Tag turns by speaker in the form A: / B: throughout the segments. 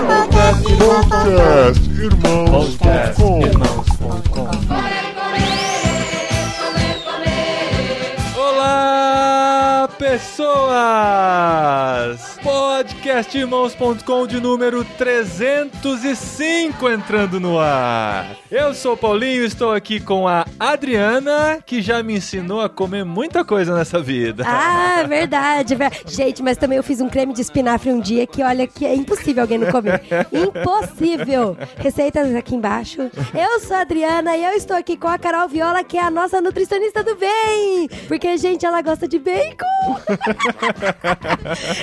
A: Podcast, podcast, irmãos, podcast, com, irmãos com.
B: Olá, pessoas! Podcastirmãos.com de número 305 entrando no ar. Eu sou o Paulinho e estou aqui com a Adriana, que já me ensinou a comer muita coisa nessa vida.
C: Ah, verdade. ver- Gente, mas também eu fiz um creme de espinafre um dia que, olha, que é impossível alguém não comer. impossível! Receitas aqui embaixo. Eu sou a Adriana e eu estou aqui com a Carol Viola, que é a nossa nutricionista do bem. Porque, gente, ela gosta de bacon.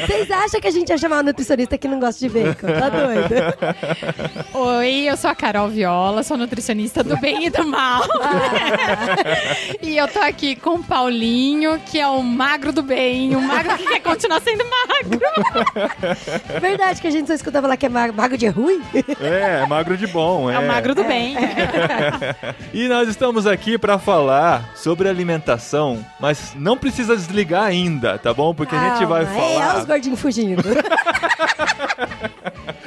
C: Vocês acham que a gente ia chamar uma nutricionista que não gosta de bacon? Tá doido?
D: Oi, eu sou a Carol Viola, sou nutricionista do bem e do mal. e eu tô aqui com o Paulinho, que é o magro do bem, o magro que quer continuar sendo magro.
C: Verdade que a gente só escuta falar que é ma- magro de ruim?
B: É, é magro de bom, é.
D: É o magro do bem.
B: E nós estamos aqui para falar sobre alimentação, mas não precisa desligar ainda, tá bom? Porque a gente vai
C: Calma. É, olha os
B: falar,
C: gordinhos fugindo.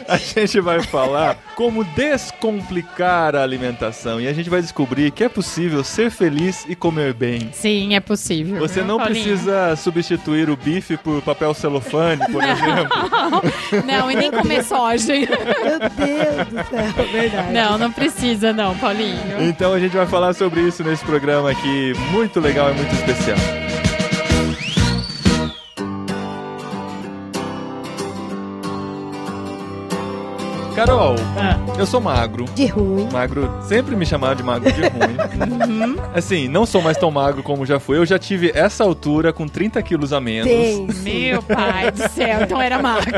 B: a gente vai falar como descomplicar a alimentação e a gente vai descobrir que é possível ser feliz e comer bem.
D: Sim, é possível.
B: Você
D: viu,
B: não
D: Paulinho?
B: precisa substituir o bife por papel celofane, por exemplo.
D: Não, e nem comer soja.
C: Meu Deus do céu, verdade.
D: Não, não precisa não, Paulinho.
B: Então a gente vai falar sobre isso nesse programa aqui, muito legal e muito especial. Carol,
D: Ah.
B: eu sou magro.
C: De ruim.
B: Magro, sempre me chamaram de magro de ruim.
D: Uhum.
B: Assim, não sou mais tão magro como já fui. Eu já tive essa altura com 30 quilos a menos.
C: Pense.
D: Meu pai do céu, então era magro.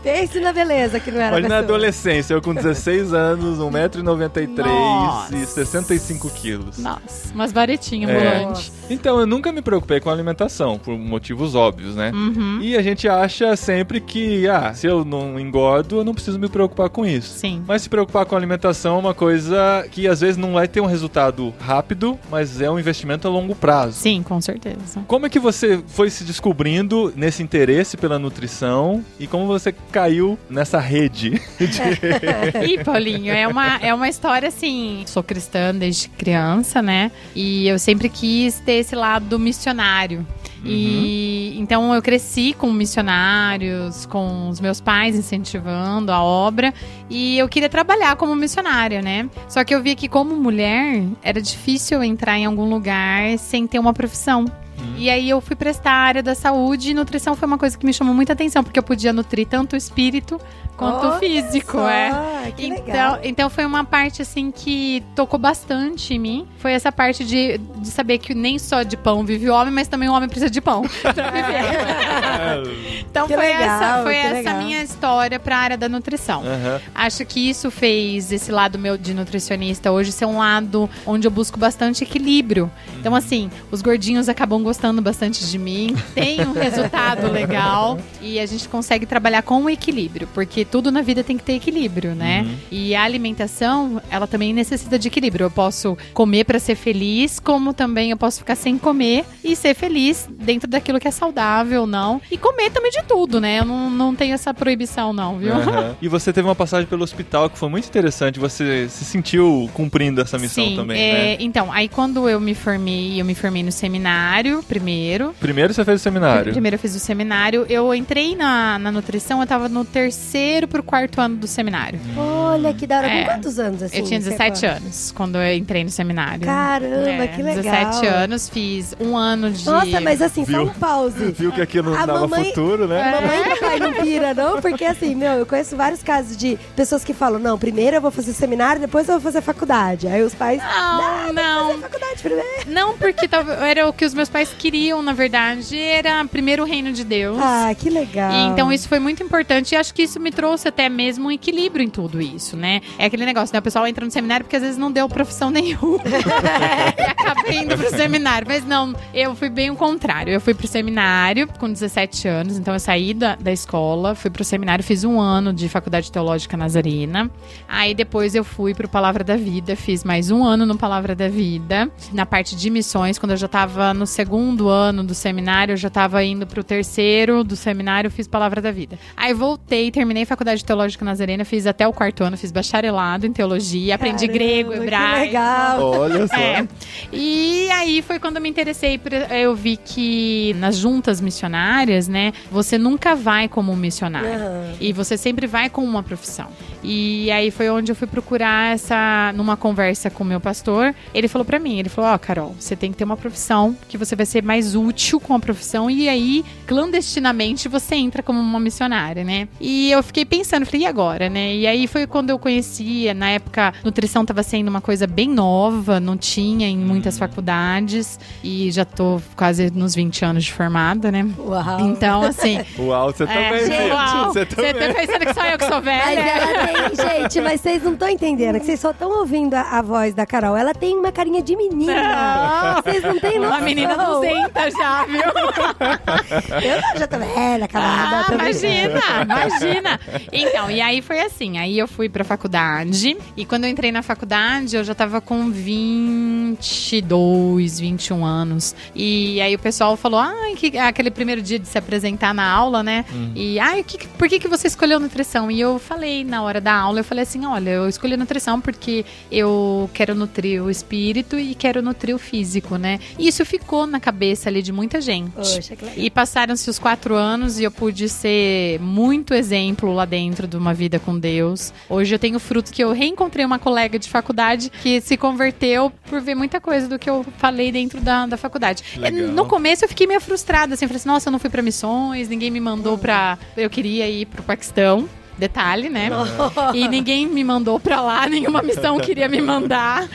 C: Pense na beleza que não era
B: Mas na
C: pessoa.
B: adolescência, eu com 16 anos, 1,93m e
D: Nossa.
B: 65 quilos.
D: Nossa, umas varetinhas
B: É.
D: ambulante.
B: Então, eu nunca me preocupei com alimentação, por motivos óbvios, né?
D: Uhum.
B: E a gente acha sempre que, ah, se eu não engordo, eu não preciso me preocupar com isso.
D: Sim.
B: Mas se preocupar com alimentação é uma coisa que às vezes não vai ter um resultado rápido, mas é um investimento a longo prazo.
D: Sim, com certeza.
B: Como é que você foi se descobrindo nesse interesse pela nutrição e como você caiu nessa rede?
D: Ih, Paulinho, é uma, é uma história assim. Sou cristã desde criança, né? E eu sempre quis ter esse lado missionário. E então eu cresci com missionários, com os meus pais incentivando a obra, e eu queria trabalhar como missionária, né? Só que eu via que como mulher era difícil eu entrar em algum lugar sem ter uma profissão. E aí eu fui para esta área da saúde e nutrição foi uma coisa que me chamou muita atenção, porque eu podia nutrir tanto o espírito quanto o
C: Olha
D: físico,
C: Só,
D: é.
C: Que
D: Então,
C: legal.
D: então foi uma parte assim que tocou bastante em mim. Foi essa parte de, de saber que nem só de pão vive o homem, mas também o homem precisa de pão. pra viver. então
C: Que
D: foi
C: legal,
D: essa, foi
C: que
D: essa
C: legal.
D: minha história para a área da nutrição.
B: Aham.
D: Acho que isso fez esse lado meu de nutricionista hoje ser um lado onde eu busco bastante equilíbrio. Então, assim, os gordinhos acabam gostando bastante de mim, tem um resultado legal e a gente consegue trabalhar com o equilíbrio, porque tudo na vida tem que ter equilíbrio, né? E a alimentação, ela também necessita de equilíbrio. Eu posso comer para ser feliz, como também eu posso ficar sem comer e ser feliz dentro daquilo que é saudável ou não. E comer também de tudo, né? Eu não, não tenho essa proibição, não, viu?
B: Aham. E você teve uma passagem pelo hospital que foi muito interessante. Você se sentiu cumprindo essa missão
D: Sim,
B: também,
D: é,
B: né?
D: Então, aí quando eu me formei, eu me formei no seminário primeiro.
B: Primeiro você fez o seminário.
D: Primeiro eu fiz o seminário. Eu entrei na, na nutrição, eu tava no terceiro pro quarto ano do seminário.
B: Hum.
C: Olha, que da hora.
D: É.
C: Com quantos anos, assim?
D: eu tinha 17 anos quando eu entrei no seminário.
C: Caramba,
D: É,
C: que legal.
D: 17 anos, fiz um ano de.
C: Nossa, mas assim, só
B: Viu?
C: um pause.
B: Viu que aquilo
C: A
B: dava
C: mamãe-
B: futuro,
D: É.
B: né?
C: Mamãe e papai não pira, não? Porque assim, meu, eu conheço vários casos de pessoas que falam, não, primeiro eu vou fazer seminário, depois eu vou fazer faculdade. Aí os pais,
D: Não, não,
C: faculdade primeiro.
D: não, porque tava- era o que os meus pais queriam, na verdade. Era primeiro o reino de Deus.
C: Ah, que legal.
D: E, então isso foi muito importante e acho que isso me trouxe até mesmo um equilíbrio em tudo isso, né? É aquele negócio, né? O pessoal entra no seminário porque às vezes não deu profissão nenhuma. e acabei indo pro seminário. Mas não, eu fui bem o contrário. Eu fui pro seminário com 17 anos, então eu saí da, da escola, fui pro seminário, fiz um ano de faculdade teológica nazarena. Aí depois eu fui pro Palavra da Vida, fiz mais um ano no Palavra da Vida, na parte de missões, quando eu já tava no segundo segundo ano do seminário, eu já tava indo pro terceiro do seminário, eu fiz Palavra da Vida. Aí voltei, terminei a Faculdade Teológica Nazarena, fiz até o quarto ano, fiz bacharelado em teologia, aprendi
C: Caramba,
D: grego,
C: que
D: hebraico.
C: legal.
E: Olha só.
D: É. E aí foi quando eu me interessei. por- Eu vi que nas juntas missionárias, né? Você nunca vai como um missionário.
C: Aham.
D: E você sempre vai com uma profissão. E aí foi onde eu fui procurar essa. numa conversa com o meu pastor. Ele falou pra mim: ele falou, ó, Carol, você tem que ter uma profissão que você vai ser mais útil com a profissão. E aí, clandestinamente, você entra como uma missionária, né? E eu fiquei pensando, falei, e agora, né? E aí foi quando eu conhecia. Na época, nutrição tava sendo uma coisa bem nova, não tinha em muitas faculdades. E já tô quase nos 20 anos de formada, né?
C: Uau.
D: Então, assim,
B: Uau, você também
C: gente.
B: viu?
D: uau.
B: Você
D: Você
B: também.
D: tá pensando que só eu que sou
C: Mas
D: velha?
C: ela tem, gente, mas vocês não estão entendendo, que vocês só estão ouvindo a, a voz da Carol. Ela tem uma carinha de menina.
D: Não.
C: Vocês não têm noção.
D: Uma menina 200 já, viu?
C: Eu já tô velha, calada.
D: Ah,
C: tô brincando.
D: imagina, imagina. Então, e aí foi assim, aí eu fui pra faculdade, e quando eu entrei na faculdade, eu já tava com 22, 21 anos. E aí o pessoal falou, ai, que aquele primeiro dia de se apresentar na aula, né? E, ai, o que, que- por que, que você escolheu nutrição? E eu falei na hora da aula, eu falei assim, olha, eu escolhi nutrição porque eu quero nutrir o espírito e quero nutrir o físico, né? E isso ficou na cabeça ali de muita gente.
C: Poxa, que legal.
D: E passaram-se os quatro anos e eu pude ser muito exemplo lá dentro de uma vida com Deus. Hoje eu tenho fruto que eu reencontrei uma colega de faculdade que se converteu por ver muita coisa do que eu falei dentro da, da faculdade.
B: Legal.
D: Eh, No começo eu fiquei meio frustrada, assim, falei assim, nossa, eu não fui pra missões, ninguém me mandou pra... Eu queria ir pro Paquistão. Detalhe, né? E ninguém me mandou pra lá, nenhuma missão queria me mandar.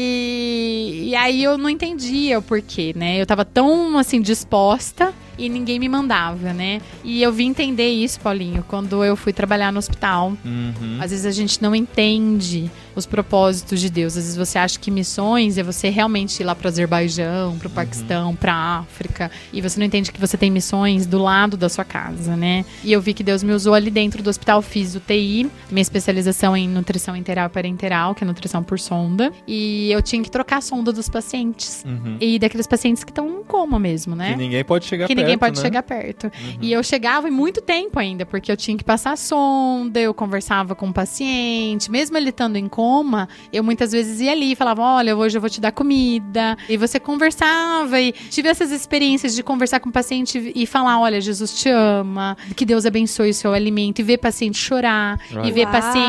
D: E, e aí eu não entendia o porquê, né? Eu tava tão, assim, disposta e ninguém me mandava, né? E eu vim entender isso, Paulinho, quando eu fui trabalhar no hospital.
B: Uhum.
D: Às vezes a gente não entende os propósitos de Deus. Às vezes você acha que missões é você realmente ir lá para o Azerbaijão,
B: Uhum.
D: para o Paquistão, para a África. E você não entende que você tem missões do lado da sua casa, né? E eu vi que Deus me usou ali dentro do hospital. Fiz UTI, minha especialização é em nutrição interal e parenteral, que é nutrição por sonda. E eu tinha que trocar a sonda dos pacientes.
B: Uhum.
D: E daqueles pacientes que estão em coma mesmo, né?
B: Que ninguém pode chegar
D: que
B: perto,
D: ninguém pode
B: né?
D: chegar perto. E eu chegava em muito tempo ainda, porque eu tinha que passar sonda, eu conversava com o paciente, mesmo ele estando em coma, eu muitas vezes ia ali e falava: Olha, hoje eu vou te dar comida. E você conversava e tive essas experiências de conversar com o paciente e falar: Olha, Jesus te ama, que Deus abençoe o seu alimento, e ver paciente chorar,
B: Olha.
D: e ver
C: Uau.
D: paciente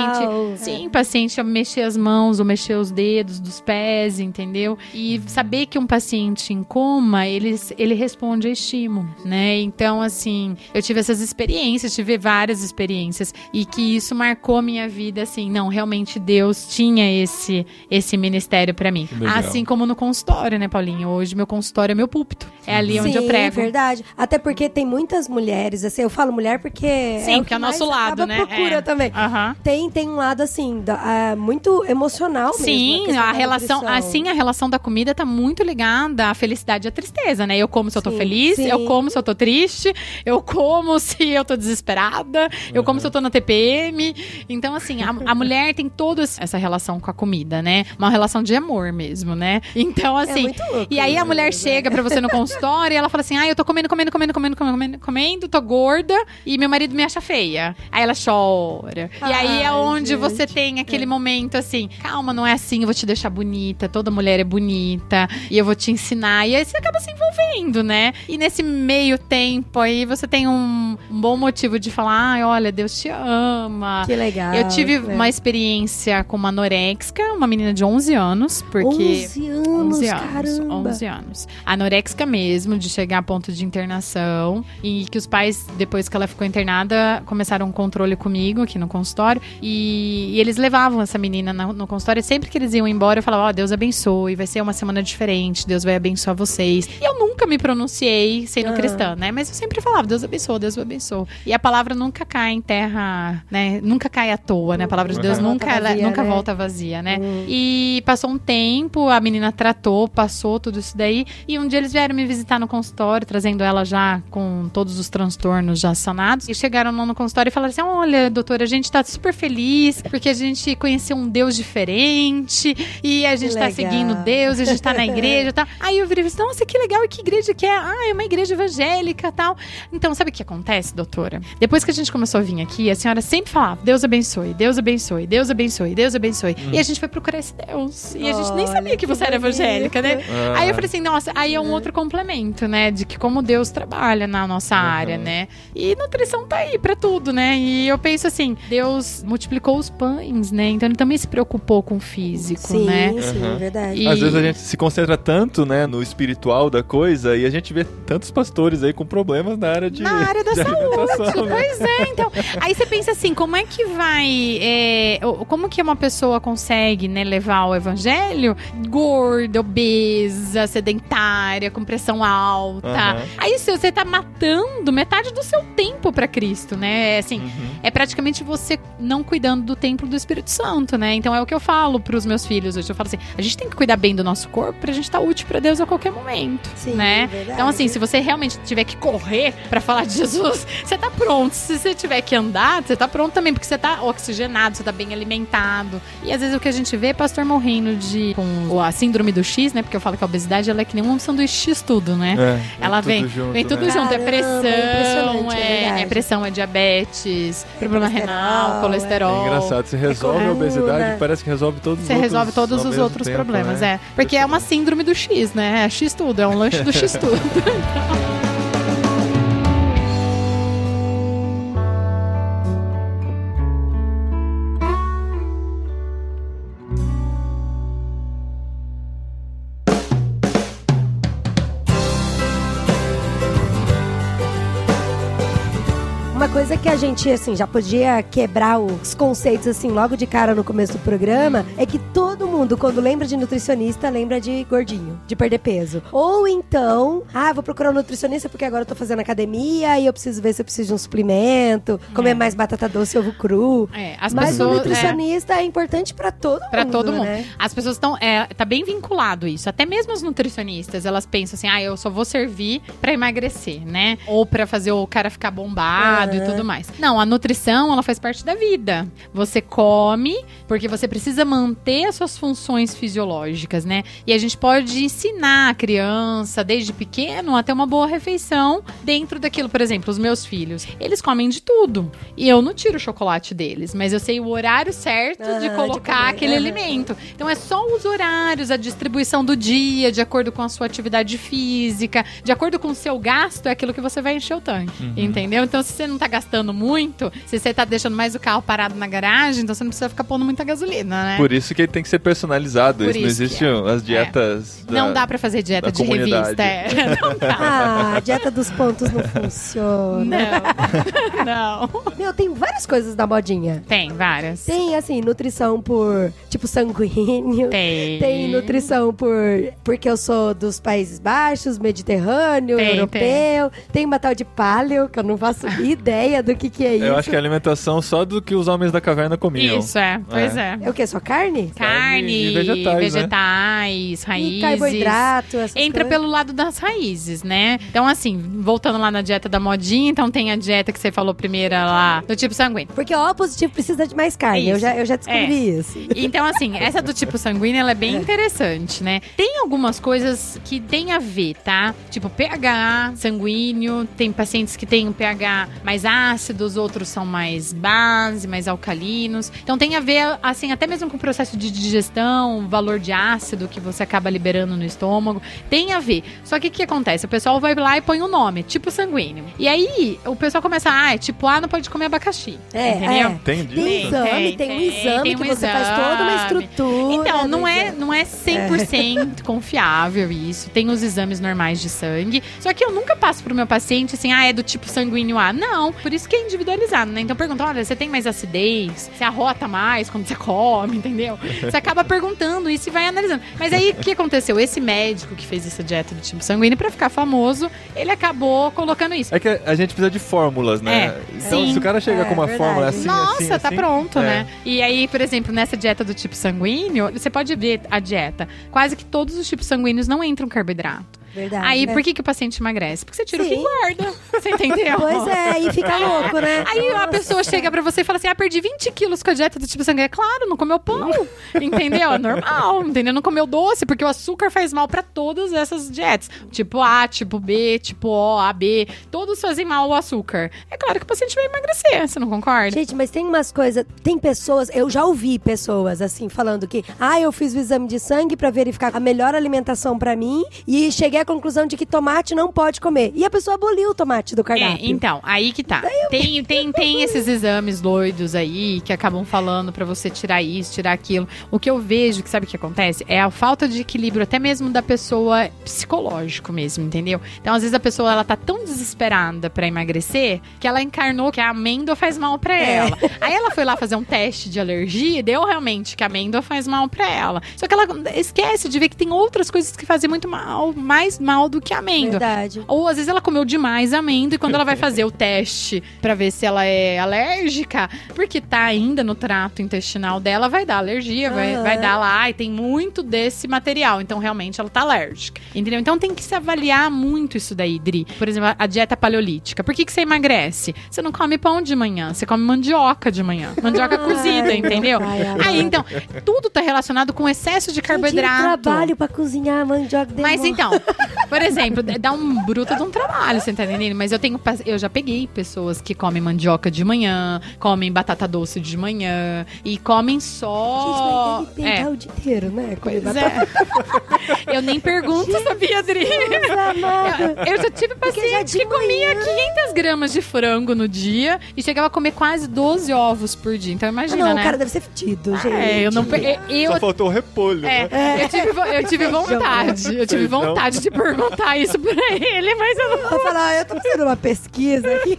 D: Sim, paciente a mexer as mãos ou mexer os dedos dos pés, entendeu? E saber que um paciente em coma, ele, ele responde a estímulo, né? Então, assim, eu tive essas experiências, tive várias experiências e que isso marcou a minha vida, assim, não, realmente Deus tinha esse, esse ministério pra mim.
B: Legal.
D: Assim como no consultório, né, Paulinho? Hoje meu consultório é meu púlpito, é ali onde
C: Sim,
D: eu prego.
C: verdade. Até porque tem muitas mulheres, assim, eu falo mulher porque.
D: Sim,
C: é o
D: porque é o nosso
C: mais
D: lado,
C: acaba
D: né?
C: procura
D: É.
C: também.
D: Aham.
C: Tem, tem um lado, assim, da- ah, muito emocional mesmo.
D: Sim,
C: questão
D: a
C: da
D: relação,
C: nutrição.
D: assim, a relação da comida tá muito ligada à felicidade e à tristeza, né? Eu como se eu tô
C: Sim,
D: feliz,
C: sim.
D: eu como se eu tô triste, eu como se eu tô desesperada, eu como se eu tô na TPM. Então, assim, a, a mulher tem toda essa relação com a comida, né? Uma relação de amor mesmo, né? Então,
C: é
D: assim,
C: muito louco,
D: e aí a
C: isso, né?
D: mulher chega pra você no consultório e ela fala assim: Ah, eu tô comendo, comendo, comendo, comendo, comendo, comendo, comendo, tô gorda e meu marido me acha feia. Aí ela chora. e aí é
C: Ai,
D: onde
C: gente.
D: você tem aquele momento assim: calma, não é assim, eu vou te deixar bonita, toda mulher é bonita, e eu vou te ensinar. E aí você acaba se envolvendo, né? E nesse meio tempo aí você tem um, um bom motivo de falar: ai, olha, Deus te ama.
C: Que é. legal.
D: Eu tive
C: que legal.
D: uma experiência com uma anorexica, uma menina de 11 anos, porque
C: 11 anos,
D: 11 anos,
C: caramba.
D: 11 anos. Anorexica mesmo, de chegar a ponto de internação. E que os pais, depois que ela ficou internada, começaram um controle comigo aqui no consultório. E, e eles levavam essa menina na- no consultório. E sempre que eles iam embora, eu falava: Ó, Deus abençoe, vai ser uma semana diferente, Deus vai abençoar vocês. E eu nunca me pronunciei sendo
C: Aham.
D: cristã, né? Mas eu sempre falava: Deus abençoe, Deus abençoe. E a palavra nunca cai em terra, né? Nunca cai à toa, né? A palavra de
B: Nunca
D: Deus
C: volta
D: nunca, ela,
C: vazia,
D: nunca
C: né?
D: volta vazia, né? E passou um tempo, a menina tratou, passou tudo isso daí. E um dia eles vieram me visitar no consultório, trazendo ela já com todos os transtornos já sanados. E chegaram lá no consultório e falaram assim: Olha, doutora, a gente tá super feliz porque a gente conheceu um Deus diferente e a gente tá
C: Legal.
D: seguindo Deus, a gente tá na igreja e tá. Aí eu virei e falei assim: Nossa, que legal, e que igreja igreja que é, ah, é uma igreja evangélica tal. Então, sabe o que acontece, doutora? Depois que a gente começou a vir aqui, a senhora sempre falava, Deus abençoe, Deus abençoe, Deus abençoe, Deus abençoe. E a gente foi procurar esse Deus. E a gente nem
C: Olha,
D: sabia Hum. que
C: que
D: você era
C: bonito.
D: evangélica, né?
B: Ah.
D: Aí eu falei assim, nossa, aí é um outro complemento, né? De que como Deus trabalha na nossa área, né? E nutrição tá aí pra tudo, né? E eu penso assim, Deus multiplicou os pães, né? Então ele também se preocupou com o físico,
C: Sim,
D: né?
C: sim, é
B: Uhum.
C: verdade.
D: E-
B: Às vezes a gente se concentra tanto, né, no espiritual da coisa e a gente vê tantos pastores aí com problemas na área de
D: Na área da
B: de alimentação,
D: saúde,
B: né?
D: pois é, então. Aí você pensa assim, como é que vai. é, o- como que uma pessoa consegue né, levar o evangelho gorda, obesa, sedentária, com pressão alta?
B: Aham.
D: Aí se você tá matando metade do seu tempo pra Cristo, né? É Assim,
B: Uhum.
D: é praticamente você não cuidando do templo do Espírito Santo, né? Então é o que eu falo pros meus filhos hoje. Eu falo assim: a gente tem que cuidar bem do nosso corpo pra gente estar útil pra Deus a qualquer momento,
C: Sim, é
D: né?
C: verdade.
D: Então assim, se você realmente tiver que correr pra falar de Jesus, você tá pronto. Se você tiver que andar, você tá pronto também, porque você tá oxigenado, você tá bem alimentado. E às vezes o que a gente vê é pastor morrendo de com a síndrome do X, né? Porque eu falo que a obesidade ela é que nem um sanduíche X tudo, né?
B: É,
D: Ela vem-
B: junto,
D: Vem tudo
B: né?
D: junto, é
C: Caramba,
D: pressão,
C: impressionante, é
D: é, é,
C: verdade.
D: pressão, é diabetes, problema
C: colesterol,
D: renal,
C: é.
D: colesterol.
B: É engraçado, você resolve a
C: coluna.
B: obesidade, parece que resolve todos os
D: né? Você
B: outros
D: resolve todos
B: ao
D: os
B: mesmo
D: outros
B: tempo,
D: problemas,
B: né?
D: é. Porque é uma síndrome do X, né? É X tudo, é um lanche do X tudo.
C: Uma coisa que a gente, assim, já podia quebrar os conceitos, assim, logo de cara no começo do programa, é que todo mundo, quando lembra de nutricionista, lembra de gordinho, de perder peso. Ou então, ah, vou procurar um nutricionista porque agora eu tô fazendo academia e eu preciso ver se eu preciso de um suplemento, comer mais batata doce e ovo cru.
D: É, as
C: Mas o
D: pessoas. é,
C: nutricionista é, importante pra todo mundo,
D: Pra todo mundo.
C: né?
D: As pessoas estão. É, tá bem vinculado isso. Até mesmo os nutricionistas, elas pensam assim: ah, eu só vou servir pra emagrecer, né? Ou pra fazer o cara ficar bombado e
C: Aham.
D: tudo mais. Não, a nutrição, ela faz parte da vida. Você come, porque você precisa manter as suas funções fisiológicas, né? E a gente pode ensinar a criança, desde pequeno, a ter uma boa refeição dentro daquilo. Por exemplo, os meus filhos, eles comem de tudo. E eu não tiro o chocolate deles, mas eu sei o horário certo
C: Aham,
D: de
C: de
D: colocar
C: comer.
D: aquele
C: Aham.
D: alimento. Então é só os horários, a distribuição do dia, de acordo com a sua atividade física, de acordo com o seu gasto, é aquilo que você vai encher o tanque.
B: Uhum.
D: Entendeu? Então, se você não tá gastando muito, se você tá deixando mais o carro parado na garagem, então você não precisa ficar pondo muita gasolina, né?
B: Por isso que tem que ser personalizado,
D: Por
B: isso, não
D: isso que é.
B: existem as dietas da-
D: Não dá pra fazer
B: da
D: dieta de
B: comunidade.
D: revista. É. Não dá.
C: Ah, a dieta dos pontos não funciona.
D: Não. Não.
C: Meu, tem várias coisas da modinha.
D: Tem várias.
C: Tem, assim, nutrição por, tipo, sanguíneo.
D: Tem.
C: Tem nutrição por. Porque eu sou dos Países Baixos, Mediterrâneo,
D: Tem,
C: europeu. Tem. uma tal de paleo, que eu não faço ideia do que, que é isso.
B: Eu acho que é alimentação só do que os homens da caverna comiam.
D: Isso, é. Pois é.
C: É o quê? Só carne?
D: Carne,
B: E vegetais,
D: vegetais,
B: né?
D: raízes.
C: E carboidrato, essas
D: Entra
C: coisas.
D: pelo lado das raízes, né? Então, assim, voltando lá na dieta da modinha, então tem a dieta que você falou primeira lá, do tipo sanguíneo.
C: Porque o O positivo precisa de mais carne.
D: É
C: Eu
D: isso.
C: já, eu já descobri isso.
D: Então, assim, essa do tipo sanguíneo, ela é bem interessante, né? Tem algumas coisas que tem a ver, tá? Tipo, pH sanguíneo, tem pacientes que têm um pH mais ácidos, outros são mais base, mais alcalinos. Então, tem a ver, assim, até mesmo com o processo de digestão, o valor de ácido que você acaba liberando no estômago. Tem a ver. Só que o que acontece? O pessoal vai lá e põe o nome, tipo sanguíneo. E aí, o pessoal começa, ah, é tipo A, não pode comer abacaxi.
C: É,
D: entendeu?
C: é.
B: Tem
C: Tem,
B: disso?
C: exame,
D: tem,
C: tem, um
D: tem,
C: exame
D: tem um
C: que você faz toda uma
D: exame.
C: estrutura. né,
D: Então, não
C: do
D: é,
C: exame.
D: não é 100% confiável isso. Tem os exames normais de sangue. Só que eu nunca passo pro meu paciente assim, ah, é do tipo sanguíneo A. Não, por isso que é individualizado, né? Então pergunta, olha, você tem mais acidez? Você arrota mais quando você come, entendeu? Você acaba perguntando isso e vai analisando. Mas aí, o que aconteceu? Esse médico que fez essa dieta do tipo sanguíneo, pra ficar famoso, ele acabou colocando isso.
B: É que a gente precisa de fórmulas, né?
D: É,
B: então,
D: sim.
B: se o cara chegar
C: É,
B: com uma
C: verdade.
B: fórmula assim,
D: Nossa,
B: assim,
D: tá
B: assim,
D: pronto,
B: é.
D: né? E aí, por exemplo, nessa dieta do tipo sanguíneo, você pode ver a dieta. Quase que todos os tipos sanguíneos não entram carboidrato.
C: Verdade,
D: Aí,
C: né?
D: por que, que o paciente emagrece? Porque você tira o que
C: Sim.
D: guarda. Você entendeu?
C: Pois é, e fica louco, né?
D: Aí a
C: Nossa.
D: pessoa chega pra você e fala assim: Ah, perdi 20 quilos com a dieta do tipo sangue. Claro, não comeu pão. Entendeu? É normal, entendeu? Não comeu doce, porque o açúcar faz mal pra todas essas dietas. Tipo A, tipo B, tipo O, AB. Todos fazem mal o açúcar. É claro que o paciente vai emagrecer, você não concorda?
C: Gente, mas tem umas coisas. Tem pessoas. Eu já ouvi pessoas, assim, falando que. Ah, eu fiz o exame de sangue pra verificar a melhor alimentação pra mim e cheguei à conclusão de que tomate não pode comer. E a pessoa aboliu o tomate do
D: É,
C: cardápio.
D: então, aí que tá. Tem, tem, tem esses exames doidos aí que acabam falando pra você tirar isso, tirar aquilo. O que eu vejo, que sabe o que acontece? É a falta de equilíbrio até mesmo da pessoa psicológico mesmo, entendeu? Então, às vezes a pessoa ela tá tão desesperada pra emagrecer que ela encarnou que a amêndoa faz mal pra
C: É.
D: ela. Aí ela foi lá fazer um teste de alergia e deu realmente que a amêndoa faz mal pra ela. Só que ela esquece de ver que tem outras coisas que fazem muito mal, mais mal do que a amêndoa.
C: Verdade.
D: Ou às vezes ela comeu demais amêndoa e quando ela vai fazer o teste pra ver se ela é alérgica, porque tá ainda no trato intestinal dela, vai dar alergia, vai,
C: Aham.
D: vai dar lá e tem muito desse material. Então realmente ela tá alérgica. Entendeu? Então tem que se avaliar muito isso daí, Dri. Por exemplo, a dieta paleolítica. Por que, que você emagrece? Você não come pão de manhã, você come mandioca de manhã. Mandioca cozida,
C: Ai,
D: entendeu?
C: Ah. ai, ai,
D: Aí
C: ai.
D: então, tudo tá relacionado com excesso de carboidrato.
C: Gente, eu trabalho pra cozinhar mandioca de
D: Mas então, por exemplo, d- dá um bruto de um trabalho, você tá entendendo? Mas eu tenho. pas- Eu já peguei pessoas que comem mandioca de manhã, comem batata doce de manhã e comem só.
C: Gente, mas
D: É,
C: deve pegar o dia inteiro, né? Comer
D: Pois
C: batata
D: é. Eu nem pergunto, sabia, Adri?
C: amada.
D: é. Eu já tive
C: Porque já
D: paciente
C: de
D: que comia 500 gramas de frango no dia e chegava a comer quase 12 ovos por dia. Então
C: Ah,
D: imagina,
C: não,
D: né?
C: o cara deve ser fedido, gente.
D: é, eu não. pe- Eu
B: Só faltou o repolho, né?
D: é, eu tive, vo- eu tive vontade. Eu tive
B: Feijão.
D: vontade de perguntar isso pra ele, mas eu não.
C: Vou falar, eu tô fazendo uma pesquisa aqui.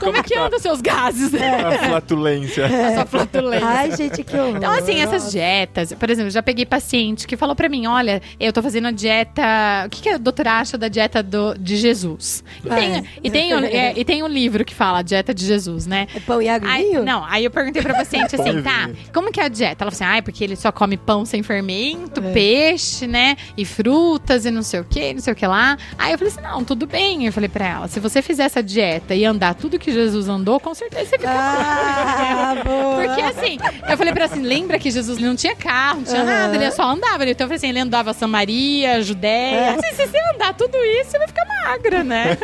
D: Como é que andam seus gases? né?
B: A flatulência.
D: A sua flatulência.
C: Ai, gente, que horror.
D: é. Então, assim, essas dietas, por exemplo, eu já peguei paciente que falou pra mim: olha, eu tô fazendo a dieta. O que, que a doutora acha da dieta do- de Jesus? E tem,
C: Ah,
D: e, tem, um- é, e tem um livro que fala a dieta de Jesus, né?
C: É pão e
D: Aí,
C: aguinho?
D: não, aí eu perguntei pra paciente
B: Pão
D: assim,
B: e
D: tá,
B: vinho.
D: como que é a dieta? Ela falou assim, ah, é porque ele só come pão sem fermento,
C: É.
D: peixe, né? E frutas e não sei o que, não sei o que lá. Aí eu falei assim, não, tudo bem. Eu falei pra ela, se você fizer essa dieta e andar tudo que Jesus andou, com certeza você fica
C: Ah, boa.
D: porque assim, eu falei pra ela assim, lembra que Jesus não tinha carro, não tinha
C: Aham.
D: nada, ele só andava. Então eu falei assim, ele andava Samaria,
C: É.
D: Judéia. Assim, se você andar tudo isso, você vai ficar magra, né?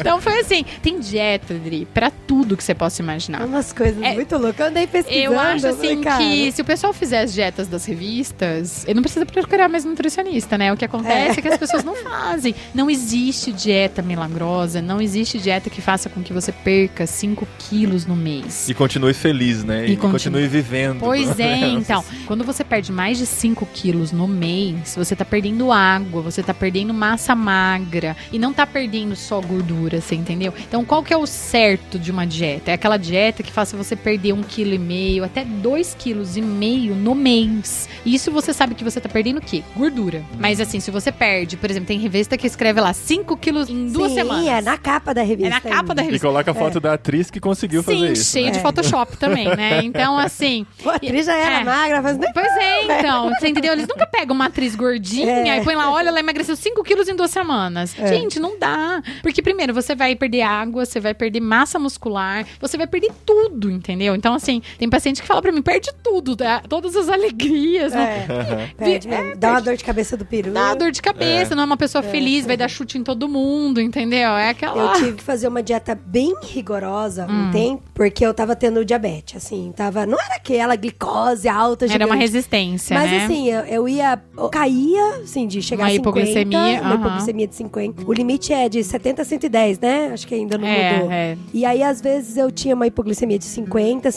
D: então foi assim, tem dieta, Dri, pra tudo que você
C: É
D: possa imaginar.
C: umas coisas
D: É,
C: muito loucas. Eu andei pesquisando.
D: Eu acho
C: falei,
D: assim
C: cara,
D: que se o pessoal fizer as dietas das revistas, ele não precisa procurar mais nutricionista, né? O que acontece é. que as pessoas não fazem. Não existe dieta milagrosa, não existe dieta que faça com que você perca 5 quilos no mês.
B: E continue feliz, né?
D: E
B: E, continue,
D: continue
B: vivendo.
D: Pois é,
B: Essas-
D: então. Quando você perde mais de 5 quilos no mês, você tá perdendo água, você tá perdendo massa magra e não tá perdendo só gordura, você entendeu? Então, qual que é o certo de uma dieta? É aquela dieta que faça você perder um quilo e meio, até dois quilos e meio no mês. E Isso você sabe que você tá perdendo o quê? Gordura. Mas assim, se você perde, por exemplo, tem revista que escreve lá 5 quilos em duas
C: Sim,
D: semanas.
C: é na capa da
D: É
C: revista.
D: na capa da
B: E
D: revista.
B: coloca a foto da atriz que conseguiu
D: Sim,
B: fazer isso.
D: cheio de
C: É.
D: Photoshop também, né? Então, assim,
C: Pô, a atriz já era
D: É.
C: magra, mas nem...
D: Pois é, então. Você entendeu? Eles nunca pegam uma atriz gordinha e põem lá, olha, ela emagreceu 5 quilos em duas semanas.
C: É.
D: Gente, não dá. Porque, primeiro, você vai perder água, você vai perder massa muscular, você vai perder tudo, entendeu? Então, assim, tem paciente que fala pra mim, perde tudo, tá? todas as alegrias, não
C: É,
B: Aham.
C: perde
D: É,
C: mesmo. Dá uma dor de cabeça do peru.
D: dá dor de cabeça, não é uma pessoa feliz, vai dar chute em todo mundo, entendeu? É
C: Eu
D: aquela...
C: tive que fazer uma dieta bem rigorosa
D: Hum.
C: um tempo, porque eu tava tendo diabetes, assim, tava... Não era aquela glicose alta,
D: Era uma
C: gigante.
D: resistência,
C: Mas
D: né?
C: assim, eu, eu ia. Eu caía, assim, de chegar
D: Uma
C: a 50.
D: hipoglicemia,
C: Uma
D: aham.
C: hipoglicemia de 50. O limite é de 70 a 110, né? Acho que ainda não mudou.
D: é, é.
C: E aí, às vezes, eu tinha uma hipoglicemia de 50,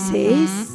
C: 56.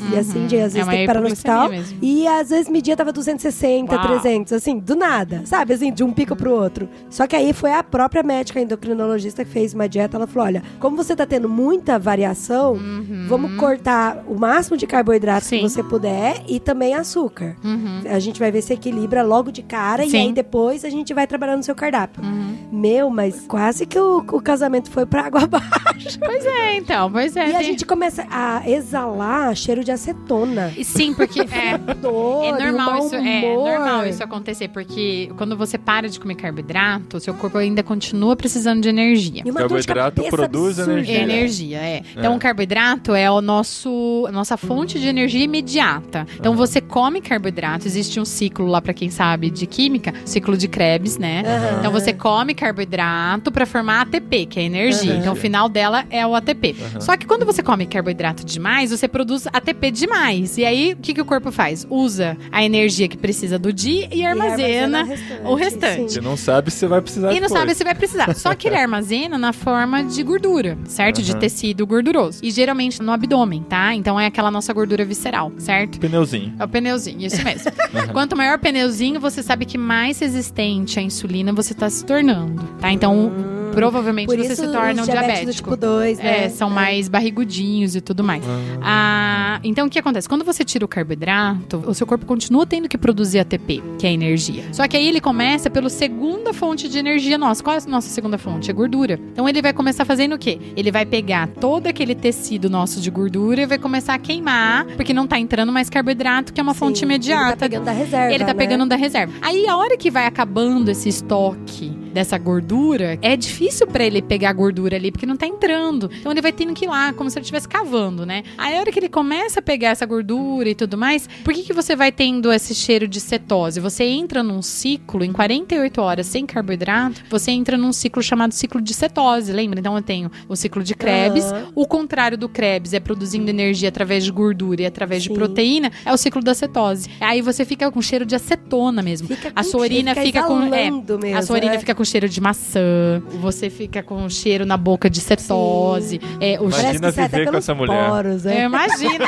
D: Uhum,
C: E assim, de, às
D: É
C: vezes,
D: uma
C: tem que parar no
D: hipoglicemia
C: hospital.
D: mesmo.
C: E às vezes, media tava 260,
D: Uau.
C: 300. Assim, do nada. Sabe? Assim, de um pico pro outro. Só que aí foi a própria médica endocrinologista que fez uma dieta. Ela falou, olha, como você tá tendo muita variação,
D: Uhum,
C: vamos cortar o máximo de carboidrato
D: Hum. Sim.
C: que você puder. E também açúcar.
D: Uhum.
C: A gente vai ver se equilibra logo de cara e
D: Sim. Uhum.
C: aí depois a gente vai trabalhando no seu cardápio. Meu, mas quase que o, o casamento foi pra água abaixo. baixo.
D: Pois é, então, pois é.
C: E a
D: tem-
C: gente começa a exalar cheiro de acetona.
D: E Sim, porque é,
C: Dor,
D: é
C: e um
D: normal
C: mau
D: isso, é, é
C: humor.
D: normal isso acontecer, porque quando você para de comer carboidrato, seu corpo ainda continua precisando de energia.
C: E uma dor de
B: Carboidrato
C: cabeça
B: produz
C: absurda.
D: É energia, é. Então,
B: É.
D: o carboidrato é o nosso, a nossa fonte de energia imediata. Então, você come carboidrato, existe um ciclo lá, pra quem sabe, de química, ciclo de Krebs, né?
C: Aham.
D: Então, você come carboidrato pra formar ATP, que é energia.
B: Aham.
D: Então, o final dela é o ATP. Só que quando você come carboidrato demais, você produz ATP demais. E aí, o que, que o corpo faz? Usa a energia que precisa do dia e
C: E
D: armazena o restante.
B: Você não sabe se vai precisar
D: E não
B: depois.
D: sabe se vai precisar. Só que ele armazena na forma de gordura, certo? De
B: Aham.
D: tecido gorduroso. E geralmente no abdômen, tá? Então é aquela nossa gordura visceral, certo?
B: Pneuzinho.
D: É o pneuzinho, isso mesmo. Quanto maior o pneuzinho, você sabe que mais resistente à insulina você tá se tornando, tá? Então, provavelmente
C: Por
D: você
C: isso
D: se torna um
C: os diabetes
D: diabético.
C: do tipo 2, né?
D: É, são mais barrigudinhos e tudo mais. Ah, então, o que acontece? Quando você tira o carboidrato, o seu corpo continua tendo que produzir ATP, que é energia. Só que aí ele começa pela segunda fonte de energia nossa. Qual é a nossa segunda fonte? É gordura. Então, ele vai começar fazendo o quê? Ele vai pegar todo aquele tecido nosso de gordura e vai começar a queimar, porque não tá entrando mais carboidrato, que é uma
C: Sim,
D: fonte
C: Ele tá
D: imediata
C: pegando da reserva,
D: ele
C: né?
D: tá pegando da reserva. Aí a hora que vai acabando esse estoque dessa gordura, é difícil pra ele pegar a gordura ali, porque não tá entrando. Então ele vai tendo que ir lá, como se ele estivesse cavando, né? Aí a hora que ele começa a pegar essa gordura e tudo mais, por que, que você vai tendo esse cheiro de cetose? Você entra num ciclo, em 48 horas sem carboidrato, você entra num ciclo chamado ciclo de cetose, lembra? Então eu tenho o ciclo de Krebs,
C: Aham.
D: o contrário do Krebs é produzindo energia através de gordura e através
C: Sim.
D: de proteína, é o ciclo da cetose. Aí você fica com cheiro de acetona mesmo.
C: Fica com
D: a sua urina
C: fica,
D: fica com- é,
C: exalando mesmo,
D: a sua urina
C: né?
D: fica com cheiro de maçã, você fica com cheiro na boca de cetose. É, o
B: Imagina
D: cheiro...
C: Parece que sai
B: viver
C: até
B: com
C: pelos
B: essa mulher.
C: Poros,
D: É,
C: né?
D: imagina.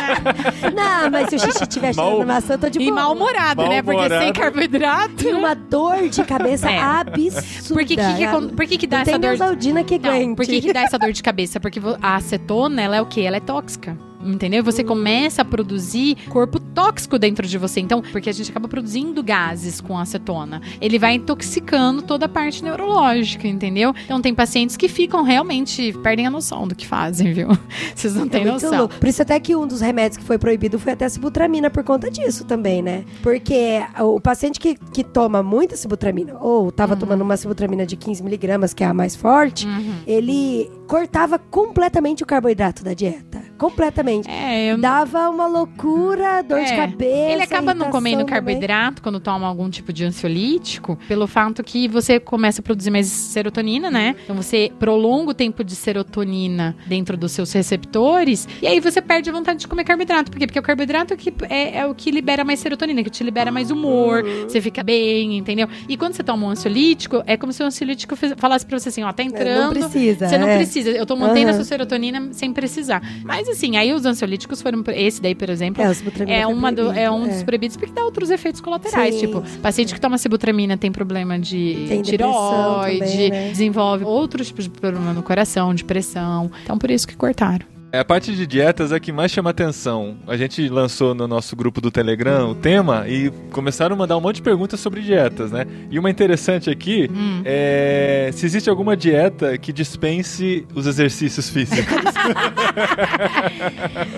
C: Não, mas se o xixi tiver cheirando
B: Mal-
C: maçã, eu tô de boa.
D: e mal-humorado, né? Porque
B: Mal-humorado.
D: sem carboidrato.
C: E uma dor de cabeça
D: É.
C: absurda.
D: Por que, que, que acon- por que que dá
C: Não
D: essa
C: tem
D: dor de
C: Neosaldina que
D: Não,
C: aguente.
D: Então, por que, que dá essa dor de cabeça? Porque vo- a acetona, ela é o quê? Ela é tóxica. Entendeu? Você
C: Hum.
D: começa a produzir corpo tóxico dentro de você. Então, porque a gente acaba produzindo gases com acetona. Ele vai intoxicando toda a parte neurológica, entendeu? Então, tem pacientes que ficam realmente, perdem a noção do que fazem, viu? Vocês não
C: É
D: têm
C: muito
D: noção.
C: louco. Por isso até que um dos remédios que foi proibido foi até a sibutramina por conta disso também, né? Porque o paciente que, que toma muita sibutramina, ou tava
D: Uhum.
C: tomando uma sibutramina de 15mg, que é a mais forte,
D: Uhum.
C: ele cortava completamente o carboidrato da dieta. Completamente.
D: É, eu
C: Dava uma loucura, dor de
D: É.
C: cabeça.
D: Ele acaba não
C: irritação
D: comendo
C: também.
D: carboidrato quando toma algum tipo de ansiolítico, pelo fato que você começa a produzir mais serotonina, né? Então você prolonga o tempo de serotonina dentro dos seus receptores, e aí você perde a vontade de comer carboidrato. Por quê? Porque o carboidrato é, o que, é, é o que libera mais serotonina, que te libera mais humor, você fica bem, entendeu? E quando você toma um ansiolítico, é como se o ansiolítico fez- falasse pra você assim: ó, tá
C: É, Não
D: entrando,
C: precisa.
D: você não
C: é.
D: precisa. Eu tô mantendo
C: Aham.
D: a sua serotonina sem precisar. Mas assim, aí os ansiolíticos foram. Esse daí, por exemplo,
C: É, a sibutramina
D: é,
C: foi
D: uma do- é
C: proibido,
D: um dos
C: é.
D: proibidos porque dá outros efeitos colaterais.
C: Sim,
D: tipo, paciente que toma sibutramina tem problema de
C: Tem depressão
D: tireoide,
C: também, né?
D: desenvolve outros tipos de problema no coração, depressão. Então, por isso que cortaram.
B: É, A parte de dietas é a que mais chama atenção. A gente lançou no nosso grupo do Telegram o tema e começaram a mandar um monte de perguntas sobre dietas, né? E uma interessante aqui
D: Hum.
B: é se existe alguma dieta que dispense os exercícios físicos.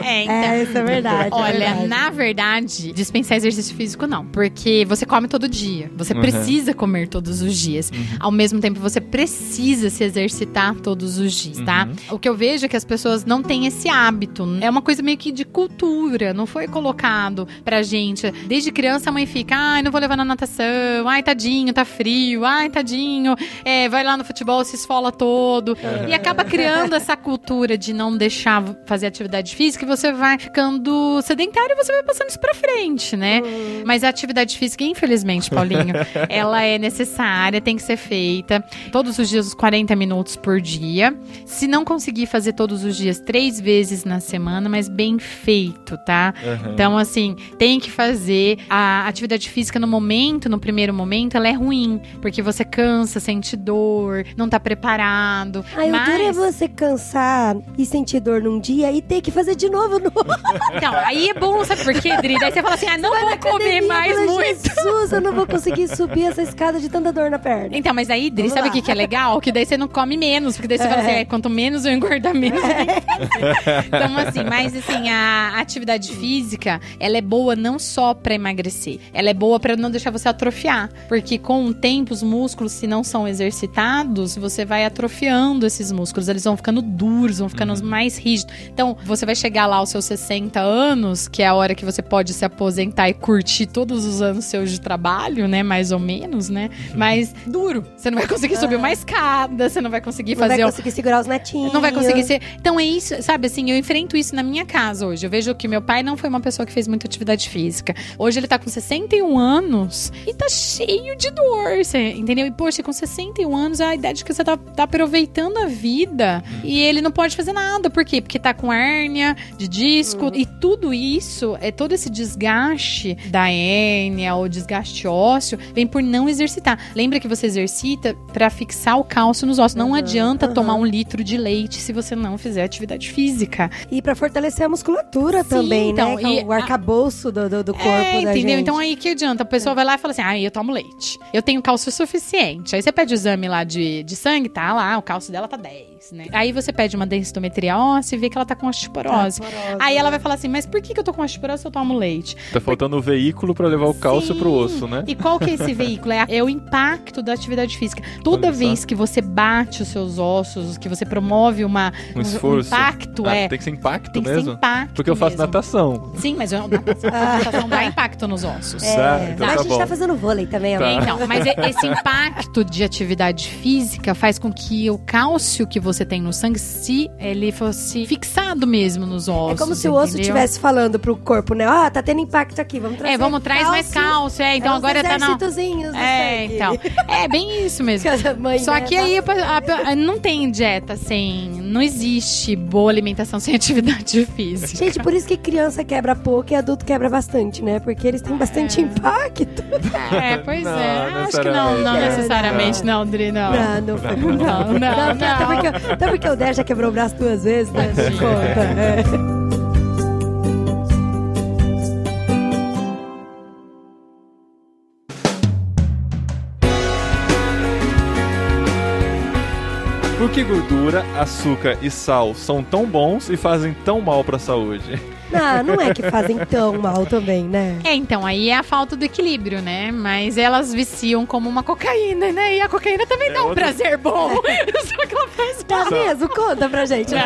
D: É,
C: É, isso é verdade. é
D: Olha,
C: verdade.
D: na verdade, dispensar exercício físico não, porque você come todo dia, você
B: Uhum.
D: precisa comer todos os dias. Ao mesmo tempo, você precisa se exercitar todos os dias, tá? O que eu vejo é que as pessoas não têm esse hábito. É uma coisa meio que de cultura, não foi colocado pra gente. Desde criança a mãe fica, ai, não vou levar na natação, ai, tadinho, tá frio, ai, tadinho, é, vai lá no futebol, se esfola todo. E acaba criando essa cultura de não deixar fazer atividade física e você vai ficando sedentário e você vai passando isso pra frente, né? Mas a atividade física, infelizmente, Paulinho, ela é necessária, tem que ser feita todos os dias, os 40 minutos por dia. Se não conseguir fazer todos os dias, três três vezes na semana, mas bem feito, tá?
B: Aham.
D: Então, assim, tem que fazer. A atividade física no momento, no primeiro momento, ela é ruim. Porque você cansa, sente dor, não tá preparado.
C: Aí
D: mas...
C: o duro é você cansar e sentir dor num dia e ter que fazer de novo no outro.
D: Então, aí é bom, sabe por quê, Dri? Daí você fala assim, ah, não vou comer mais muito.
C: Jesus, eu não vou conseguir subir essa escada de tanta dor na perna.
D: Então, mas aí, Dri,
C: Vamos
D: sabe o
C: lá.
D: que, que é legal? Que daí você não come menos, porque daí você fala assim, "É, quanto menos eu engordar menos. eu tenho que fazer." então, assim, mas assim, a atividade física, ela é boa não só pra emagrecer, ela é boa pra não deixar você atrofiar. Porque com o tempo, os músculos, se não são exercitados, você vai atrofiando esses músculos, eles vão ficando duros, vão ficando mais rígidos. Então, você vai chegar lá aos seus 60 anos, que é a hora que você pode se aposentar e curtir todos os anos seus de trabalho, né? Mais ou menos, né?
C: Uhum.
D: Mas duro. Você não vai conseguir subir uma escada, você não vai conseguir
C: Ah. Não vai
D: fazer.
C: conseguir segurar os netinhos.
D: Não vai conseguir ser. Então é isso, sabe assim, eu enfrento isso na minha casa hoje. Eu vejo que meu pai não foi uma pessoa que fez muita atividade física. Hoje ele tá com 61 anos e tá cheio de dor, você entendeu? E poxa, com 61 anos é a idade que você tá, tá aproveitando a vida e ele não pode fazer nada. Por quê? Porque tá com hérnia de disco e tudo isso, é todo esse desgaste da hérnia ou desgaste ósseo, vem por não exercitar. Lembra que você exercita pra fixar o cálcio nos ossos. Não adianta tomar um litro de leite se você não fizer atividade física.
C: E pra fortalecer a musculatura
D: Sim,
C: também,
D: então,
C: né? Que é
D: e
C: o arcabouço do, do, do corpo
D: É,
C: da
D: entendeu?
C: gente.
D: Então aí que adianta? A pessoa vai lá e fala assim: ah, eu tomo leite. Eu tenho cálcio suficiente. Aí você pede o exame lá de, de sangue, tá lá, o cálcio dela tá 10, né? Aí você pede uma densitometria óssea e vê que ela tá com
B: Ah,
D: osteoporose. Aí ela vai falar assim: mas por que, que eu tô com osteoporose se eu tomo leite?
B: Tá faltando o veículo pra levar o cálcio
D: Sim.
B: pro osso, né?
D: E qual que é esse veículo? É, a- é o impacto da atividade física. Toda
B: Olha só.
D: vez que você bate os seus ossos, que você promove uma,
B: Um esforço.
D: impacto,
B: Ah,
D: é. Tem,
B: Tem que ser impacto
D: que
B: mesmo?
D: ser impacto.
B: Porque eu faço
D: mesmo.
B: natação.
D: Sim, mas eu, natação, natação dá um impacto nos ossos.
C: É,
B: Sabe? Então
C: mas
B: tá
C: a gente tá
B: bom.
C: fazendo vôlei também, ó.
B: Tá.
D: Então, mas e- esse impacto de atividade física faz com que o cálcio que você tem no sangue, se ele fosse fixado mesmo nos
C: É
D: ossos.
C: como se o osso
D: entendeu?
C: estivesse falando pro corpo, né? Ó, tá tendo impacto aqui, vamos trazer
D: É, vamos traz mais cálcio, é. Então
C: É uns
D: agora tá na.
C: exercitozinhos do
D: É,
C: sangue.
D: então. É bem isso mesmo.
C: Que a mãe,
D: Só
C: né,
D: que
C: tá-
D: aí a- a- a- não tem dieta sem. Não existe boa alimentação sem atividade física.
C: Gente, por isso que criança quebra pouco e adulto quebra bastante, né? Porque eles têm bastante impacto.
D: É, pois
B: Não,
D: é. Acho que não,
B: necessariamente.
D: não
B: né?
D: necessariamente, não, Dri, não.
C: Não, não foi.
D: Não, não, não.
C: Até porque, até porque o Dé já quebrou o braço duas vezes, né? Não conta. é.
B: Por que gordura, açúcar e sal são tão bons e fazem tão mal pra saúde?
C: Não, não é que fazem tão mal também, né?
D: É, então, aí é a falta do equilíbrio, né? Mas elas viciam como uma cocaína, né? E a cocaína também dá um
B: É outra-
D: prazer bom. Só que ela faz mal.
C: Tá mesmo? Conta pra gente. né?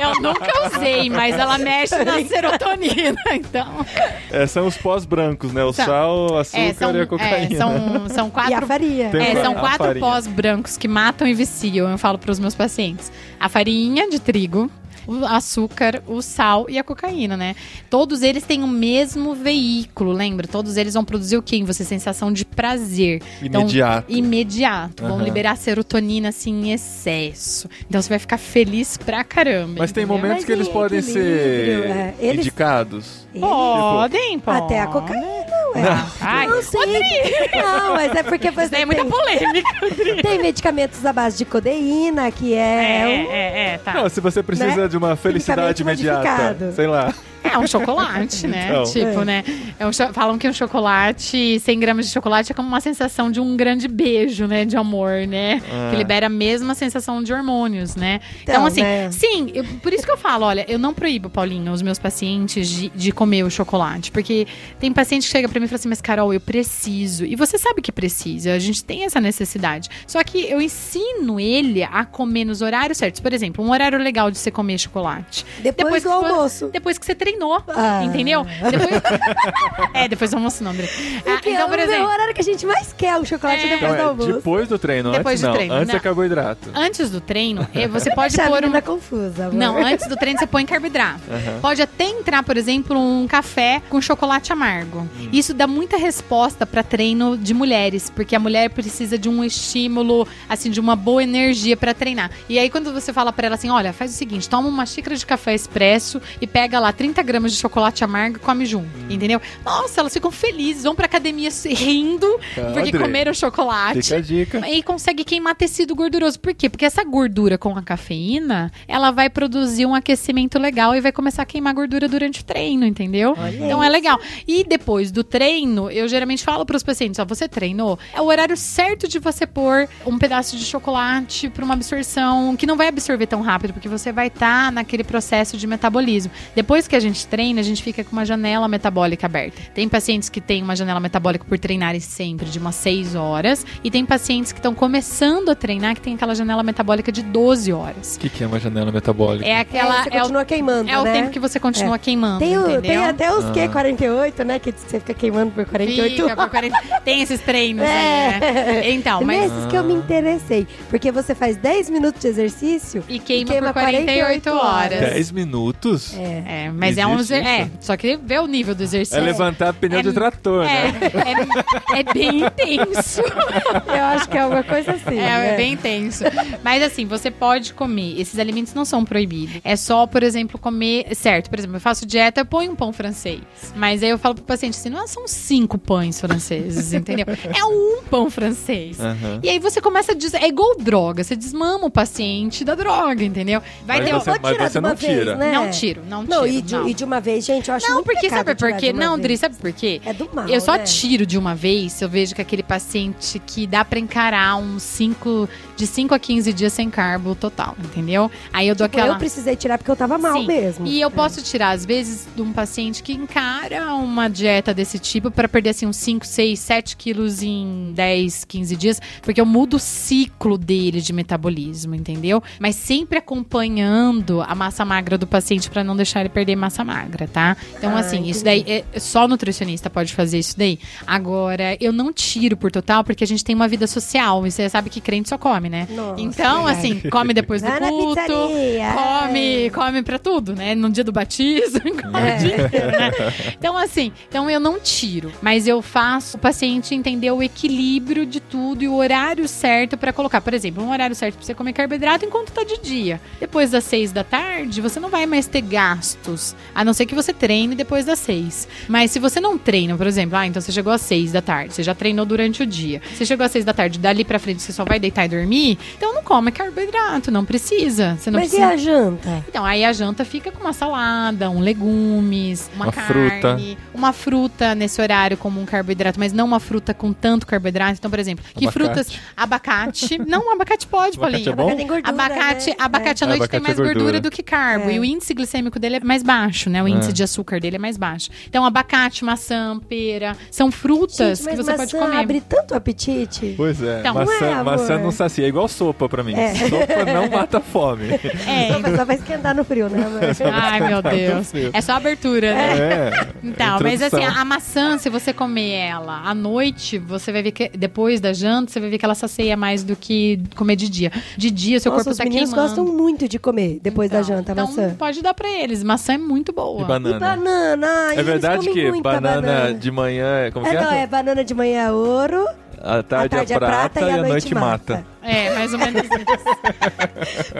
D: Eu nunca usei, mas ela mexe na serotonina, então.
B: É, são os pós-brancos, né? O
D: São-
B: sal, o açúcar
D: É, são,
B: e a cocaína.
D: é, são, são
C: E a
D: quatro
C: faria.
B: Tem-
D: É, são
B: a
D: quatro
B: farinha.
D: pós brancos que matam e viciam, eu falo para os meus pacientes. A farinha de trigo, o açúcar, o sal e a cocaína, né? Todos eles têm o mesmo veículo, lembra? Todos eles vão produzir o quê em você? Sensação de prazer Então,
B: Imediato.
D: imediato. Vão
B: Aham.
D: liberar serotonina, assim, em excesso. Então você vai ficar feliz pra caramba.
B: Mas tem
D: entendeu?
B: momentos
C: Mas
B: que eles
C: em
B: podem ser
C: equilíbrio, é, eles-
B: indicados.
C: Ele-
D: Podem, podem.
C: Até a
D: né?
C: cocaína, ué.
D: Ai,
C: Não sei. Não, mas é porque
D: isso
C: você
D: daí é muita
C: tem,
D: polêmica.
C: tem medicamentos à base de codeína, que é, um-
D: é, é, tá.
B: Não, Ah, se você precisa
C: Né?
B: de uma felicidade
C: Clinicamente
B: imediata.
C: modificado.
B: Sei lá.
D: É um chocolate, né?
B: Então.
D: tipo,
C: É.
D: né? É um cho- falam que um chocolate, 100 gramas de chocolate, é como uma sensação de um grande beijo, né? De amor, né?
B: Ah.
D: Que libera a mesma sensação de hormônios, né? Então,
C: Então,
D: assim,
C: né?
D: sim, eu- por isso que eu falo, olha, eu não proíbo, Paulinho, os meus pacientes de, de comer o chocolate. Porque tem paciente que chega pra mim e fala assim, mas Carol, eu preciso. E você sabe que precisa, a gente tem essa necessidade. Só que eu ensino ele a comer nos horários certos. Por exemplo, um horário legal de você comer chocolate.
C: depois,
D: Depois que
C: do
D: for-
C: almoço.
D: Depois que você almocinou,
C: Ah.
D: entendeu? Depois... é, depois do almoço não, André. Ah,
C: Porque é
D: então, por
C: o meu
D: exemplo,
C: horário que a gente mais quer, o chocolate
D: É.
C: depois do
B: Então, é,
C: almoço.
B: depois do treino, antes
D: Depois do
B: não.
D: treino, né?
B: antes
D: não.
B: é carboidrato.
D: antes do treino, eh, você pode
C: Deixa a
D: pôr um...
C: menina confusa, amor.
D: Não, antes do treino você põe carboidrato. Pode até entrar, por exemplo, um café com chocolate amargo. Isso dá muita resposta para treino de mulheres, porque a mulher precisa de um estímulo, assim, de uma boa energia para treinar. E aí quando você fala para ela assim, olha, faz o seguinte, toma uma xícara de café expresso e pega lá 30 gramas de chocolate amargo e come junto, entendeu? Nossa, elas ficam felizes, vão pra academia se rindo porque
B: Padre,
D: comeram chocolate.
B: Fica a dica.
D: E consegue queimar tecido gorduroso. Por quê? Porque essa gordura com a cafeína, ela vai produzir um aquecimento legal e vai começar a queimar gordura durante o treino, entendeu? então é legal. E depois do treino, eu geralmente falo para os pacientes, ó, você treinou, é o horário certo de você pôr um pedaço de chocolate para uma absorção que não vai absorver tão rápido, porque você vai estar naquele processo de metabolismo. Depois que a gente treina, a gente fica com uma janela metabólica aberta. Tem pacientes que têm uma janela metabólica por treinarem sempre de umas 6 horas, e tem pacientes que estão começando a treinar que tem aquela janela metabólica de 12 horas.
B: O que, que é uma janela metabólica?
D: É
C: É,
D: aquela
C: você
D: é, o,
C: continua queimando,
D: é o
C: né?
D: tempo que você continua queimando,
C: Tem, o-
D: entendeu?
C: tem até os
B: Ah.
C: que 48, né? Que você fica queimando por 48
D: Fica por 40 Tem esses treinos aí, né?
C: É.
D: Então, mas
C: Nesses que eu me interessei. Porque você faz 10 minutos de exercício
D: e queima,
C: queima
D: por 48,
C: 48
D: horas.
C: horas.
B: 10 minutos? É,
D: É, mas é um
B: Existe
D: exer- é,
B: isso?
D: só que vê o nível do exercício.
B: levantar pneu
D: É-
B: de trator, né?
D: É, é- é bem intenso.
C: Eu acho que é alguma coisa assim.
D: É,
C: né?
D: é bem intenso. Mas assim, você pode comer. Esses alimentos não são proibidos. É só, por exemplo, comer. Certo, por exemplo, eu faço dieta, eu ponho um pão francês. Mas aí eu falo pro paciente assim: não são cinco pães franceses, entendeu? É um pão francês.
B: Aham.
D: E aí você começa a dizer. É igual droga. Você desmama o paciente da droga, entendeu? Vai
B: Mas
D: ter.
B: você-
C: Pode
B: mas
C: tirar
B: você
C: de uma
B: não
C: vez,
B: tira.
C: né?
D: Não tiro, não tiro.
C: Não, e de,
D: não.
C: e de uma vez, gente, eu acho
D: Não,
C: muito
D: porque
C: pecado
D: sabe por
C: tirar de
D: quê?
C: uma
D: Não,
C: vez.
D: Dri, sabe por quê?
C: É do mal,
D: Eu só
C: né?
D: tiro de uma vez se eu vejo que aquele paciente que dá pra encarar uns 5, de 5 a 15 dias sem carbo total, entendeu? Aí eu dou
C: Tipo,
D: aquela.
C: Eu precisei tirar porque eu tava mal
D: Sim.
C: mesmo.
D: E eu posso tirar, às vezes, de um paciente que encara uma dieta desse tipo pra perder, assim, uns 5, 6, 7 quilos em 10, 15 dias, porque eu mudo o ciclo dele de metabolismo, entendeu? Mas sempre acompanhando a massa magra do paciente pra não deixar ele perder massa magra, tá? Então,
C: Ah,
D: assim, isso daí, é, só nutricionista pode fazer isso daí. Agora, eu não tiro por total, porque a gente tem uma vida social, e você sabe que crente só come, né?
C: Nossa,
D: então,
C: verdade.
D: assim, come depois do
C: Vai na
D: culto,
C: pizzaria, é.
D: come, come pra tudo, né? No dia do batismo, come
C: É.
D: de tudo, né? Então, assim, então eu não tiro, mas eu faço o paciente entender o equilíbrio de tudo e o horário certo pra colocar. Por exemplo, um horário certo pra você comer carboidrato enquanto tá de dia. Depois das seis da tarde, você não vai mais ter gastos, a não ser que você treine depois das seis. Mas se você não treina, por exemplo, ah, então você chegou às seis da tarde, você já treinou durante o dia. Você chegou às seis da tarde, dali pra frente você só vai deitar e dormir, então não come carboidrato, não precisa. Você não
C: Mas e
D: precisa.
C: a janta?
D: Então, aí a janta fica com uma salada, um legumes, uma,
B: Uma
D: carne,
B: fruta.
D: uma fruta nesse horário como um carboidrato, mas não uma fruta com tanto carboidrato. Então, por exemplo, que
B: Abacate.
D: frutas? Abacate. não, abacate pode,
B: Abacate
D: Paulinha.
B: é bom?
C: Tem gordura,
D: Abacate,
C: né?
D: abacate à noite
B: Abacate
D: tem mais
B: é gordura.
D: gordura. do que carbo.
C: É.
D: E o índice glicêmico dele é mais baixo, né? O índice
B: É.
D: de açúcar dele é mais baixo. Então, abacate, maçã, pera, são frutas
C: Gente, mas
D: que você pode
C: maçã
D: comer.
C: abre tanto apetite.
B: Pois é,
D: Então,
B: maçã,
C: não é, amor?
B: maçã não sacia, é igual sopa pra mim.
C: É.
B: Sopa não mata fome.
C: Não,
D: É. Ah,
C: mas só vai esquentar no frio, né, amor?
D: Ai, meu Deus. É só abertura, né?
B: É.
D: Então, mas assim,
B: Introdução.
D: a maçã, se você comer ela à noite, você vai ver que depois da janta, você vai ver que ela sacia mais do que comer de dia. De dia, seu
C: Nossa,
D: corpo
C: os
D: tá
C: meninos
D: queimando.
C: gostam muito de comer depois da
D: Então,
C: janta,
D: então,
C: maçã.
D: pode dar pra eles. Maçã é muito
B: E
D: boa.
B: banana.
C: E banana, ai,
B: É
C: eles
B: verdade
C: comem
B: que
C: muita
B: banana, de manhã é. Como
C: É,
B: que é?
C: não, é banana de manhã é ouro,
B: A tarde,
C: à tarde
B: é prata e a noite mata.
D: É, mais ou menos.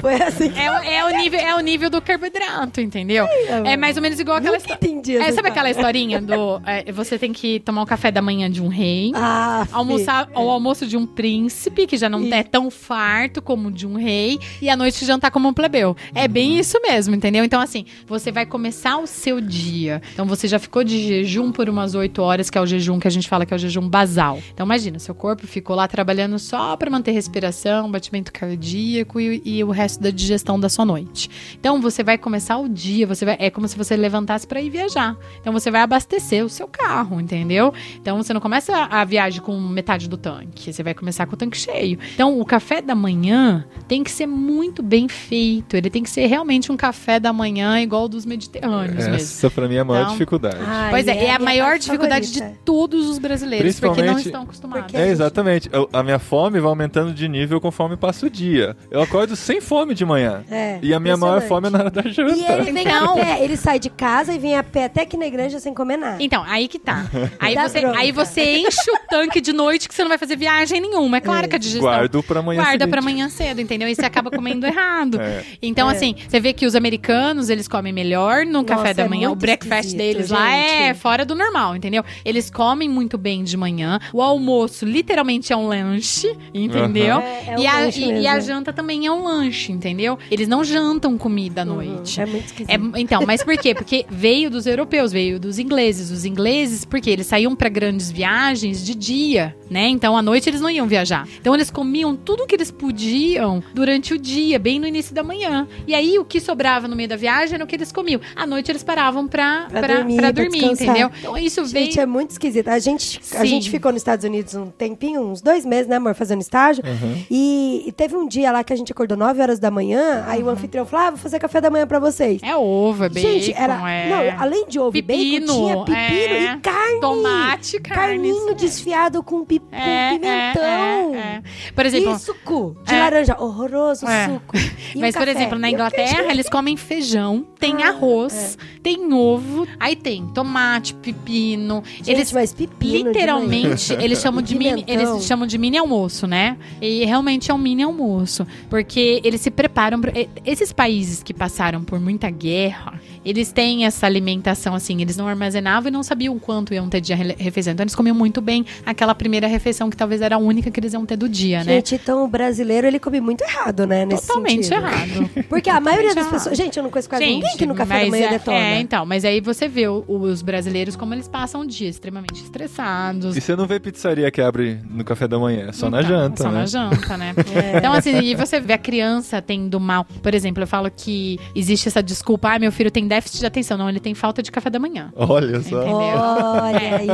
C: Foi assim.
D: é, o- é o nível, é o nível do carboidrato, entendeu?
C: amor.
D: É mais ou menos igual aquela
C: Nunca
D: história.
C: entendi
D: É,
C: essa
D: sabe
C: história.
D: aquela historinha do. é, você tem que tomar o café da manhã de um rei.
C: Ah, fi.
D: almoçar o almoço de um príncipe, que já não
C: E-
D: é tão farto como o de um rei, e à noite jantar como um plebeu. É bem isso mesmo, entendeu? Então, assim, você vai começar o seu dia. Então, você já ficou de jejum por umas 8 horas, que é o jejum que a gente fala que é o jejum basal. Então, imagina, seu corpo ficou lá trabalhando só pra manter respiração respiração, batimento cardíaco e, e o resto da digestão da sua noite. Então você vai começar o dia, você vai, é como se você levantasse para ir viajar. Então você vai abastecer o seu carro, entendeu? Então você não começa a viagem com metade do tanque, você vai começar com o tanque cheio. Então o café da manhã tem que ser muito bem feito, ele tem que ser realmente um café da manhã igual dos mediterrâneos mesmo.
B: Essa pra mim é a maior
D: Então,
B: dificuldade.
C: Ai,
D: Pois é, é,
C: minha
D: a maior
C: parte
D: dificuldade de
C: favorita.
D: todos os brasileiros, porque não
B: Principalmente-
D: estão acostumados.
C: Porque-
B: É, exatamente. Eu- a minha fome vai aumentando de nível conforme passa o dia. Eu acordo sem fome de manhã.
C: É,
B: e a minha maior
C: impressionante.
B: fome é na hora da janta.
C: E ele vem
D: Então-
C: a pé, ele sai de casa e vem a pé até aqui na igreja sem comer nada.
D: Então, aí que tá. Aí
C: Dá
D: você,
C: bronca.
D: aí você enche o tanque de noite que você não vai fazer viagem nenhuma. É claro que
B: Hum.
D: a digestão
B: Guardo pra amanhã
D: guarda
B: seguinte.
D: pra amanhã cedo, entendeu? E você acaba comendo errado.
B: É.
D: Então,
C: É.
D: assim, você vê que os americanos, eles comem melhor no
C: Nossa,
D: café da
C: é
D: manhã. O
C: muito
D: breakfast
C: esquisito,
D: deles lá é
C: gente.
D: fora do normal, entendeu? Eles comem muito bem de manhã. O almoço, literalmente, é um lanche, entendeu?
C: Aham. É, é um
D: e, a,
C: lanche
D: e- e
C: mesmo.
D: a janta também é um lanche, entendeu? Eles não jantam comida à noite.
C: Uhum, É muito esquisito.
D: É, então, mas por quê? Porque veio dos europeus, veio dos ingleses. Os ingleses, porque eles saíam pra grandes viagens de dia, né? Então, à noite eles não iam viajar. Então, eles comiam tudo que eles podiam durante o dia, bem no início da manhã. E aí, o que sobrava no meio da viagem era o que eles comiam. À noite eles paravam pra, pra,
C: Pra
D: pra dormir,
C: dormir, pra descansar.
D: entendeu? Então, isso veio.
C: Gente, é muito esquisito. A gente, a
D: Sim.
C: gente ficou nos Estados Unidos um tempinho, uns dois meses, né, amor, fazendo estágio. E, e teve um dia lá que a gente acordou 9 horas da manhã, aí o anfitrião falou: ah, vou fazer café da manhã pra vocês.
D: É ovo, é bacon,
C: gente, era.
D: é...
C: Não, além de ovo e bacon,
D: Pepino,
C: tinha pepino
D: é.
C: e carne.
D: Tomate, carne.
C: Carninho desfiado com, pi, com
D: né? É,
C: pimentão.
D: é, é, é. Por exemplo,
C: e suco de
D: é.
C: laranja, horroroso
D: É.
C: suco. E um
D: Mas, por
C: café.
D: exemplo, na
C: E um Ah,
D: Inglaterra, eles comem feijão, tem arroz,
C: é.
D: tem ovo, aí tem tomate, pepino.
C: Gente,
D: eles
C: mas pepino
D: literalmente eles chamam de mini,
C: Pimentão.
D: eles chamam de mini almoço, né? E realmente é um mini almoço, porque eles se preparam pra, e- esses países que passaram por muita guerra, eles têm essa alimentação assim, eles não armazenavam e não sabiam quanto iam ter de rele- refeição. Então eles comiam muito bem aquela primeira refeição que talvez era a única que eles iam ter do dia, né?
C: Gente, então o brasileiro ele come muito errado, né? Nesse
D: Totalmente
C: sentido.
D: errado.
C: Porque a maioria das
D: errado.
C: pessoas. Gente, eu não conheço quase ninguém que no café
D: mas
C: da manhã
D: é,
C: detona.
D: É, então, mas aí você vê o- os brasileiros como eles passam o dia extremamente estressados.
B: E você não vê pizzaria que abre no café da manhã, é só na
D: Então,
B: janta,
D: Só
B: né?
D: na janta, né?
C: É.
D: Então, assim, e você vê a criança tendo mal. Por exemplo, eu falo que existe essa desculpa, ah, meu filho tem déficit de atenção. Não, ele tem falta de café da manhã.
B: Olha só.
D: Entendi.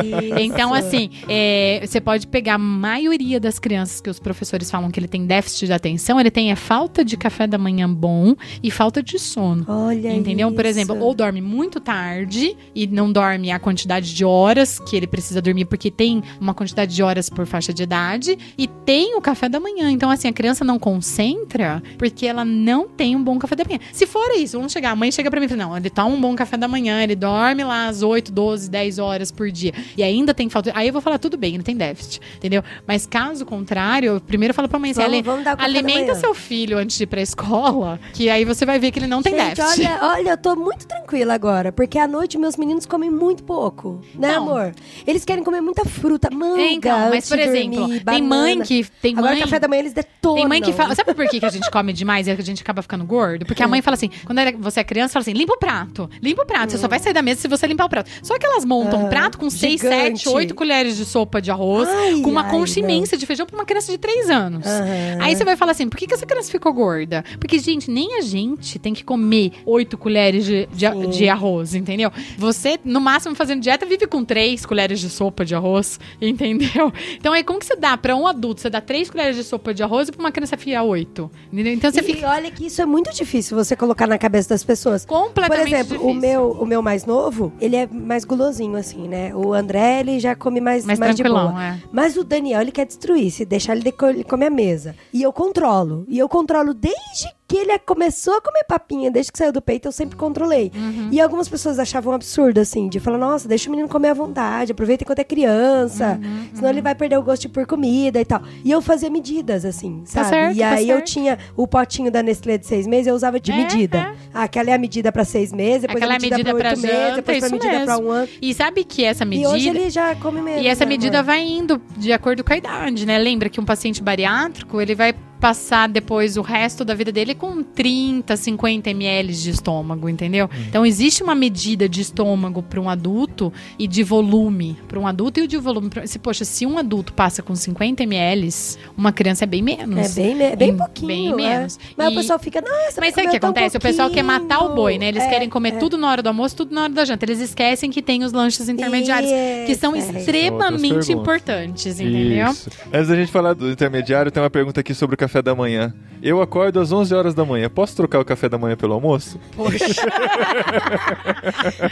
C: Olha isso.
D: Então, assim, é, você pode pegar a maioria das crianças que os professores falam que ele tem déficit de atenção, ele tem é, falta de café da manhã bom e falta de sono.
C: Olha
D: Entendeu?
C: isso.
D: Por exemplo, ou dorme muito tarde e não dorme a quantidade de horas que ele precisa dormir, porque tem uma quantidade de horas por faixa de idade, e tem o café da manhã. Então, assim, a criança não concentra porque ela não tem um bom café da manhã. Se for isso, vamos chegar, a mãe chega pra mim e fala: não, ele toma um bom café da manhã, ele dorme lá às 8, 12, 10 horas por dia, e ainda tem falta. Aí eu vou falar: tudo bem, ele tem déficit, entendeu? Mas caso contrário, eu primeiro falo pra mãe: assim,
C: Vamos-
D: "Ale-
C: vamos dar o café da
D: alimenta
C: manhã."
D: seu filho antes de ir pra escola, que aí você vai ver que ele não tem
C: Gente,
D: déficit.
C: olha, olha, eu tô muito tranquila agora, porque à noite meus meninos comem muito pouco, né,
D: Não.
C: amor? Eles querem comer muita fruta, manga,
D: É, então, mas
C: antes
D: por
C: de
D: exemplo,
C: dormir,
D: tem mãe
C: banana.
D: que tem
C: Agora
D: mãe
C: café da manhã eles detonam.
D: tem mãe que fala. Sabe por que, que a gente come demais e a gente acaba ficando gordo? Porque a mãe fala assim: quando era- você é criança, fala assim: limpa o prato, limpa o prato. Você só vai sair da mesa se você limpar o prato. Só que elas montam um prato com 6,
C: Ah, gigante.
D: 7, 8 colheres de sopa de arroz,
C: Ai,
D: com uma
C: ai,
D: concha
C: não.
D: imensa de feijão pra uma criança de 3 anos.
C: Aham.
D: Aí você vai falar assim: por que, que essa criança ficou gorda? Porque, gente, nem a gente tem que comer 8 colheres de, de-
C: Sim.
D: de arroz, entendeu? Você, no máximo, fazendo dieta, vive com 3 colheres de sopa de arroz, entendeu? Então aí, como que você dá pra um adulto? Você dá 3 colheres de sopa de arroz e pra uma criança fia 8. Entendeu? Então você
C: e
D: fica
C: olha que isso é muito difícil você colocar na cabeça das pessoas. Por
D: completamente.
C: exemplo,
D: difícil.
C: o meu, o meu mais novo, ele é mais gulosinho, assim, né? O André, ele já come mais,
D: Mais
C: mais, de
D: tranquilão,
C: boa.
D: é.
C: Mas o Daniel, ele quer destruir. Se deixar, ele, deco- ele come a mesa. E eu controlo. E eu controlo desde que ele começou a comer papinha, desde que saiu do peito, eu sempre controlei.
D: Uhum.
C: E algumas pessoas achavam um absurdo, assim, de falar, nossa, deixa o menino comer à vontade, aproveita enquanto é criança,
D: Uhum,
C: senão ele vai perder o gosto por comida e tal. E eu fazia medidas, assim,
D: Tá
C: sabe?
D: certo,
C: e
D: tá
C: aí eu
D: certo.
C: tinha o potinho da Nestlé de seis meses, eu usava de
D: É,
C: medida.
D: é.
C: Ah, Aquela é a medida pra seis meses, depois
D: Aquela é
C: a medida,
D: medida
C: pra
D: pra
C: oito meses,
D: janta,
C: depois pra
D: isso
C: medida
D: mesmo.
C: pra um ano.
D: E sabe que essa medida.
C: E hoje ele já come mesmo.
D: E essa
C: né,
D: medida
C: amor?
D: vai indo de acordo com a idade, né? Lembra que um paciente bariátrico, ele vai passar depois o resto da vida dele com 30, 50 ml de estômago, entendeu?
C: Hum.
D: Então existe uma medida de estômago para um adulto e de volume para um adulto e de volume pra... se poxa, se um adulto passa com 50 ml, uma criança é bem
C: É
D: menos.
C: bem, me- bem
D: Em-
C: pouquinho.
D: bem
C: é.
D: menos.
C: Mas o
D: E-
C: pessoal fica, nossa,
D: Mas sabe o que
C: comeu tão
D: acontece? O pessoal quer matar o boi, né? Eles
C: um pouquinho.
D: querem comer
C: é.
D: tudo na hora do almoço, tudo na hora da janta. Eles esquecem que tem os lanches intermediários, que são
C: Isso, é.
D: extremamente
B: perguntas.
D: importantes, entendeu?
B: Isso. Antes da gente falar do intermediário, tem uma pergunta aqui sobre o café da manhã. Eu acordo às 11 horas da manhã. Posso trocar o café da manhã pelo almoço?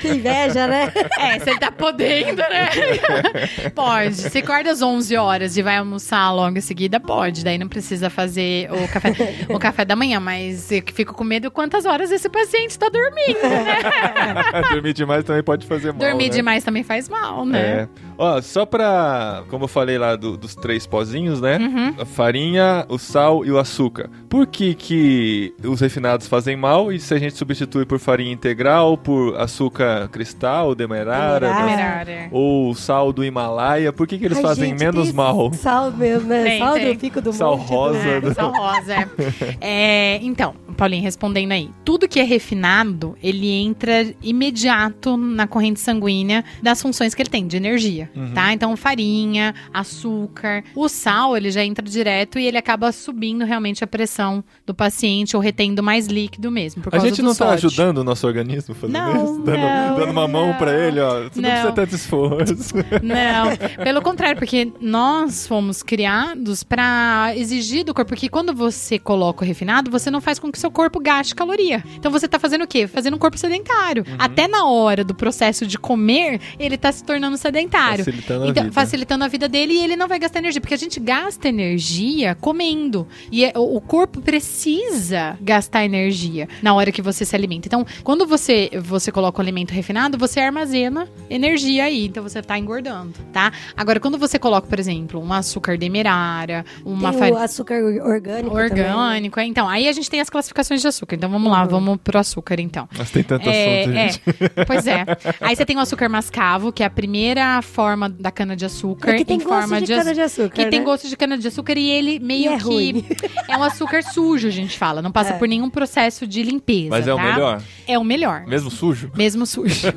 C: Que inveja, né?
D: É, se ele tá podendo, né? pode. Se acorda às 11 horas e vai almoçar logo em seguida, pode. Daí não precisa fazer o café, o café da manhã. Mas eu que fico com medo quantas horas esse paciente tá dormindo, né?
B: Dormir demais também pode fazer mal. né?
D: Dormir demais também faz mal, né?
B: É. Ó, só pra. Como eu falei lá do- dos três pozinhos, né?
D: Uhum.
B: A farinha, o sal e o açúcar. Por que, que os refinados fazem mal e se a gente substitui por farinha integral, por açúcar cristal, demerara, né?
C: Demerara.
D: Melhor, é.
B: ou sal do Himalaia, por que, que eles
C: Ai,
B: fazem
C: gente,
B: menos
C: tem
B: mal?
C: Sal mesmo, né?
D: Tem,
C: sal
D: tem.
C: do pico do
B: Sal
C: monte,
B: rosa.
C: né?
D: É, sal rosa, é. É, Então, Paulinho, respondendo aí. Tudo que é refinado, ele entra imediato na corrente sanguínea das funções que ele tem, de energia,
B: Uhum.
D: tá? Então, farinha, açúcar. O sal, ele já entra direto e ele acaba subindo realmente a pressão do paciente ou retendo mais líquido mesmo. por
B: A
D: causa
B: gente
D: do
B: não tá
D: sódio.
B: ajudando o nosso organismo fazendo
D: Não,
B: isso? Dando,
D: não,
B: dando uma mão
D: não.
B: pra ele, ó. Você não,
D: Não.
B: precisa tanto esforço.
D: Não, pelo contrário, porque nós fomos criados pra exigir do corpo, porque quando você coloca o refinado, você não faz com que seu corpo gaste caloria. Então você tá fazendo o quê? Fazendo um corpo sedentário. Até na hora do processo de comer, ele tá se tornando sedentário.
B: Facilitando a
D: Então,
B: vida.
D: facilitando a vida dele e ele não vai gastar energia, porque a gente gasta energia comendo. E é- o o corpo precisa gastar energia na hora que você se alimenta. Então, quando você, você coloca o alimento refinado, você armazena energia aí. Então, você tá engordando, tá? Agora, quando você coloca, por exemplo, um açúcar demerara, uma
C: Tem
D: farinha
C: o açúcar orgânico também. né?
D: orgânico, é, então, aí a gente tem as classificações de açúcar. Então, vamos
C: Uhum.
D: lá, vamos pro açúcar, então.
B: Mas tem tanto
D: É,
B: assunto, gente.
D: é. Pois é. Aí você tem o açúcar mascavo, que é a primeira forma da cana-de-açúcar.
C: É que tem
D: em forma
C: gosto de
D: aç-
C: cana-de-açúcar,
D: Que tem
C: né?
D: gosto de cana-de-açúcar e ele meio
C: E é
D: que.
C: ruim. É.
D: É um açúcar sujo, a gente fala. Não passa por nenhum processo de limpeza.
B: Mas é o
D: tá?
B: melhor?
D: É o melhor.
B: Mesmo sujo?
D: Mesmo sujo.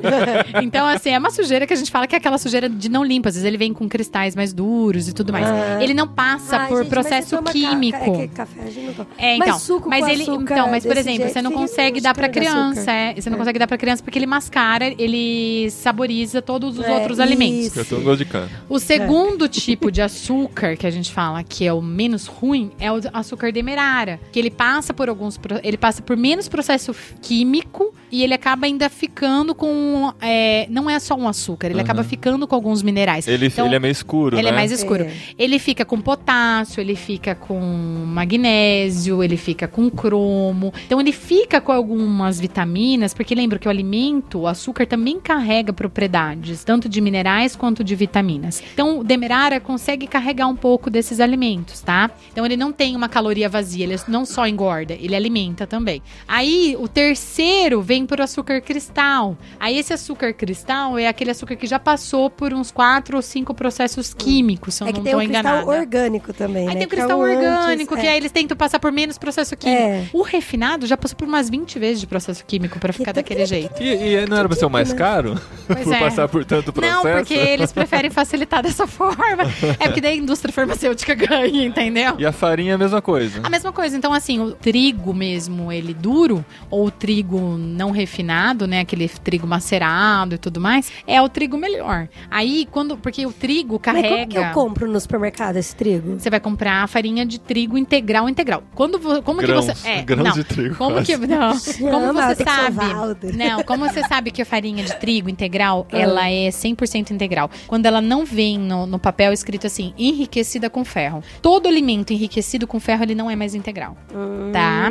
D: então, assim, é uma sujeira que a gente fala que é aquela sujeira de não limpa. Às vezes ele vem com cristais mais duros e tudo mais.
C: Ah.
D: Ele não passa
C: Ai,
D: por
C: gente, mas você
D: processo
C: toma ca-
D: químico.
C: ca- é que café, a gente não toma.
D: É, então.
C: Mas suco com
D: ele,
C: açúcar
D: então, mas por
C: desse
D: exemplo,
C: jeito
D: você não
C: seria
D: consegue
C: um
D: dar pra
C: açúcar de açúcar.
D: criança, é. Você não
C: É.
D: consegue dar pra criança porque ele mascara, ele saboriza todos os
C: É,
D: outros alimentos.
C: isso. É.
B: Eu tô no gosto de cana.
D: O segundo tipo de açúcar que a gente fala que é o menos ruim é o açúcar demerara, que ele passa por alguns, pro- ele passa por menos processo f- químico e ele acaba ainda ficando com, é, não é só um açúcar, ele
B: Uhum.
D: acaba ficando com alguns minerais.
B: Ele,
D: Então,
B: ele é meio escuro,
D: ele
B: né?
D: é mais escuro.
C: É.
D: Ele fica com potássio, ele fica com magnésio, ele fica com cromo. Então ele fica com algumas vitaminas, porque lembra que o alimento, o açúcar também carrega propriedades, tanto de minerais quanto de vitaminas. Então o demerara consegue carregar um pouco desses alimentos, tá? Então ele não tem uma caloria vazia, ele não só engorda, ele alimenta também. Aí o terceiro vem por açúcar cristal. Aí esse açúcar cristal é aquele açúcar que já passou por uns quatro ou cinco processos químicos, se eu
C: É que
D: Então, não
C: tem
D: tô
C: o
D: enganada.
C: cristal orgânico também, né?
D: Aí tem o
C: Que é
D: cristal
C: antes,
D: orgânico, que
C: é.
D: aí eles tentam passar por menos processo químico.
C: É.
D: O refinado já passou por umas 20 vezes de processo químico pra ficar
C: tem-
D: daquele jeito.
B: E, e não era pra ser o mais caro?
D: Pois
B: por
D: é.
B: passar por tanto processo?
D: Não, porque eles preferem facilitar dessa forma. É porque daí a indústria farmacêutica ganha, entendeu?
B: E a farinha é a mesma coisa.
D: A mesma coisa, então assim, o trigo mesmo, ele duro, ou o trigo não refinado, né, aquele trigo macerado e tudo mais, é o trigo melhor. Aí, quando, porque o trigo
C: Mas
D: carrega...
C: como que eu compro no supermercado esse trigo?
D: Você vai comprar a farinha de trigo integral, integral. Quando vo- como
B: grãos,
D: que você é,
B: grãos
D: não.
B: de trigo.
D: Como que não? Como
C: Não, ela
D: você
C: tem que ser
D: sabe? né?
C: Valdo.
D: Não, como você sabe que a farinha de trigo integral,
C: Ah.
D: ela é 100% integral. Quando ela não vem no, no papel escrito assim, enriquecida com ferro. Todo alimento enriquecido com ferro, ele não é mais integral,
C: Hum,
D: tá?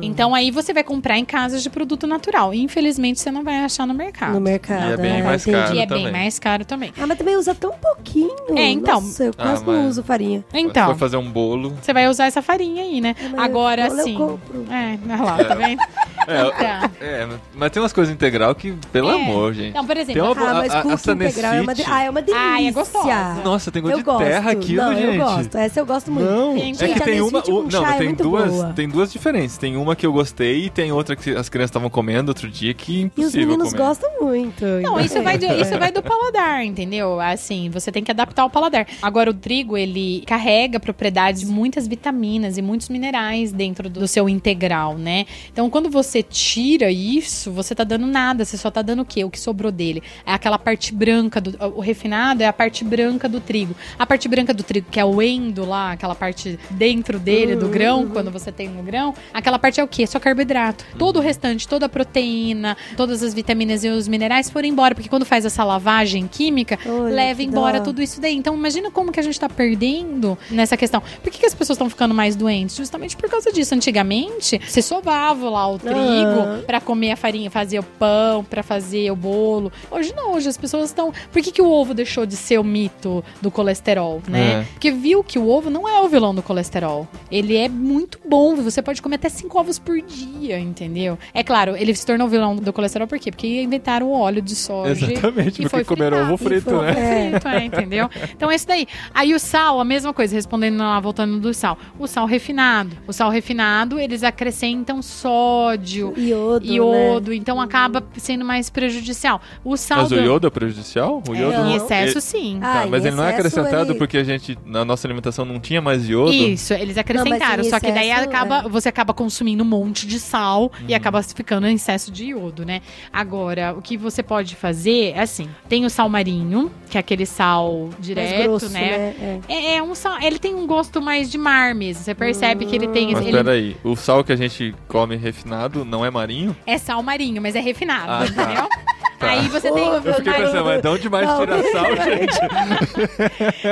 D: Então aí você vai comprar em casas de produto natural. Infelizmente você não vai achar no mercado.
C: No mercado.
B: E é bem
C: ah,
B: mais
C: entendi.
B: caro.
D: E é
B: também.
D: bem mais caro também.
C: Ah, mas também usa tão pouquinho.
D: É, então.
C: Nossa, eu quase
B: Ah,
C: não
B: mas-
C: uso farinha.
B: Se
D: Então,
B: for fazer um bolo,
D: você vai usar essa farinha aí, né?
C: Ah, mas
D: Agora
C: eu- eu
D: sim.
C: compro.
D: É, olha lá, tá vendo? comprar.
B: É, mas tem umas coisas integral que, pelo
D: É.
B: amor, gente.
D: Então, por exemplo,
B: Tem uma-
C: Ah, mas
B: a- a-
C: cookie
B: essa
C: integral é uma, de...
B: Nescite.
C: ah, é uma delícia.
D: Ah, é gostosa.
B: Nossa, tem gosto
C: eu
B: de
C: gosto.
B: terra aquilo,
C: não,
B: gente.
C: Eu gosto. Essa eu gosto muito.
B: Não,
D: Gente,
B: é que
D: a
B: tem uma.
C: Nesfit
B: o-
C: com
B: não,
C: chá é
B: tem
C: muito
B: duas.
C: boa.
B: Tem duas diferentes. Tem uma que eu gostei e tem outra que as crianças estavam comendo outro dia que é
C: E os
B: impossível.
C: meninos
B: comer.
C: gostam muito.
D: Não, isso vai, do,
C: É.
D: isso vai do paladar, entendeu? Assim, você tem que adaptar o paladar. Agora, o trigo, ele carrega propriedades de muitas vitaminas e muitos minerais dentro do seu integral, né? Então, quando você tira isso, você tá dando nada, você só tá dando o quê? O que sobrou dele. É aquela parte branca, do, o refinado é a parte branca do trigo. A parte branca do trigo, que é o endo lá, aquela parte dentro dele, do
C: Uhum.
D: grão, quando você tem no grão, aquela parte é o quê? Só carboidrato. Todo o restante, toda a proteína, todas as vitaminas e os minerais foram embora, porque quando faz essa lavagem química,
C: Olha,
D: leva
C: que
D: embora
C: dó.
D: tudo isso daí. Então, imagina como que a gente tá perdendo nessa questão. Por que, que as pessoas estão ficando mais doentes? Justamente por causa disso. Antigamente, você sovava lá o trigo
C: Aham.
D: pra comer a farinha, fazer o pão, pra fazer o bolo. Hoje não, hoje as pessoas estão. Por que, que o ovo deixou de ser o mito do colesterol, né?
B: É.
D: Porque viu que o ovo não é o vilão do colesterol. Ele é muito bom, você pode comer até cinco ovos por dia, entendeu? É claro, ele se tornou vilão do colesterol por quê? Porque inventaram o óleo de soja.
B: Exatamente,
D: e foi
B: porque comeram
D: fritado.
B: ovo frito,
C: E foi-
B: né?
C: É.
D: Frito, é, entendeu? Então é isso daí. Aí o sal, a mesma coisa, respondendo lá, voltando do sal. O sal refinado. O sal refinado, eles acrescentam sódio,
C: Iodo, né?
D: iodo, então acaba sendo mais prejudicial. O sal.
B: Mas o
D: do-
B: iodo é prejudicial? O
C: É,
B: iodo
D: Em
C: não.
D: excesso,
B: ele-
D: sim.
C: Ah,
B: Tá,
C: em
B: mas ele não é
C: excesso,
B: acrescentado
C: ele-
B: porque a gente, na nossa alimentação, não tinha mais iodo.
D: Isso, eles acrescentaram.
C: em
D: só que daí
C: excesso,
D: acaba,
C: é.
D: você acaba consumindo um monte de sal
B: Uhum.
D: e acaba ficando em excesso de iodo, né? Agora, o que você pode fazer é assim: tem o sal marinho, que é aquele sal
C: né? Mais
D: direto,
C: grosso,
D: né?
C: É.
D: É, é um sal. Ele tem um gosto mais de mar mesmo. Você percebe que ele tem.
B: Mas
D: Ele
B: peraí, o sal que a gente come refinado não é marinho?
D: é sal marinho, mas é refinado,
B: Ah, tá.
D: entendeu?
B: Tá.
D: Aí você
C: Pô,
D: tem.
C: meu
B: Eu fiquei
C: Marinho.
B: pensando, mas de onde mais
C: Não.
B: tirar sal, gente?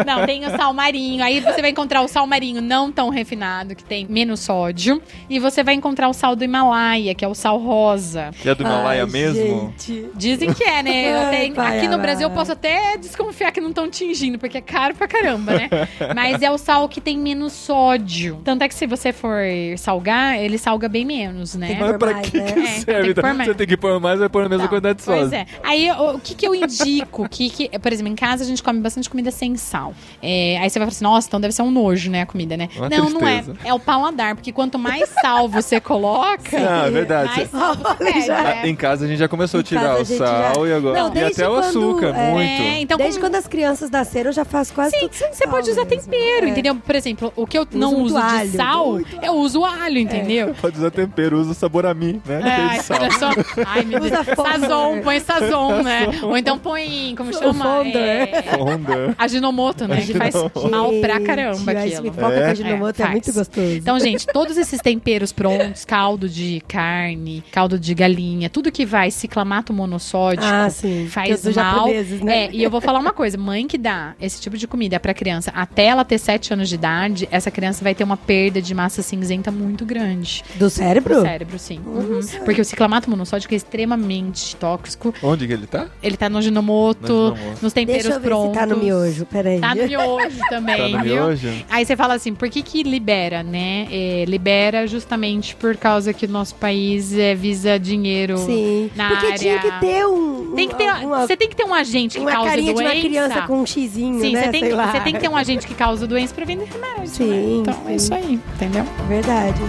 D: Não, tem o sal marinho. Aí você vai encontrar o sal marinho não tão refinado, que tem menos sódio. E você vai encontrar o sal do Himalaia, que é o sal rosa.
B: E é do Himalaia
C: Ai,
B: mesmo?
C: gente.
D: Dizem que é, né? Eu
C: Ai,
D: tenho-
C: vai,
D: aqui no
C: Ana.
D: Brasil eu posso até desconfiar que não estão tingindo, porque é caro pra caramba, né? Mas é o sal que tem menos sódio. Tanto é que se você for salgar, ele salga bem menos, né?
C: Tem que
B: Mas
C: pôr
B: pra
C: mais,
B: que,
C: né?
B: que
D: É,
B: serve?
D: tem que pôr
B: então?
D: mais.
B: Você tem que pôr mais, vai pôr a mesma
D: Então,
B: quantidade de sódio.
D: Pois é. Aí, o, o que, que eu indico? que, que- por exemplo, em casa a gente come bastante comida sem sal. É, aí você vai falar assim, nossa, então deve ser um nojo, né, a comida, né?
B: Uma
D: não, não é.
B: tristeza.
D: É o paladar, porque quanto mais sal você coloca,
B: Ah, é verdade.
D: mais sal você perde,
B: Ah,
D: né?
B: Em casa a gente já começou a
C: Em
B: tirar
C: casa
B: o
C: a gente
B: sal e agora
C: Não,
B: e
C: desde
B: até o
C: quando-
B: açúcar,
C: é.
D: É,
B: muito.
C: Desde
D: então como- assim?
C: quando as crianças nasceram, eu já faço quase tudo sem
D: Você
C: sal
D: pode usar
C: mesmo.
D: tempero,
C: É.
D: entendeu? Por exemplo, o que eu não
C: muito
D: uso de
C: alho,
D: sal,
C: muito É.
D: eu uso alho, entendeu?
B: Pode usar tempero, usa o sabor a mim, né? Cheio
D: Ai,
B: de sal.
D: olha só. Ai, meu Deus.
C: Usa fondant.
D: Sazon, põe sazon, né? Ou então põe, como chama?
C: fondant.
D: É,
B: Onda.
D: Ajinomoto, né? Que faz mal pra caramba
C: É. Gente,
D: aquilo.
C: A pipoca
B: É?
C: com aginomoto é,
D: faz.
C: muito gostoso.
D: Então, gente, todos esses temperos prontos, caldo de carne, caldo de galinha, tudo que vai ciclamato monossódico,
C: ah, sim. que
D: faz
C: os
D: mal.
C: japoneses, né?
D: É, e eu vou falar uma coisa, mãe que dá esse tipo de comida pra criança até ela ter 7 anos de idade, essa criança vai ter uma perda de massa cinzenta muito grande.
C: Do cérebro?
D: Do cérebro, sim. Uhum.
C: Nossa.
D: Porque o ciclamato monossódico é extremamente tóxico.
B: Onde que ele tá?
D: Ele tá no aginomoto,
B: No aginomoto.
D: nos temperos
C: Deixa eu ver
D: prontos.
C: se tá no miojo, peraí.
D: Tá no miojo também,
B: Tá no
D: viu?
B: miojo?
D: Aí você fala assim, por que que libera, né? É, libera justamente por causa que o nosso país é, visa dinheiro.
C: Sim.
D: na
C: Porque
D: área-
C: tinha que ter um...
D: Tem que ter,
C: uma,
D: você tem que ter um agente que
C: uma
D: causa
C: carinha
D: doença.
C: de uma criança com um xizinho,
D: Sim,
C: né?
D: você, tem,
C: Sei
D: que-
C: lá.
D: você tem que ter um agente que causa doença pra vender remédio.
C: Sim,
D: né? Então
C: sim.
D: é isso aí, entendeu?
C: Verdade.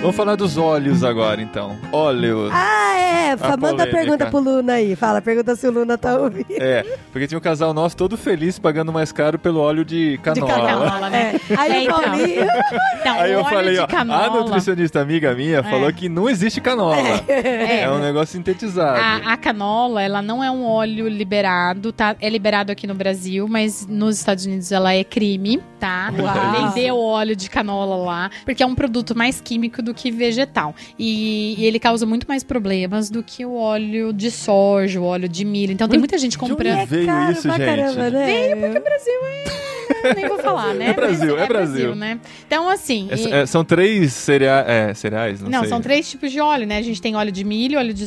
B: Vamos falar dos óleos agora, então. Óleos.
C: Ah, é. Fa- manda a
B: polêmica.
C: pergunta pro Luna aí. Fala, pergunta se o Luna tá ouvindo.
B: É, porque tinha um casal nosso todo feliz pagando mais caro pelo óleo de canola.
D: canola, né?
C: É. Aí
D: É,
C: o
D: então.
C: Paulinho...
D: Então,
B: Aí
D: o
B: eu
D: óleo
B: falei,
D: de
B: ó,
D: canola. É.
B: a nutricionista amiga minha falou que não existe canola. É, um negócio sintetizado.
D: A, a canola, ela não é um óleo liberado, tá? É liberado aqui no Brasil, mas nos Estados Unidos ela é crime, tá?
C: Uau.
D: Vender o óleo de canola lá, porque é um produto mais químico do que vegetal. E, e ele causa muito mais problemas do que o óleo de
B: Hum,
D: soja, o óleo de milho. Então tem muita gente
B: onde
D: comprando.
B: Veio
C: É Caro
B: isso,
C: pra
B: gente.
C: caramba, né? Veio porque o Brasil
D: nem vou falar, né?
B: É Brasil,
D: Mas
B: é Brasil.
D: né? Então, assim.
B: É,
D: e-
B: é, são três cerea é, cereais? Não,
D: não,
B: sei.
D: são três tipos de óleo, né? A gente tem óleo de milho, óleo de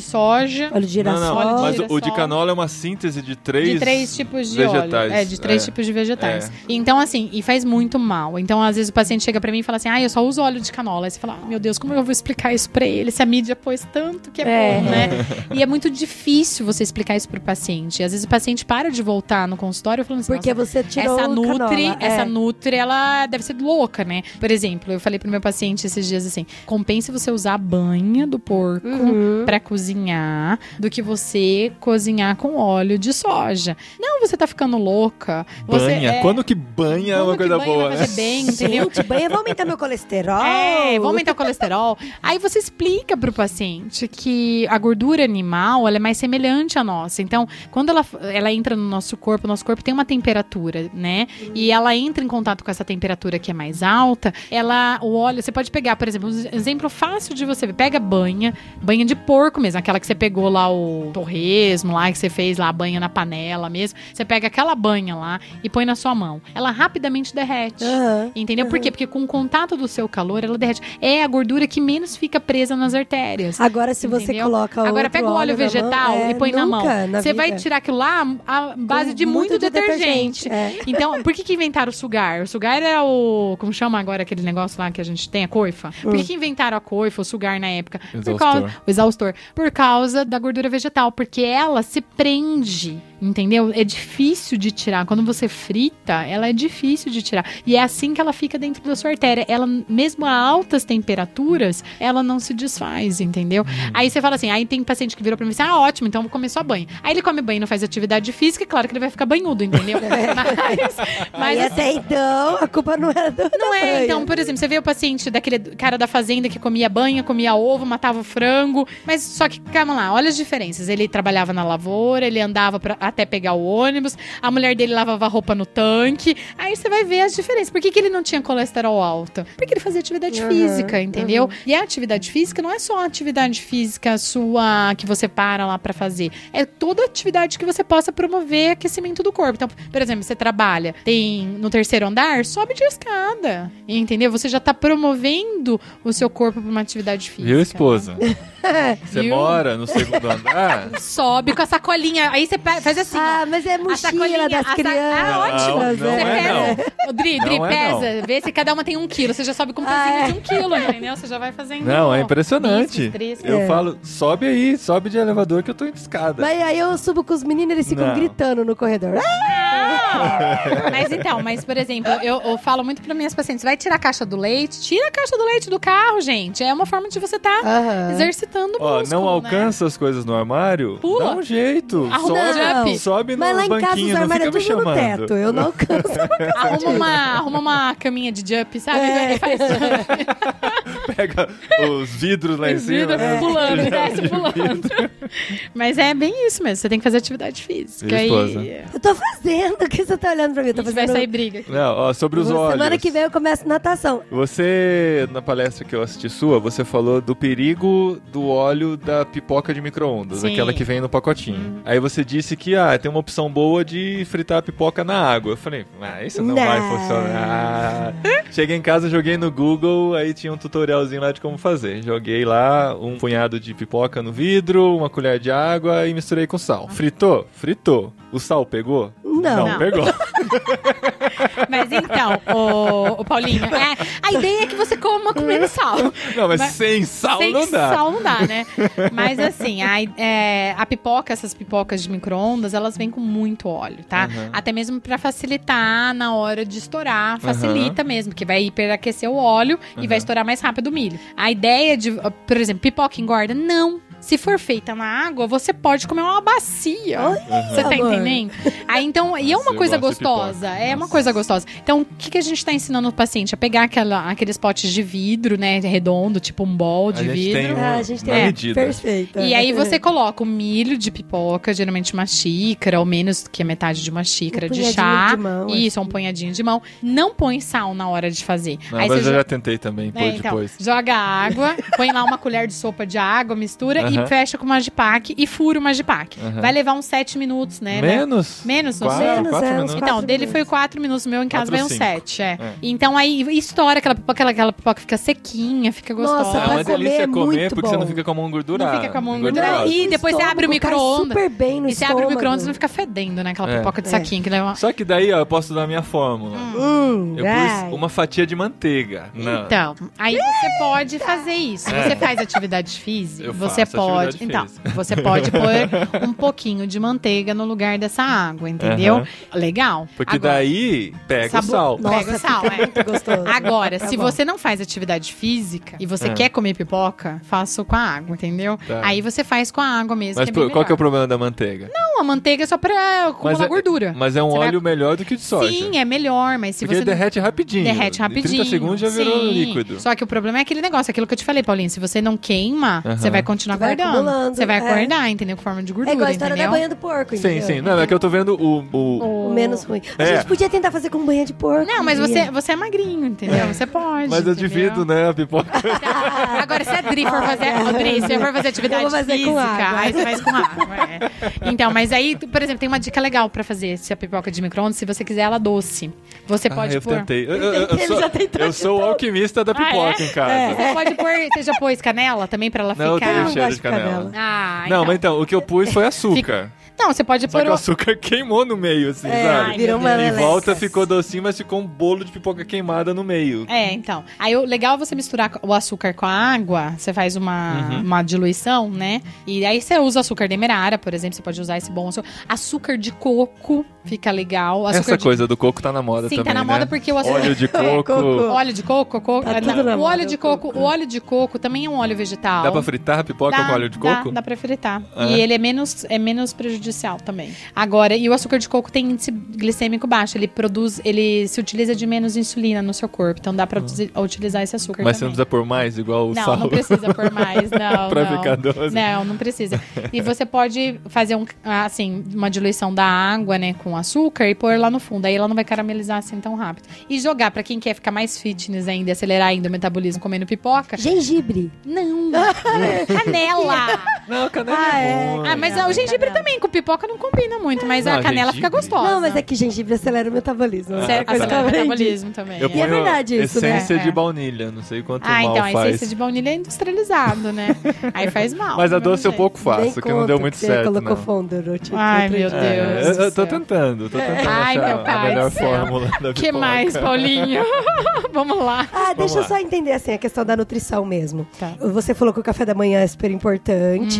C: Olha
D: soja.
C: o
B: Não, não,
C: girassol.
D: Olha,
B: mas
D: girassol.
B: o de canola é uma síntese de três,
D: De três tipos de
B: vegetais.
D: óleo. É, de três
B: É.
D: tipos de vegetais. Então, assim, e faz muito mal. Então, às vezes, o paciente chega pra mim e fala assim, ah, eu só uso óleo de canola. Aí você fala, ah, meu Deus, como eu vou explicar isso pra ele? Se a mídia pôs tanto que é,
C: É.
D: bom, né? E é muito difícil você explicar isso pro paciente. Às vezes o paciente para de voltar no consultório falando assim,
C: Porque
D: "Nossa,
C: você tirou
D: essa
C: o
D: Nutri,
C: canola.
D: essa
C: é.
D: Nutri, ela deve ser louca, né? Por exemplo, eu falei pro meu paciente esses dias assim: compensa você usar a banha do porco
C: Uhum.
D: pra cozinhar do que você cozinhar com óleo de soja. Não, você tá ficando louca. Você
B: Banha.
D: é-
B: Quando que banha é
D: Quando
B: uma
D: que
B: coisa
D: banha
B: boa, né?
D: vai fazer bem, entendeu?
C: Gente, banha, Tipo, vou aumentar meu colesterol.
D: É, vou aumentar o colesterol. Aí você explica pro paciente que a gordura animal ela é mais semelhante à nossa. Então, quando ela, ela entra no nosso corpo, o nosso corpo tem uma temperatura, né? E ela entra em contato com essa temperatura que é mais alta, ela, o óleo, você pode pegar, por exemplo, um exemplo fácil de você ver, pega banha, banha de porco mesmo, aquela que você pegou lá o torresmo lá, que você fez lá a banha na panela mesmo. Você pega aquela banha lá e põe na sua mão. Ela rapidamente derrete.
C: Aham.
D: Entendeu? Por quê? Porque com o contato do seu calor, ela derrete. É a gordura que menos fica presa nas artérias.
C: Agora, se você
D: Entendeu?
C: coloca
D: Agora
C: outro
D: pega o óleo,
C: na mão,
D: vegetal
C: é,
D: e põe na mão.
C: nunca
D: Você vai
C: vida.
D: tirar aquilo lá a base
C: Com
D: de muito,
C: muito detergente,
D: detergente.
C: é.
D: Então, por que, que inventaram o sugar? O sugar era o. Como chama agora aquele negócio lá que a gente tem? A coifa? Por que, que inventaram a coifa, o sugar na época? Por
B: Exaustor.
D: causa, o exaustor. Por causa da gordura vegetal. Porque ela se prende. Entendeu? É difícil de tirar. Quando você frita, ela é difícil de tirar. E é assim que ela fica dentro da sua artéria. Ela, mesmo a altas temperaturas, ela não se desfaz, entendeu? Aí você fala assim, aí tem paciente que virou pra mim e assim, ah, ótimo, então eu vou comer só banho. Aí ele come banho, não faz atividade física, e claro que ele vai ficar banhudo, entendeu? mas, mas assim,
C: Aí, é. até então, a culpa não era do
D: não é, então, por exemplo, você vê o paciente daquele cara da fazenda que comia banha, comia ovo, matava o frango. Mas só que, calma lá, olha as diferenças. Ele trabalhava na lavoura, ele andava pra- até pegar o ônibus, a mulher dele lavava roupa no tanque. Aí você vai ver as diferenças. Por que, que ele não tinha colesterol alto? Porque ele fazia atividade
C: Aham,
D: física, entendeu? E a atividade física não é só a atividade física sua que você para lá pra fazer. É toda atividade que você possa promover aquecimento do corpo. Então, por exemplo, você trabalha, tem no terceiro andar, sobe de escada. Entendeu? Você já tá promovendo o seu corpo pra uma atividade física. né?
B: Viu, esposa? Você
D: Viu?
B: mora no segundo andar?
D: Sobe com a sacolinha. Aí você pe- faz assim, ó.
C: Ah, mas é
D: A sacolinha
C: mochila das
D: a sa-
C: crianças.
D: Ah, ótimo.
B: Não, não
D: você
B: é,
D: pesa. Ô, Dri, Dri,
B: Não é,
D: pesa.
B: não.
D: Vê se cada uma tem um quilo. Você já sobe com um pezinho
C: Ah, é.
D: de um quilo, entendeu? Você já vai fazendo.
B: Não, é
D: ó,
B: impressionante.
D: isso, três.
B: Eu
C: É.
B: falo, sobe aí, sobe de elevador que eu tô indo de escada.
C: Mas aí eu subo com os meninos, eles ficam
B: Não.
C: gritando no corredor. Ah,
D: Mas então, mas por exemplo, eu, eu falo muito para minhas pacientes, vai tirar a caixa do leite, tira a caixa do leite do carro, gente. É uma forma de você estar
C: Aham.
D: exercitando o
B: Ó,
D: músculo,
B: não
D: né?
B: alcança as coisas no armário?
D: Pula. Ah,
B: Dá um jeito.
D: Arruma
C: um
B: sobe,
C: jump.
B: sobe no
C: Mas lá em casa os
B: banquinho, não fica
C: armários é
B: me
C: tudo no
B: chamando.
C: teto. Eu não alcanço.
D: Arruma uma, arruma uma caminha de jump, sabe?
C: É.
D: E faz jump,
B: Pega os vidros lá em cima.
D: vida,
B: né?
D: pulando,
B: Já
D: desce
B: vi
D: pulando. Mas é bem isso mesmo, você tem que fazer atividade física.
B: Viu, esposa?
D: E...
C: Eu tô fazendo. O que você tá olhando pra mim? Eu tô
D: Então vai
C: fazendo.
D: sair briga.
B: Não, ó, sobre os olhos.
C: Semana que vem eu começo natação.
B: Você, na palestra que eu assisti sua, você falou do perigo do óleo da pipoca de micro-ondas,
D: Sim.
B: aquela que vem no pacotinho. Aí você disse que ah, tem uma opção boa de fritar a pipoca na água. Eu falei, ah, isso não,
C: Não.
B: vai funcionar. Cheguei em casa, joguei no Google, aí tinha um tutorialzinho lá de como fazer. Joguei lá um punhado de pipoca no vidro, uma colher de água e misturei com sal. Fritou? Fritou. O sal pegou?
C: Não.
B: Não,
D: Não.
B: pegou.
D: Mas então, o, Paulinho, é, a ideia é que você coma comendo sal.
B: Não, mas,
D: Mas-
B: sem sal
D: Sem
B: não dá.
D: sal não dá, né? Mas assim, a, é, a pipoca, essas pipocas de micro-ondas, elas vêm com muito óleo, tá?
B: Aham.
D: Até mesmo pra facilitar na hora de estourar, facilita mesmo, que vai hiperaquecer o óleo e
B: Aham.
D: vai estourar mais rápido o milho. A ideia de, ó, por exemplo, pipoca engorda? Não. Se for feita na água, você pode comer uma bacia.
C: Olha,
D: Você tá
C: amor.
D: entendendo? Aí então, e é
B: Nossa,
D: uma
B: eu
D: coisa
B: gosto de pipoca.
D: gostosa. É uma
B: Nossa.
D: coisa gostosa. Então, o que, que a gente tá ensinando o paciente? A pegar aquela- aqueles potes de vidro, né? Redondo, tipo um bol de
B: A gente
D: vidro.
B: tem um-
C: Ah, a gente
B: na
C: tem.
B: medida.
C: Perfeito.
D: E aí você coloca o milho de pipoca, geralmente uma xícara, ou menos que a metade de uma xícara
C: Um
D: de
C: punhadinho
D: chá.
C: de mão, assim.
D: Isso, um punhadinho de mão. Não põe sal na hora de fazer.
B: Não,
D: Aí
B: mas
D: você
B: eu
D: jo-
B: já tentei também, pôr
D: É, então,
B: depois.
D: joga água, põe lá uma colher de sopa de água, mistura
B: Aham.
D: e fecha com uma jipaque e fura uma jipaque.
B: Aham.
D: Vai levar uns 7 minutos, né? né?
B: Menos?
D: Menos, não
B: Quatro,
D: sei.
C: Menos,
B: quatro
C: é, uns
B: minutos.
C: quatro.
D: Então, dele
C: minutos.
D: foi 4 minutos, meu em casa
B: Quatro,
D: vai uns
B: cinco.
D: 7. É.
B: É.
D: Então aí estoura aquela pipoca, aquela, aquela pipoca fica sequinha, fica
C: Nossa,
D: gostosa.
B: É uma
C: Pra comer é
B: delícia comer,
C: muito
B: porque você não
C: bom.
B: fica um com a mão engordurada.
D: Não fica um com a mão
B: Engordurada.
D: engordurada. E depois você abre o
C: estômago, cai
D: micro-ondas.
C: super bem no
D: E você abre o
C: estômago.
D: micro-ondas e não fica fedendo, né? Aquela
B: É.
D: pipoca de
C: É.
D: saquinho que leva uma...
B: Só que daí, ó, eu posso dar a minha fórmula.
C: Hum,
B: Eu
C: vai.
B: pus uma fatia de manteiga. né? na-
D: Então, aí você pode fazer isso.
B: É.
D: Você faz atividade física,
B: Eu
D: você
B: faço
D: pode.
B: atividade
D: Então,
B: física.
D: você pode pôr um pouquinho de manteiga no lugar dessa água, entendeu?
B: Aham.
D: Legal.
B: Porque daí pega
D: Sabor-
B: o sal.
D: Nossa, Pega o sal,
C: fica
D: é.
C: muito gostoso.
D: Agora,
C: Tá
D: se
C: bom.
D: você não faz atividade física e você
B: É.
D: quer comer pipoca, faça com a água, entendeu?
B: Tá.
D: Aí você faz com a água mesmo.
B: Mas
D: que é
B: pô,
D: bem
B: qual que é o
D: melhor.
B: problema da manteiga?
D: Não, a manteiga é só pra
B: mas
D: acumular
B: é,
D: gordura.
B: Mas é um
D: Você vai-
B: óleo melhor do que o de soja.
D: Sim, é melhor, mas se
B: Porque
D: você. não-
B: derrete rapidinho.
D: Derrete
B: Em
D: rapidinho.
B: 30 segundos já virou
D: Sim.
B: líquido.
D: Só que o problema é aquele negócio, aquilo que eu te falei, Paulinho. Se você não queima,
B: Aham.
D: você vai continuar
C: Vai
D: guardando.
C: acumulando,
D: Você vai
C: é.
D: acordar, entendeu? Com forma de
C: É
D: gordura.
C: igual a história
D: entendeu?
C: da banha do porco,
B: Sim,
C: entendeu?
B: sim. Não, é que eu tô vendo o... o-
C: O menos ruim. A
B: É.
C: gente podia tentar fazer com banha de porco.
D: Não, mas
C: um
D: você,
C: dia.
D: você é magrinho, entendeu? Você pode.
B: Mas eu
D: entendeu?
B: divido, né, a pipoca.
D: Agora, se a Dri for fazer, Ô, Dri, se eu for fazer atividade
C: Eu vou fazer com
D: física,
C: água.
D: aí você faz com água. é. Então, mas aí, tu- por exemplo, tem uma dica legal pra fazer se a pipoca de micro-ondas, se você quiser ela doce. Você
B: Ah,
D: pode
B: eu
D: pôr.
B: tentei. Eu, eu- eu
C: Ele
B: sou,
C: já tentou
B: eu
C: de
B: sou o
C: tudo.
B: alquimista da
D: Ah,
B: pipoca
D: é?
B: em casa.
D: Você pode pôr, você já pôs canela também pra ela
B: Não, eu
D: ficar.
B: tenho
C: não
B: cheiro de
C: gosto de
B: canela.
C: canela.
D: Ah,
B: Não, mas então, o que eu pus foi açúcar.
D: Não, você pode
B: Só
D: pôr
B: que o
D: o-
B: açúcar queimou no meio, assim,
C: É,
B: sabe?
D: virou
C: uma
B: Em
C: leleca.
B: volta ficou docinho, mas ficou um bolo de pipoca queimada no meio.
D: É, então. Aí o legal é você misturar o açúcar com a água, você faz uma,
B: Uhum.
D: uma diluição, né? E aí você usa açúcar demerara, por exemplo, você pode usar esse bom açúcar. Açúcar de coco fica legal. Açúcar
B: Essa
D: de...
B: coisa do coco tá na moda
D: Sim,
B: também,
D: tá na
B: né?
D: moda porque o açúcar-
B: Óleo de coco...
C: coco.
D: Óleo de coco, coco. é,
C: Tá tudo na
D: o
C: moda,
D: óleo de
C: o
D: coco,
C: coco.
D: o óleo de coco também é um óleo vegetal.
B: Dá pra fritar a pipoca
D: Dá-
B: com óleo de
D: dá-
B: coco?
D: Dá, pra fritar.
B: É.
D: E ele é menos, é menos prejudicial também. Agora, e o açúcar de coco tem índice glicêmico baixo. Ele produz, ele se utiliza de menos insulina no seu corpo. Então dá pra usi- utilizar esse açúcar
B: Ah. Mas você não
D: também.
B: precisa pôr mais, igual o
D: não,
B: sal?
D: não precisa pôr mais, não.
B: Pra
D: não. Né?
B: ficar doce.
D: Não, não precisa. E você pode fazer um, assim, uma diluição da água, né, com açúcar e pôr lá no fundo. Aí ela não vai caramelizar assim tão rápido. E jogar, pra quem quer ficar mais fitness ainda, e acelerar ainda o metabolismo comendo pipoca,
C: Gengibre.
D: não! canela!
B: Não, canela
C: Ah,
B: é
C: é.
B: bom.
D: Ah, mas
C: Não,
D: o gengibre
C: canela.
D: também, com pipoca não combina muito, mas
B: Não,
D: a canela
B: gengibre.
D: fica gostosa.
C: Não, mas é que gengibre acelera o metabolismo.
B: Ah,
C: Essa
D: Certo,
B: tá.
C: coisa que eu
D: acelera o
C: aprendi.
D: metabolismo também.
B: Eu
D: é.
B: ponho
C: verdade isso, né?
B: essência
D: É.
B: de baunilha, não sei quanto
D: Ah,
B: mal
D: então, a
B: faz.
D: essência de baunilha é industrializado, né? Aí faz mal.
B: Mas a
D: do mesmo
B: doce eu
D: jeito.
B: pouco faço,
C: Nem
B: que não deu
C: conto
B: muito
C: que você
B: certo,
C: colocou
B: não.
C: Fonder, eu te-
D: Ai,
C: outro
D: meu
C: dia.
D: Deus.
B: É, eu, eu tô
D: do céu.
B: tentando, tô tentando
D: Ai,
B: achar
D: meu
B: a
D: pai
B: melhor
D: do céu.
B: fórmula da
D: O que
B: pipoca.
D: mais, Paulinho? Vamos lá.
C: Ah,
B: Vamos
C: deixa eu
B: lá.
C: só entender assim a questão da nutrição mesmo.
D: Tá. Uhum.
C: Você falou que o café da manhã é super importante.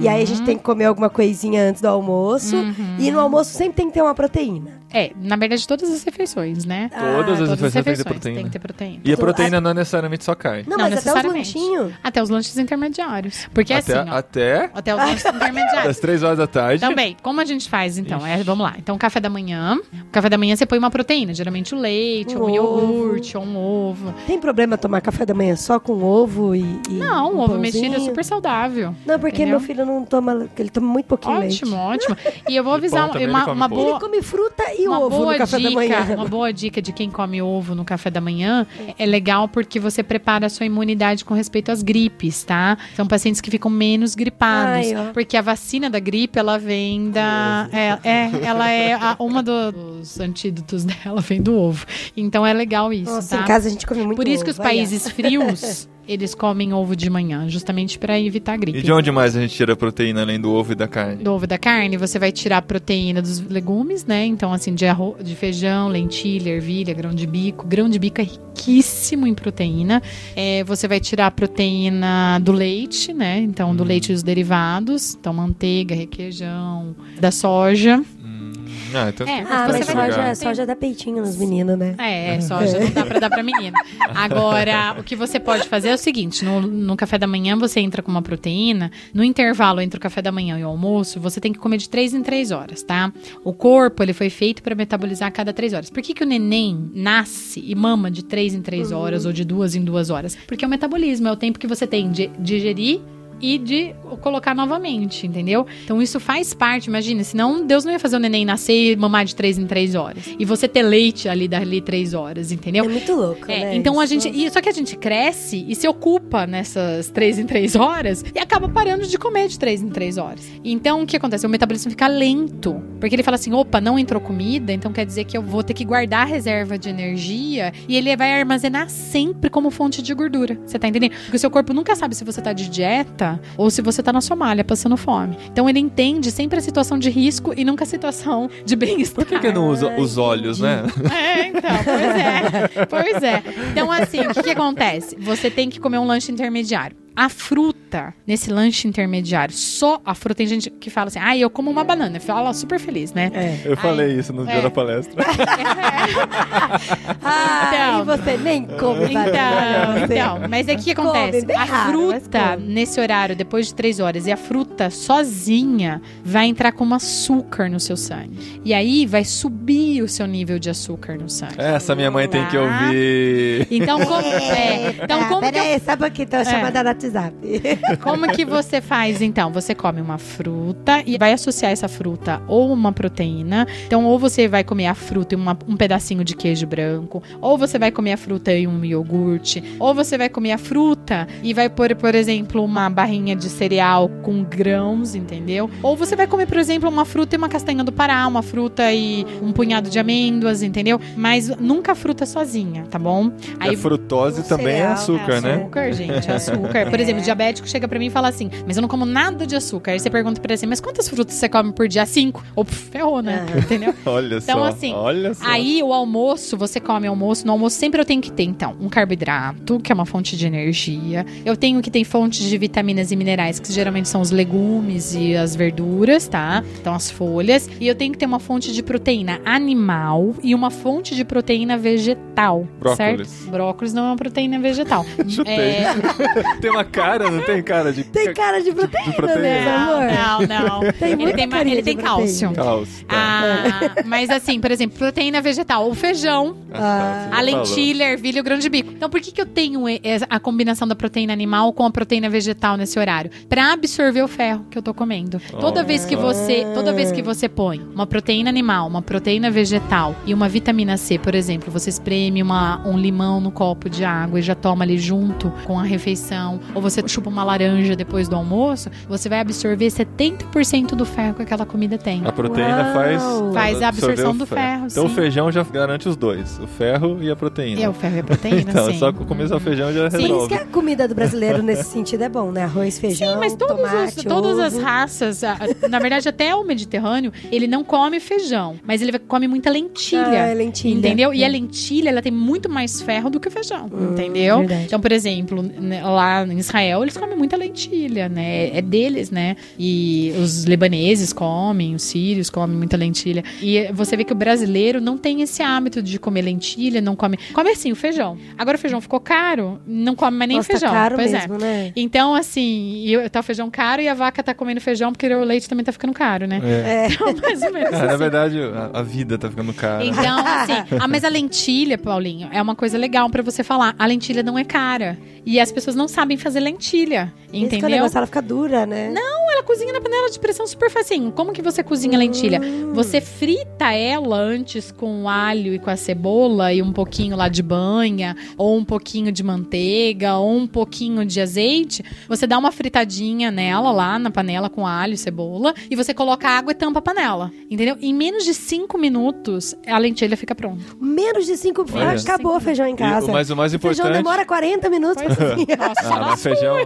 C: E aí a gente tem que comer alguma coisinha antes do almoço.
D: Uhum.
C: E no almoço sempre tem que ter uma proteína.
D: É, na verdade, todas as refeições, né?
B: Todas as
D: todas
B: refeições
D: as
B: têm que ter
D: refeições tem
B: proteína.
D: que ter proteína.
B: E a proteína não é necessariamente só carne.
C: Não, mas até os
D: necessariamente.
C: lanchinhos.
D: Até os lanches intermediários. Porque
B: até,
D: assim, ó,
B: até
D: até os lanches intermediários.
B: das três horas da tarde.
D: Também, como a gente faz então? É, vamos lá. Então, café da manhã. O café da manhã você põe uma proteína, geralmente o leite,
C: Um
D: ou um
C: ovo.
D: iogurte, ou um ovo.
C: Tem problema tomar café da manhã só com ovo e. e
D: Não,
C: um
D: um ovo
C: pãozinho?
D: mexido é super saudável.
C: Não, porque
D: Entendeu?
C: meu filho não toma. Ele toma muito pouquinho leite.
D: Ótimo, ótimo. E eu vou avisar
B: também ele
D: uma,
B: come
D: uma
B: pouco.
D: boa.
C: Ele come fruta e
D: uma
C: ovo
D: boa
C: no café
D: dica,
C: da manhã.
D: Uma boa dica de quem come ovo no café da manhã é legal porque você prepara a sua imunidade com respeito às gripes, tá? São pacientes que ficam menos gripados.
C: Ai, ó.
D: porque a vacina da gripe, ela vem da. É, é, ela é a- uma do- dos antídotos dela, vem do ovo. Então é legal isso,
C: Nossa,
D: tá?
C: em casa a gente come muito
D: Por isso que
C: ovo,
D: os
C: vai lá.
D: países frios, eles comem ovo de manhã, justamente pra evitar a gripe.
B: E de onde mais a gente tira proteína além do ovo e da carne?
D: Do ovo e da carne, você vai tirar a proteína dos legumes, né? Então, assim, de, arro- de feijão, lentilha, ervilha, grão de bico. Grão de bico é riquíssimo em proteína. É, você vai tirar a proteína do leite, né? Então, do leite e os derivados. Então, manteiga, requeijão, da soja.
B: Hum, ah, então
D: É,
C: Ah,
D: Você
C: mas
D: vai
C: soja,
D: jogar.
C: soja dá peitinho nos meninos, né?
D: É, soja não dá pra dar pra menina. Agora, o que você pode fazer é o seguinte: no, no café da manhã você entra com uma proteína, no intervalo entre o café da manhã e o almoço, você tem que comer de 3 em 3 horas, tá? O corpo, ele foi feito pra metabolizar a cada 3 horas. Por que, que o neném nasce e mama de 3 em 3 horas ou de 2 em 2 horas? Porque é o metabolismo, é o tempo que você tem de digerir e de colocar novamente, entendeu? Então isso faz parte, imagina, senão Deus não ia fazer o neném nascer e mamar de três em três horas. E você ter leite ali dali três horas, entendeu?
C: É muito louco,
D: É,
C: né?
D: então a
C: Isso.
D: gente. e- só que a gente cresce e se ocupa nessas três em três horas e acaba parando de comer de três em três horas. Então o que acontece? O metabolismo fica lento. Porque ele fala assim: opa, não entrou comida, então quer dizer que eu vou ter que guardar a reserva de energia e ele vai armazenar sempre como fonte de gordura. Você tá entendendo? Porque o seu corpo nunca sabe se você tá de dieta ou se você tá na somália passando fome. Então ele entende sempre a situação de risco e nunca a situação de
B: Por
D: bem-estar.
B: que, que não usa os olhos, né?
D: É, então, pois é. Pois é. Então, assim, o que, que acontece? Você tem que comer um lanche intermediário. A fruta nesse lanche intermediário, só a fruta. Tem gente que fala assim, ah, eu como uma banana. Fala super feliz, né?
C: É.
B: Eu falei isso no dia
D: é.
B: da palestra.
C: Ah,
D: Então.
C: e você nem come banana,
D: Então,
C: você.
D: então, mas é que acontece.
C: Come, bem
D: A
C: raro, mas
D: fruta,
C: come.
D: nesse horário, depois de três horas, e a fruta sozinha vai entrar como açúcar no seu sangue. E aí vai subir o seu nível de açúcar no sangue.
B: Essa minha mãe tem que ouvir.
D: Então, como, é, então,
C: Ah,
D: como que
C: pera
D: eu É.
C: aí, sabe aqui, tô chamada no WhatsApp.
D: Como que você faz então? Você come uma fruta e vai associar essa fruta ou uma proteína. Então, ou você vai comer a fruta e uma- um pedacinho de queijo branco, ou você vai comer a fruta e um iogurte, ou você vai comer a fruta e vai pôr, por exemplo, uma barrinha de cereal com grãos, entendeu? Ou você vai comer, por exemplo, uma fruta e uma castanha do Pará, uma fruta e um punhado de amêndoas, entendeu? Mas nunca fruta sozinha, tá bom?
B: E a frutose
C: Um
B: também é
C: cereal,
B: açúcar, né?
C: né?
D: Açúcar, gente, açúcar. Por
C: É.
D: exemplo, o diabético chega pra mim e fala assim, mas eu não como nada de açúcar. Aí você pergunta pra ele assim, mas quantas frutas você come por dia? Cinco. Ou pff, ferrou, né?
C: Ah.
D: Entendeu?
B: Olha
D: Então,
B: só.
D: assim,
B: olha só.
D: Aí o almoço, você come almoço. No almoço sempre eu tenho que ter, então, um carboidrato, que é uma fonte de energia. Eu tenho que ter fontes de vitaminas e minerais, que geralmente são os legumes e as verduras, tá? Então as folhas. E eu tenho que ter uma fonte de proteína animal e uma fonte de proteína vegetal.
B: Brócolis.
D: Certo? Brócolis não é uma proteína vegetal.
B: Chutei.
D: É,
B: Tem uma cara, não tem cara de
C: Tem cara de
B: De
C: proteína, né,
B: proteína.
C: meu amor.
D: Não, não, não.
C: Tem
D: ele
C: muita
D: tem, ma-
C: carinha
D: ele
C: de
D: tem
C: proteína.
D: cálcio.
B: caos. tá?
D: Ah, mas assim, por exemplo, proteína vegetal, o feijão,
B: Ah, tá, você
D: a
B: já falou.
D: lentilha, a ervilha e o grão de bico. Então, por que, que eu tenho e- essa- a combinação da proteína animal com a proteína vegetal nesse horário? Pra absorver o ferro que eu tô comendo. Toda
B: Olha
D: vez que
B: só.
D: você, toda vez que você põe uma proteína animal, uma proteína vegetal e uma vitamina C, por exemplo, você espreme uma- um limão no copo de água e já toma ali junto com a refeição, ou você chupa uma laranja depois do almoço, você vai absorver 70% do ferro que aquela comida tem.
B: A proteína
C: Uau.
B: faz
D: Faz a
B: absorver
D: absorção
B: o
D: do ferro,
B: Então
D: sim.
B: o feijão já garante os dois, o ferro e a proteína.
D: É, o ferro e a proteína,
B: então,
D: sim.
B: só com comer só feijão já
D: Sim. é
C: Por isso
B: resolve.
C: que a comida do brasileiro nesse sentido é bom, né? Arroz, feijão,
D: Sim, mas todos os-
C: tomate,
D: todas as
C: ovo.
D: raças, a- a- na verdade até o Mediterrâneo, ele não come feijão, mas ele vai- come muita lentilha.
C: Ah, é lentilha.
D: Entendeu? E a lentilha, ela tem muito mais ferro do que o feijão, entendeu?
C: Hum, verdade.
D: Então, por exemplo, né, lá em Israel, eles comem muita lentilha, né? É deles, né? E os libaneses comem, os sírios comem muita lentilha. E você vê que o brasileiro não tem esse hábito de comer lentilha, não come... Come assim, o feijão. Agora o feijão ficou caro, não come mais nem
C: Nossa, tá
D: feijão.
C: caro
D: pois é.
C: mesmo, né?
D: Então, assim, e eu- tá o feijão caro e a vaca tá comendo feijão porque o leite também tá ficando caro, né?
B: É.
D: Então, mais ou menos.
B: Ah, na
D: assim.
B: verdade, a, a vida tá ficando cara.
D: Então, assim, ah, mas a lentilha, Paulinho, é uma coisa legal pra você falar. A lentilha não é cara. E as pessoas não sabem fazer lentilha.
C: Esse que é o
D: Entendeu?
C: negócio, ela fica dura, né? Não,
D: Ela cozinha na panela de pressão é super facinho. Como que você cozinha
B: Hum.
D: lentilha? Você frita ela antes com alho e com a cebola e um pouquinho lá de banha, ou um pouquinho de manteiga, ou um pouquinho de azeite. Você dá uma fritadinha nela lá na panela com alho e cebola e você coloca água e tampa a panela. Entendeu? Em menos de cinco minutos, a lentilha fica pronta.
C: Menos de cinco...
B: Olha.
C: Acabou o feijão em
B: E
C: casa.
B: o- mas o mais
C: O feijão
B: importante.
C: demora 40 minutos.
D: Pois é.
C: assim.
D: Nossa,
B: Ah, mas feijão,
D: um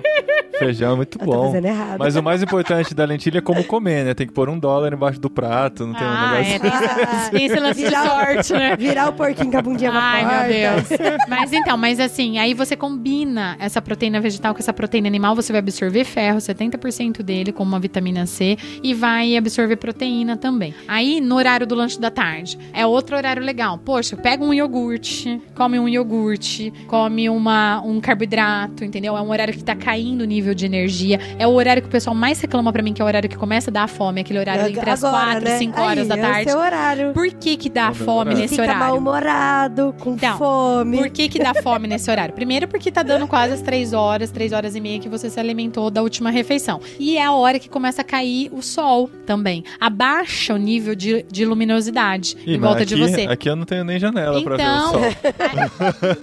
B: feijão é muito
C: Eu tô
B: bom.
C: fazendo errado.
B: Mas o mais importante da lentilha é como comer, né? Tem que pôr um dólar embaixo do prato, não tem um
D: Ah,
B: negócio.
D: é, tem, esse- tem esse lance de
C: Virar-
D: sorte, né?
C: Virar o porquinho com a bundinha pra
D: Ai,
C: porta.
D: meu Deus. Mas então, mas assim, aí você combina essa proteína vegetal com essa proteína animal, você vai absorver ferro, 70% dele, como uma vitamina C, e vai absorver proteína também. Aí, no horário do lanche da tarde, é outro horário legal. Poxa, pega um iogurte, come um iogurte, come uma, um carboidrato, entendeu? É um horário que tá caindo o nível de energia. É o horário que o pessoal mais reclama reclama pra mim que é o horário que começa a dar fome, aquele horário entre as
C: É, Agora,
D: 4
C: né?
D: e 5 horas
C: Aí,
D: da
C: é o
D: tarde.
C: seu horário.
D: Por que que dá
B: É o meu
D: fome
B: horário.
D: nesse
C: fica
D: horário?
C: mal-humorado, com
D: Então,
C: fome.
D: Por que que dá fome nesse horário? Primeiro porque tá dando quase as três horas, três horas e meia que você se alimentou da última refeição. E é a hora que começa a cair o sol também. Abaixa o nível de, de luminosidade
B: Ih,
D: em
B: mas
D: volta de
B: aqui-
D: você.
B: Aqui eu não tenho nem janela pra ver o
D: Então,
B: sol.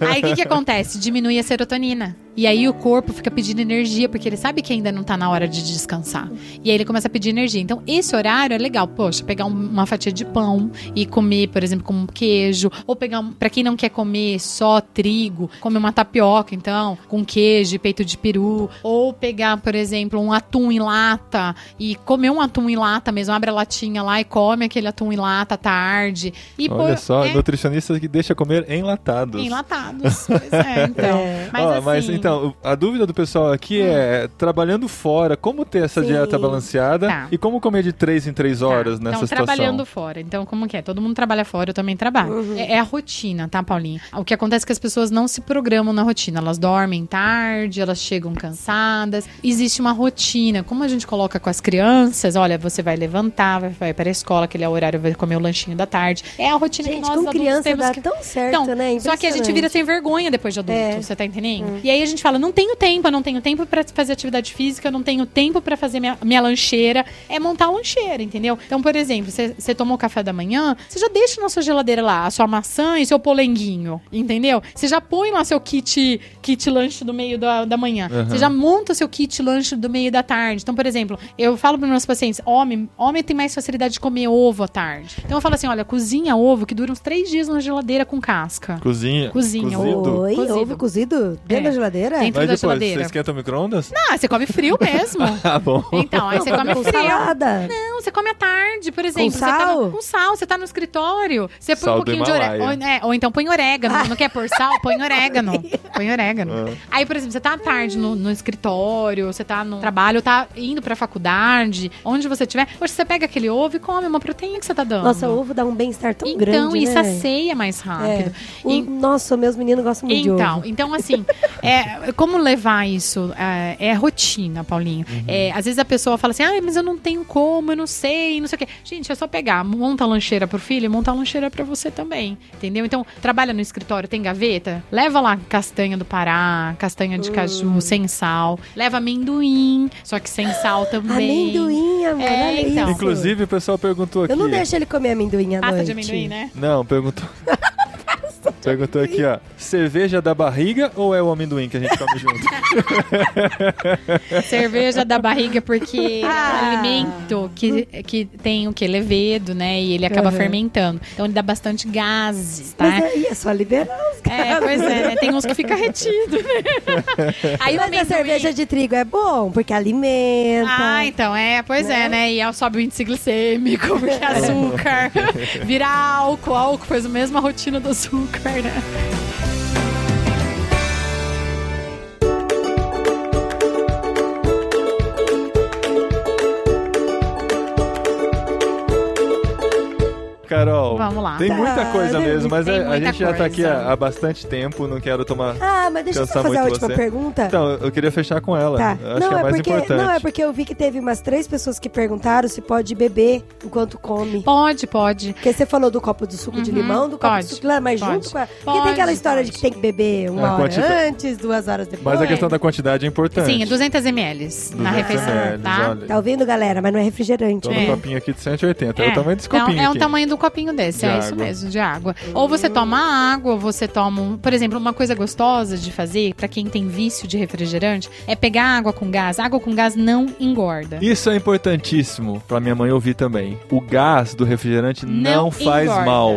D: Aí o que, que acontece? Diminui a serotonina. E aí o corpo fica pedindo energia, porque ele sabe que ainda não tá na hora de descansar. E aí ele começa a pedir energia. Então, esse horário é legal. Poxa, pegar um- uma fatia de pão e comer, por exemplo, com um queijo. Ou pegar, um, pra quem não quer comer só trigo, comer uma tapioca, então, com queijo e peito de peru. Ou pegar, por exemplo, um atum em lata e comer um atum em lata mesmo. Abre a latinha lá e come aquele atum em lata à tarde. E
B: Olha
D: pô-
B: só,
D: é,
B: nutricionista que deixa comer enlatados.
D: Enlatados. Pois é, então.
C: É.
D: Mas,
B: Ó,
D: assim, Hum.
B: então, a dúvida do pessoal aqui é, trabalhando fora, como ter essa
C: Sim.
B: dieta balanceada
D: Tá.
B: e como comer de três em três
D: tá.
B: horas nessa
D: então,
B: situação?
D: trabalhando fora. Então, como que é? Todo mundo trabalha fora, eu também trabalho.
C: Uhum.
D: É, é a rotina, tá, Paulinha? O que acontece é que as pessoas não se programam na rotina. Elas dormem tarde, elas chegam cansadas. Existe uma rotina. Como a gente coloca com as crianças, olha, você vai levantar, vai, vai para a escola, aquele é o horário, vai comer o lanchinho da tarde. É a rotina que
C: Gente,
D: nós
C: com
D: adultos
C: criança
D: temos
C: dá
D: que...
C: tão certo,
D: Então,
C: né?
D: Só que a gente vira
C: Impressionante.
D: sem vergonha depois de adulto,
C: É.
D: você tá entendendo? E aí a gente fala, não tenho tempo, eu não tenho tempo pra fazer atividade física, eu não tenho tempo pra fazer minha, minha lancheira. É montar a lancheira, entendeu? Então, por exemplo, você você tomou café da manhã, você já deixa na sua geladeira lá a sua maçã e seu polenguinho, entendeu? Você já põe lá seu kit, kit lanche do meio da, da manhã.
B: Uhum.
D: Você já monta o seu kit lanche do meio da tarde. Então, por exemplo, eu falo para meus pacientes, homem, homem tem mais facilidade de comer ovo à tarde. Então eu falo assim, olha, cozinha ovo que dura uns três dias na geladeira com casca.
B: Cozinha.
D: Cozinha.
B: Cozido.
C: Oi,
D: Cozido.
C: ovo cozido? Dentro
D: É.
C: da geladeira?
D: Dentro
B: Mas
D: da
B: depois,
D: geladeira.
B: você esquenta o micro-ondas?
D: Ah, você come frio mesmo.
B: Tá bom.
D: Então, aí você come
C: Com
D: frio.
C: salada?
D: Não, você come à tarde, por exemplo. Você tá
C: sal?
D: no- com sal, você tá no escritório. Você põe
B: Sal
D: um
B: do
D: pouquinho de
B: Himalaia.
D: orégano. Ou, é, ou então põe orégano. Não quer pôr sal? Põe orégano. Põe orégano.
B: Ah.
D: Aí, por exemplo, você tá à tarde no, no escritório, você tá no trabalho, tá indo pra faculdade, onde você estiver. Poxa, você pega aquele ovo e come uma proteína que você tá dando.
C: Nossa, ovo dá um bem-estar tão
D: Então,
C: grande,
D: e
C: né?
D: sacia mais rápido.
C: O-
D: E-
C: Nossa, meus meninos gostam muito de
D: então,
C: ovo.
D: então assim, é, como levar isso? É, é rotina, Paulinho.
C: Uhum.
D: É, às vezes a pessoa fala assim, ah, mas eu não tenho como, eu não sei, não sei o quê. Gente, é só pegar, monta a lancheira pro filho e monta a lancheira pra você também, entendeu? Então, trabalha no escritório, tem gaveta? Leva lá castanha do Pará, castanha de
C: Hum.
D: caju, sem sal. Leva amendoim, só que sem sal também.
C: Amendoim, amor,
D: É,
C: olha
D: então.
C: isso.
B: Inclusive, o pessoal perguntou aqui.
C: Eu não deixo ele comer amendoim à
D: Pasta
C: noite.
D: de amendoim, né?
B: Não, perguntou. perguntou aqui, ó. Cerveja da barriga ou é o amendoim que a gente come junto?
D: Cerveja da barriga, porque
C: Ah.
D: é um alimento que, que tem o que? Levedo, né? E ele acaba
C: Uhum.
D: fermentando. Então ele dá bastante gases, tá?
C: Mas aí é só liberar os caras.
D: É, pois é, né? Tem uns que fica retido, né? Aí o
C: Mas a
D: amendoim...
C: cerveja de trigo é bom, porque alimenta.
D: Ah, então, é, pois é, né? É. E aí sobe o índice glicêmico, porque açúcar vira álcool, álcool faz a mesma rotina do açúcar, né?
B: Carol,
D: Vamos lá.
B: tem
C: Tá,
B: muita coisa
C: né?
B: mesmo, mas
D: Tem
B: a, a
D: muita
B: gente já tá aqui
D: coisa.
B: há, há bastante tempo, não quero tomar...
C: Ah, mas deixa eu
B: Cansar
C: só fazer a
B: muito
C: última
B: você.
C: pergunta.
B: Então, eu queria fechar com ela.
C: Tá.
B: Acho que é, mais
C: porque,
B: importante.
C: não, é porque eu vi que teve umas três pessoas que perguntaram se pode beber enquanto come.
D: Pode, pode.
C: Porque você falou do copo de suco de
D: Uhum,
C: limão, do copo
D: pode,
C: de suco de limão, mas
D: pode.
C: junto com a... Porque
D: Pode,
C: tem aquela história de
D: pode.
C: que tem que beber uma
B: É,
C: hora
B: quantita-
C: antes, duas horas depois.
B: Mas a
D: Ué.
B: questão da quantidade é importante.
D: Sim, é 200 ml na
B: 200
D: refeição,
B: ml,
D: tá?
B: olha.
C: Tá ouvindo, galera? Mas não é refrigerante.
B: Tô no
D: É.
B: copinho aqui de 180. É, o tamanho desse
D: Então,
B: copinho
D: é um
B: aqui.
D: tamanho do copinho desse,
B: De
D: é
B: água.
D: isso mesmo, de água. Ou você toma água, ou você toma, um, por exemplo, uma coisa gostosa de fazer pra quem tem vício de refrigerante é pegar água com gás. Água com gás não engorda.
B: Isso é importantíssimo pra minha mãe ouvir também. O gás do refrigerante não, faz
D: engorda. Ah.
B: mal.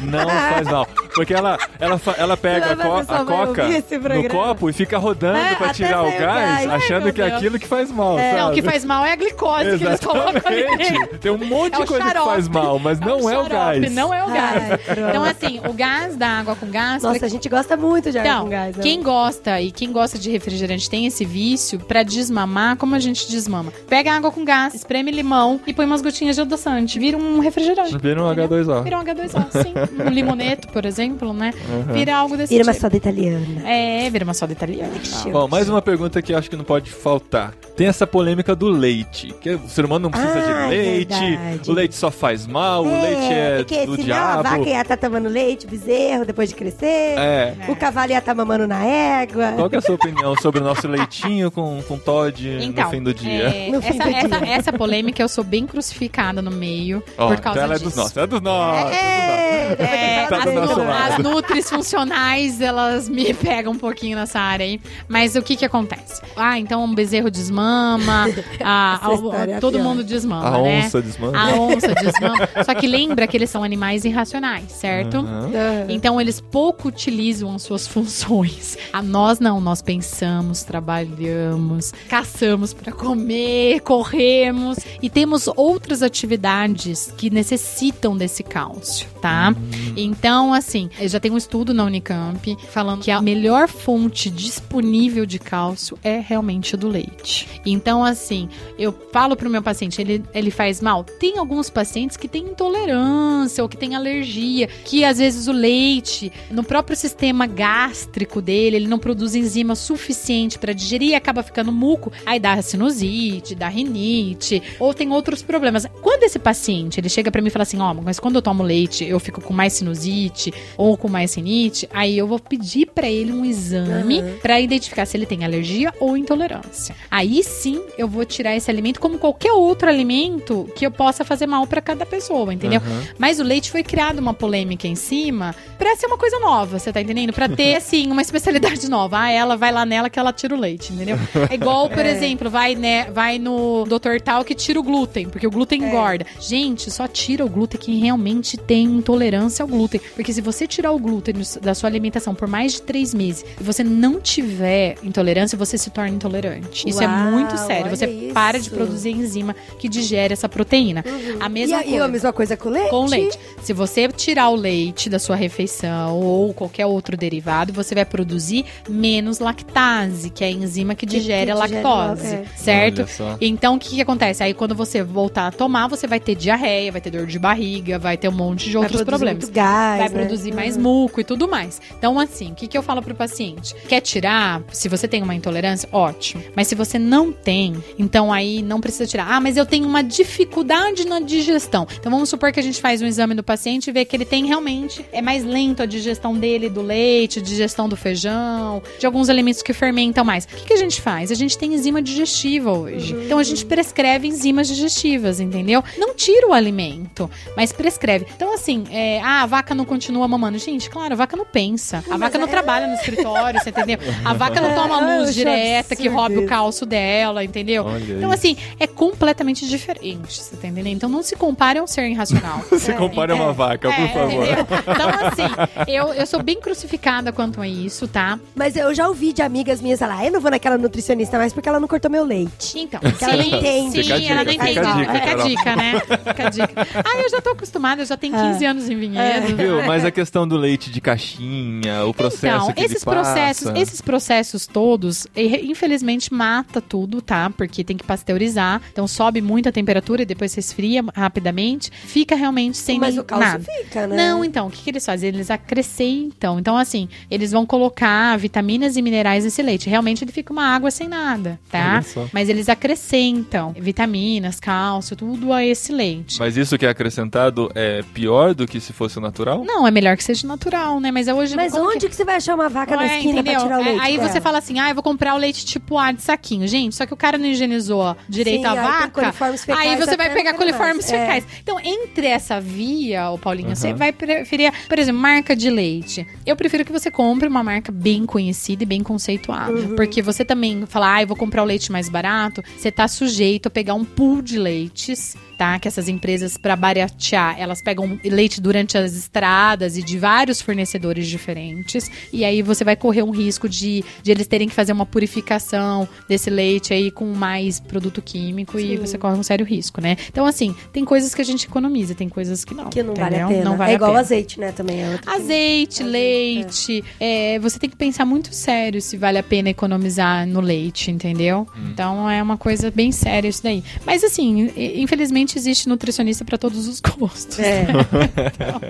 B: Não faz mal. Porque ela, ela, fa- ela pega a,
C: Mas a
B: co-
C: pessoa
B: a
C: vai
B: coca
C: ouvir esse
B: no
C: programa.
B: copo e fica rodando
C: É,
B: pra
C: até
B: tirar o
C: sair o
B: gás,
C: gás.
B: achando
D: meu
B: que é
D: Deus.
B: aquilo que faz mal. sabe?
D: Não, o que faz mal é a glicose que eles colocam ali.
B: Exatamente. Tem um monte
D: É
B: de
D: o
B: coisa que
D: xarope.
B: faz mal, mas não é o
D: xarope,
B: gás.
D: Não é o gás.
C: Ai, pronto.
D: então, assim, o gás da água com gás. pra
C: Nossa, a gente gosta muito de água
D: Então,
C: com gás. né?
D: quem gosta e quem gosta de refrigerante tem esse vício, pra desmamar, como a gente desmama? Pega água com gás, espreme limão e põe umas gotinhas de adoçante. Vira um refrigerante.
B: Vira um H2O.
D: Vira um H2O, sim. Um limoneto, por exemplo, né? Vira algo desse
C: Vira uma
D: tipo.
C: soda italiana.
D: É, vira uma soda italiana.
C: Chill.
B: Bom, mais uma pergunta que eu acho que não pode faltar. Tem essa polêmica do leite. Que o ser humano não precisa
C: Ah,
B: de leite,
C: verdade.
B: o leite só faz mal, o leite é,
C: porque
B: do
C: senão
B: diabo.
C: a vaca ia estar tá tomando leite, o bezerro, depois de crescer.
B: É.
C: O cavalo ia estar mamando na égua.
B: Qual que é a sua opinião sobre o nosso leitinho com, com Todd
D: Então,
B: no fim do dia?
D: é,
C: No fim
D: essa,
C: do dia.
D: essa- essa polêmica eu sou bem crucificada no meio
B: Ó,
D: por causa
B: então ela é
D: disso.
B: dos nossos, é dos nossos. É,
C: É, depois tem
D: É,
C: que
B: Tá
C: falar
B: do
C: da
B: nosso
C: segunda.
B: lado.
D: as, as nutris funcionais, elas me pegam um pouquinho nessa área aí. Mas o que que acontece? Ah, então um bezerro desmama, a-
C: Essa
D: a-
C: história é a
D: todo
C: pior.
D: mundo desmama,
B: A
D: né?
B: onça desmanda.
D: A onça desmama. Só que lembra que eles são animais irracionais, certo?
B: Aham.
C: É.
D: Então eles pouco utilizam as suas funções. A nós não, nós pensamos, trabalhamos, caçamos para comer, corremos e temos outras atividades que necessitam desse cálcio, tá? Então, assim, eu já tem um estudo na Unicamp falando que a melhor fonte disponível de cálcio é realmente do leite. Então, assim, eu falo pro meu paciente, ele, ele faz mal? Tem alguns pacientes que têm intolerância ou que têm alergia, que às vezes o leite, no próprio sistema gástrico dele, ele não produz enzima suficiente para digerir e acaba ficando muco, aí dá sinusite, dá rinite, ou tem outros problemas. Quando esse paciente, ele chega para mim e fala assim, ó, mas quando eu tomo leite, eu fico com mais sinusite ou com mais rinite, aí eu vou pedir para ele um exame
C: Aham.
D: para identificar se ele tem alergia ou intolerância. Aí sim, eu vou tirar esse alimento como qualquer outro alimento que eu possa fazer mal para cada pessoa, entendeu?
B: Aham.
D: Mas o leite foi criado uma polêmica em cima pra ser uma coisa nova, você tá entendendo? Pra ter, assim, uma especialidade nova. Ah, ela vai lá nela que ela tira o leite, entendeu? É igual, por exemplo, vai, né, vai no Dr. Tal que tira o glúten, porque o glúten
C: É.
D: engorda. Gente, só tira o glúten quem realmente tem intolerância ao glúten. Porque se você tirar o glúten do- da sua alimentação por mais de três meses e você não tiver intolerância, você se torna intolerante. Isso é
C: Uau,
D: muito sério. Você
C: olha
D: para de
C: isso.
D: produzir a enzima que digere essa proteína. Então, A mesma
C: e, a- e
D: coisa.
C: a mesma coisa com leite?
D: Com leite. Se você tirar o leite da sua refeição ou qualquer outro derivado, você vai produzir menos lactase, que é a enzima que
C: Que- que
D: digere a
C: digere
D: lactose,
C: logo, é.
D: certo?
B: Olha só.
D: Então, o que, que acontece? Aí, quando você voltar a tomar, você vai ter diarreia, vai ter dor de barriga, vai ter um monte de
C: Vai
D: outros
C: produzir
D: problemas.
C: muito gás,
D: Vai
C: né?
D: produzir mais
C: Uhum.
D: muco e tudo mais. Então, assim, o que, que eu falo pro paciente? Quer tirar? Se você tem uma intolerância, ótimo. Mas se você não tem, então aí não precisa tirar. Ah, mas eu tenho uma dificuldade na digestão. Então vamos supor que a gente faz um exame do paciente e vê que ele tem realmente. É mais lento a digestão dele do leite, digestão do feijão, de alguns alimentos que fermentam mais. O que, que a gente faz? A gente tem enzima digestiva hoje. Então a gente prescreve enzimas digestivas, entendeu? Não tira o alimento mas prescreve. Então, assim, é, ah, a vaca não continua mamando. Gente, claro, a vaca não pensa. A vaca não trabalha no escritório, você entendeu? A vaca não toma
C: Ah, é- eu
D: luz
C: acho
D: direta que
C: absurdo
D: robe o
C: isso.
D: calço dela, entendeu?
B: Olha
D: Então,
B: aí.
D: assim, é completamente diferente, você tá entendendo? Então, não se compare a um ser irracional.
B: Se compare a uma vaca,
D: É,
B: por favor.
D: entendeu? Então, assim, eu, eu sou bem crucificada quanto a isso, tá?
C: Mas eu já ouvi de amigas minhas falar, "Ah, eu não vou naquela nutricionista mais porque ela não cortou meu leite.
D: Então,
C: ela não entende.
D: Sim,
B: Fica a dica,
D: ela não
B: fica a
D: entende.
B: dica,
D: Fica a
B: Carol.
D: dica, né? Fica a dica. Ah, eu já tô acostumada, eu já
C: Ah.
D: tenho 15 anos em
C: É.
D: vinhedo.
B: Viu? Mas a questão do leite de caixinha, o processo
D: então,
B: que
D: esses
B: ele passa.
D: processos, esses processos todos, e- infelizmente mata tudo, tá? Porque tem que pasteurizar, então sobe muito a temperatura e depois se esfria rapidamente, fica realmente sem
C: Mas
D: nem
C: o cálcio
D: nada.
C: fica, né?
D: Não, então, o que, que eles fazem? Eles acrescentam. Então, assim, eles vão colocar vitaminas e minerais nesse leite. Realmente ele fica uma água sem nada, tá?
B: Olha só.
D: Mas eles acrescentam vitaminas, cálcio, tudo a esse leite.
B: Mas isso que é acrescentado é pior do que se fosse o natural?
D: Não, é melhor que seja natural, né? Mas é hoje.
C: Mas
D: como que-
C: onde que... você vai achar uma vaca na
D: É,
C: esquina pra tirar o
D: É,
C: leite?
D: Aí
C: dela?
D: você fala assim, ah, eu vou comprar o leite tipo A de saquinho. Gente, só que o cara não higienizou direito
C: Sim,
D: a
C: aí tem
D: vaca.
C: coliformes fecais,
D: Aí você
C: até
D: vai
C: não
D: pegar
C: quero
D: coliformes
C: mais. É.
D: fecais. Então, entre essa via, ô Paulinho, você
B: Aham.
D: vai preferir, por exemplo, marca de leite. Eu prefiro que você compre uma marca bem conhecida e bem conceituada. Porque você também falar, ah, eu vou comprar o leite mais barato, você tá sujeito a pegar um pool de leites, tá? Que essas empresas, pra baratear, elas pegam leite durante as estradas e de vários fornecedores diferentes. E aí você vai correr um risco de, de eles terem que fazer uma purificação desse leite aí com mais produto químico
C: Sim.
D: e você corre um sério risco, né? Então, assim, tem coisas que a gente economiza, tem coisas que não.
C: Que não vale
D: entendeu?
C: a pena.
D: Não vale
C: é
D: a
C: igual
D: pena.
C: azeite, né, também. é outro que-
D: Azeite,
C: Azeite,
D: leite. é, você tem que pensar muito sério se vale a pena economizar no leite, entendeu? Então é uma coisa bem séria isso daí. Mas assim, i- infelizmente Infelizmente, existe nutricionista para todos os gostos.
C: É.
D: Então,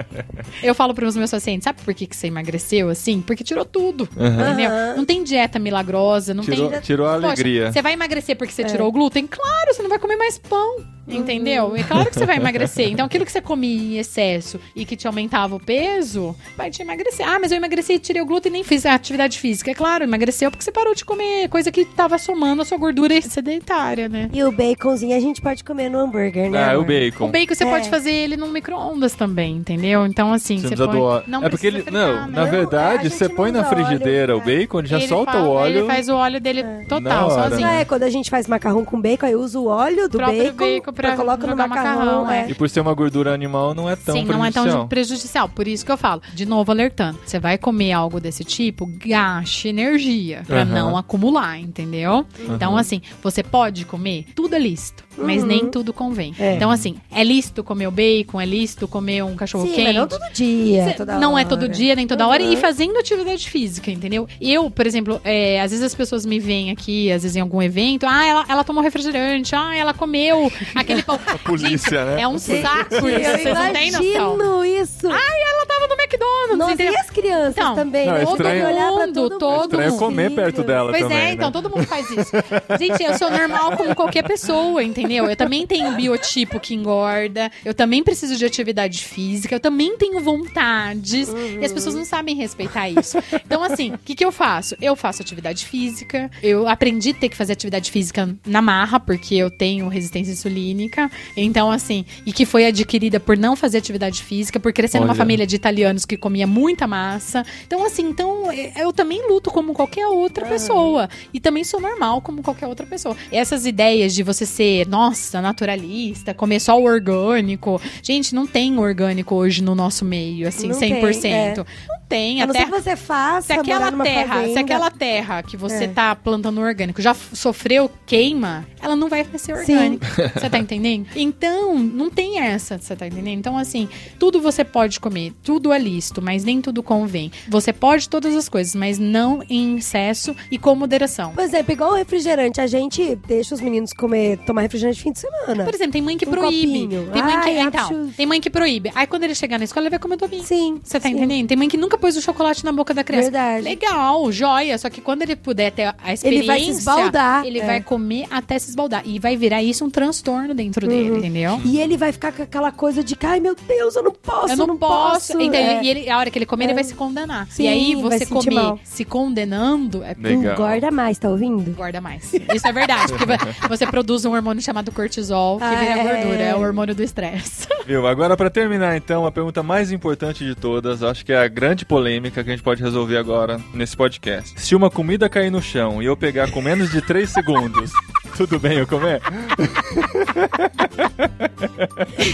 D: eu falo para os meus pacientes, sabe por que, que você emagreceu assim? Porque tirou tudo, entendeu?
C: Aham.
D: Não tem dieta milagrosa, não
B: Tirou,
D: tem...
B: tirou a
D: Poxa,
B: alegria.
D: Você vai emagrecer porque você
C: É.
D: tirou o glúten? Claro, você não vai comer mais
C: Uhum.
D: pão. Entendeu? É claro que você vai emagrecer. Então, aquilo que você comia em excesso e que te aumentava o peso, vai te emagrecer. Ah, mas eu emagreci, tirei o glúten e nem fiz atividade física. É claro, emagreceu porque você parou de comer coisa que tava somando a sua gordura sedentária, né?
C: E o baconzinho a gente pode comer no hambúrguer, né?
B: ah, o
C: amor?
B: bacon.
D: é O bacon você
C: É.
D: pode fazer ele num micro-ondas também, entendeu? Então, assim,
B: Você
D: você,
B: não
D: pode.
B: precisa do óleo.
D: Não
B: é porque ele.
D: precisa fritar,
B: não,
D: né?
B: na
C: Não,
B: verdade,
C: a
B: você
C: gente
B: põe
C: não
B: na
C: usa óleo,
B: frigideira o
C: é.
B: bacon, ele já
D: Ele
B: solta
D: fa-
B: o óleo.
D: Ele faz o óleo dele
B: Na
D: total,
B: hora.
D: sozinho.
C: Ah, é, quando a gente faz macarrão com bacon, aí usa o óleo do
D: Próprio
C: bacon,
D: bacon pra
C: pra coloca no
D: jogar
C: macarrão.
D: macarrão, é.
C: é.
B: E por ser uma gordura animal, não é tão
D: Sim, não é
B: prejudicial.
D: tão prejudicial. Por isso que eu falo, de novo alertando, você vai comer algo desse tipo, gaste energia pra
B: Aham.
D: não acumular, entendeu? Então assim, você pode comer, tudo é lícito, mas
C: Uhum.
D: nem tudo convém.
C: É.
D: Então assim, é lícito comer o bacon, é lícito comer um cachorro
C: Sim,
D: quente.
C: mas não todo dia.
D: Cê-
C: toda
D: não é
C: hora.
D: todo dia, nem toda hora,
C: Uhum.
D: e fazendo atividade física, entendeu? Eu, por exemplo, é, às vezes as pessoas me veem aqui, às vezes em algum evento, ah, ela, ela tomou refrigerante, ah, ela comeu aquele pão. A
B: polícia, né?
D: É um saco, isso,
C: Eu
D: vocês não têm noção.
C: imagino isso.
D: Ela tava no McDonald's,
C: Nossa,
D: entendeu?
C: e as crianças
D: Então,
C: também,
B: Não,
C: né?
B: é estranho-
C: Olhar pra
D: Todo
C: todo
D: mundo,
C: mundo.
D: todo
B: Estranho é comer
C: Filho.
B: perto dela
D: Pois
B: também.
D: é,
B: né?
D: então todo mundo faz isso. Gente, eu sou normal como qualquer pessoa, entendeu? Eu também tenho um biotipo que engorda, eu também preciso de atividade física, eu também tenho vontades, e as pessoas não sabem respeitar isso. Então, assim, o que, que eu faço? Eu faço atividade física, eu aprendi a ter que fazer atividade física na marra, porque eu tenho resistência insulínica, então, assim, e que foi adquirida por não fazer atividade física, por crescer numa
B: Olha.
D: família família de italianos que comia muita massa. Então, assim, então eh, eu também luto como qualquer outra pessoa. E também sou normal como qualquer outra pessoa. Essas ideias de você ser, nossa, naturalista, comer só o orgânico. Gente, não tem orgânico hoje no nosso meio, assim,
C: Não tem, é.
D: 100%. Não tem.
C: A
D: A
C: não ser que
D: terra
C: você faça,
D: se aquela
C: morar numa
D: terra, se
C: fazenda.
D: aquela terra que você
C: É.
D: tá plantando orgânico já f- sofreu queima, ela não vai ser
C: Sim.
D: orgânica. Você tá entendendo? Então, não tem essa, você tá entendendo? Então, assim, tudo você pode comer, tudo é lícito, mas nem tudo convém. Você pode todas as coisas, mas não em excesso e com moderação.
C: Por exemplo, igual o refrigerante, a gente deixa os meninos comer, tomar refrigerante fim de semana.
D: Por exemplo, tem mãe que
C: Um
D: proíbe.
C: copinho.
D: Tem mãe que,
C: Ai,
D: então,
C: acho-
D: tem mãe que proíbe. Aí quando ele chegar na escola, ele vai comer domingo.
C: Sim.
D: Você tá
C: sim.
D: entendendo? Tem mãe que nunca pôs o chocolate na boca da criança.
C: Verdade.
D: Legal, joia. Só que quando ele puder ter a experiência...
C: Ele vai se esbaldar,
D: Ele
C: é.
D: vai comer até se esbaldar. E vai virar isso um transtorno dentro dele, entendeu?
C: E ele vai ficar com aquela coisa de que, ai meu Deus, eu não posso,
D: eu não, posso. É. Então,
C: É.
D: E ele, a hora que ele comer, ele vai se condenar.
C: Sim,
D: e aí,
C: vai
D: você
C: sentir
D: comer
C: mal.
D: se condenando é
B: Legal.
C: Engorda mais, tá ouvindo?
D: Engorda mais. Isso é verdade. porque va- você produz um hormônio chamado cortisol, que
C: Ah,
D: vira
C: é.
D: gordura. É o hormônio do estresse.
B: Viu? Agora, pra terminar, então, a pergunta mais importante de todas, acho que é a grande polêmica que a gente pode resolver agora nesse podcast. Se uma comida cair no chão e eu pegar com menos de 3 segundos, tudo bem eu comer?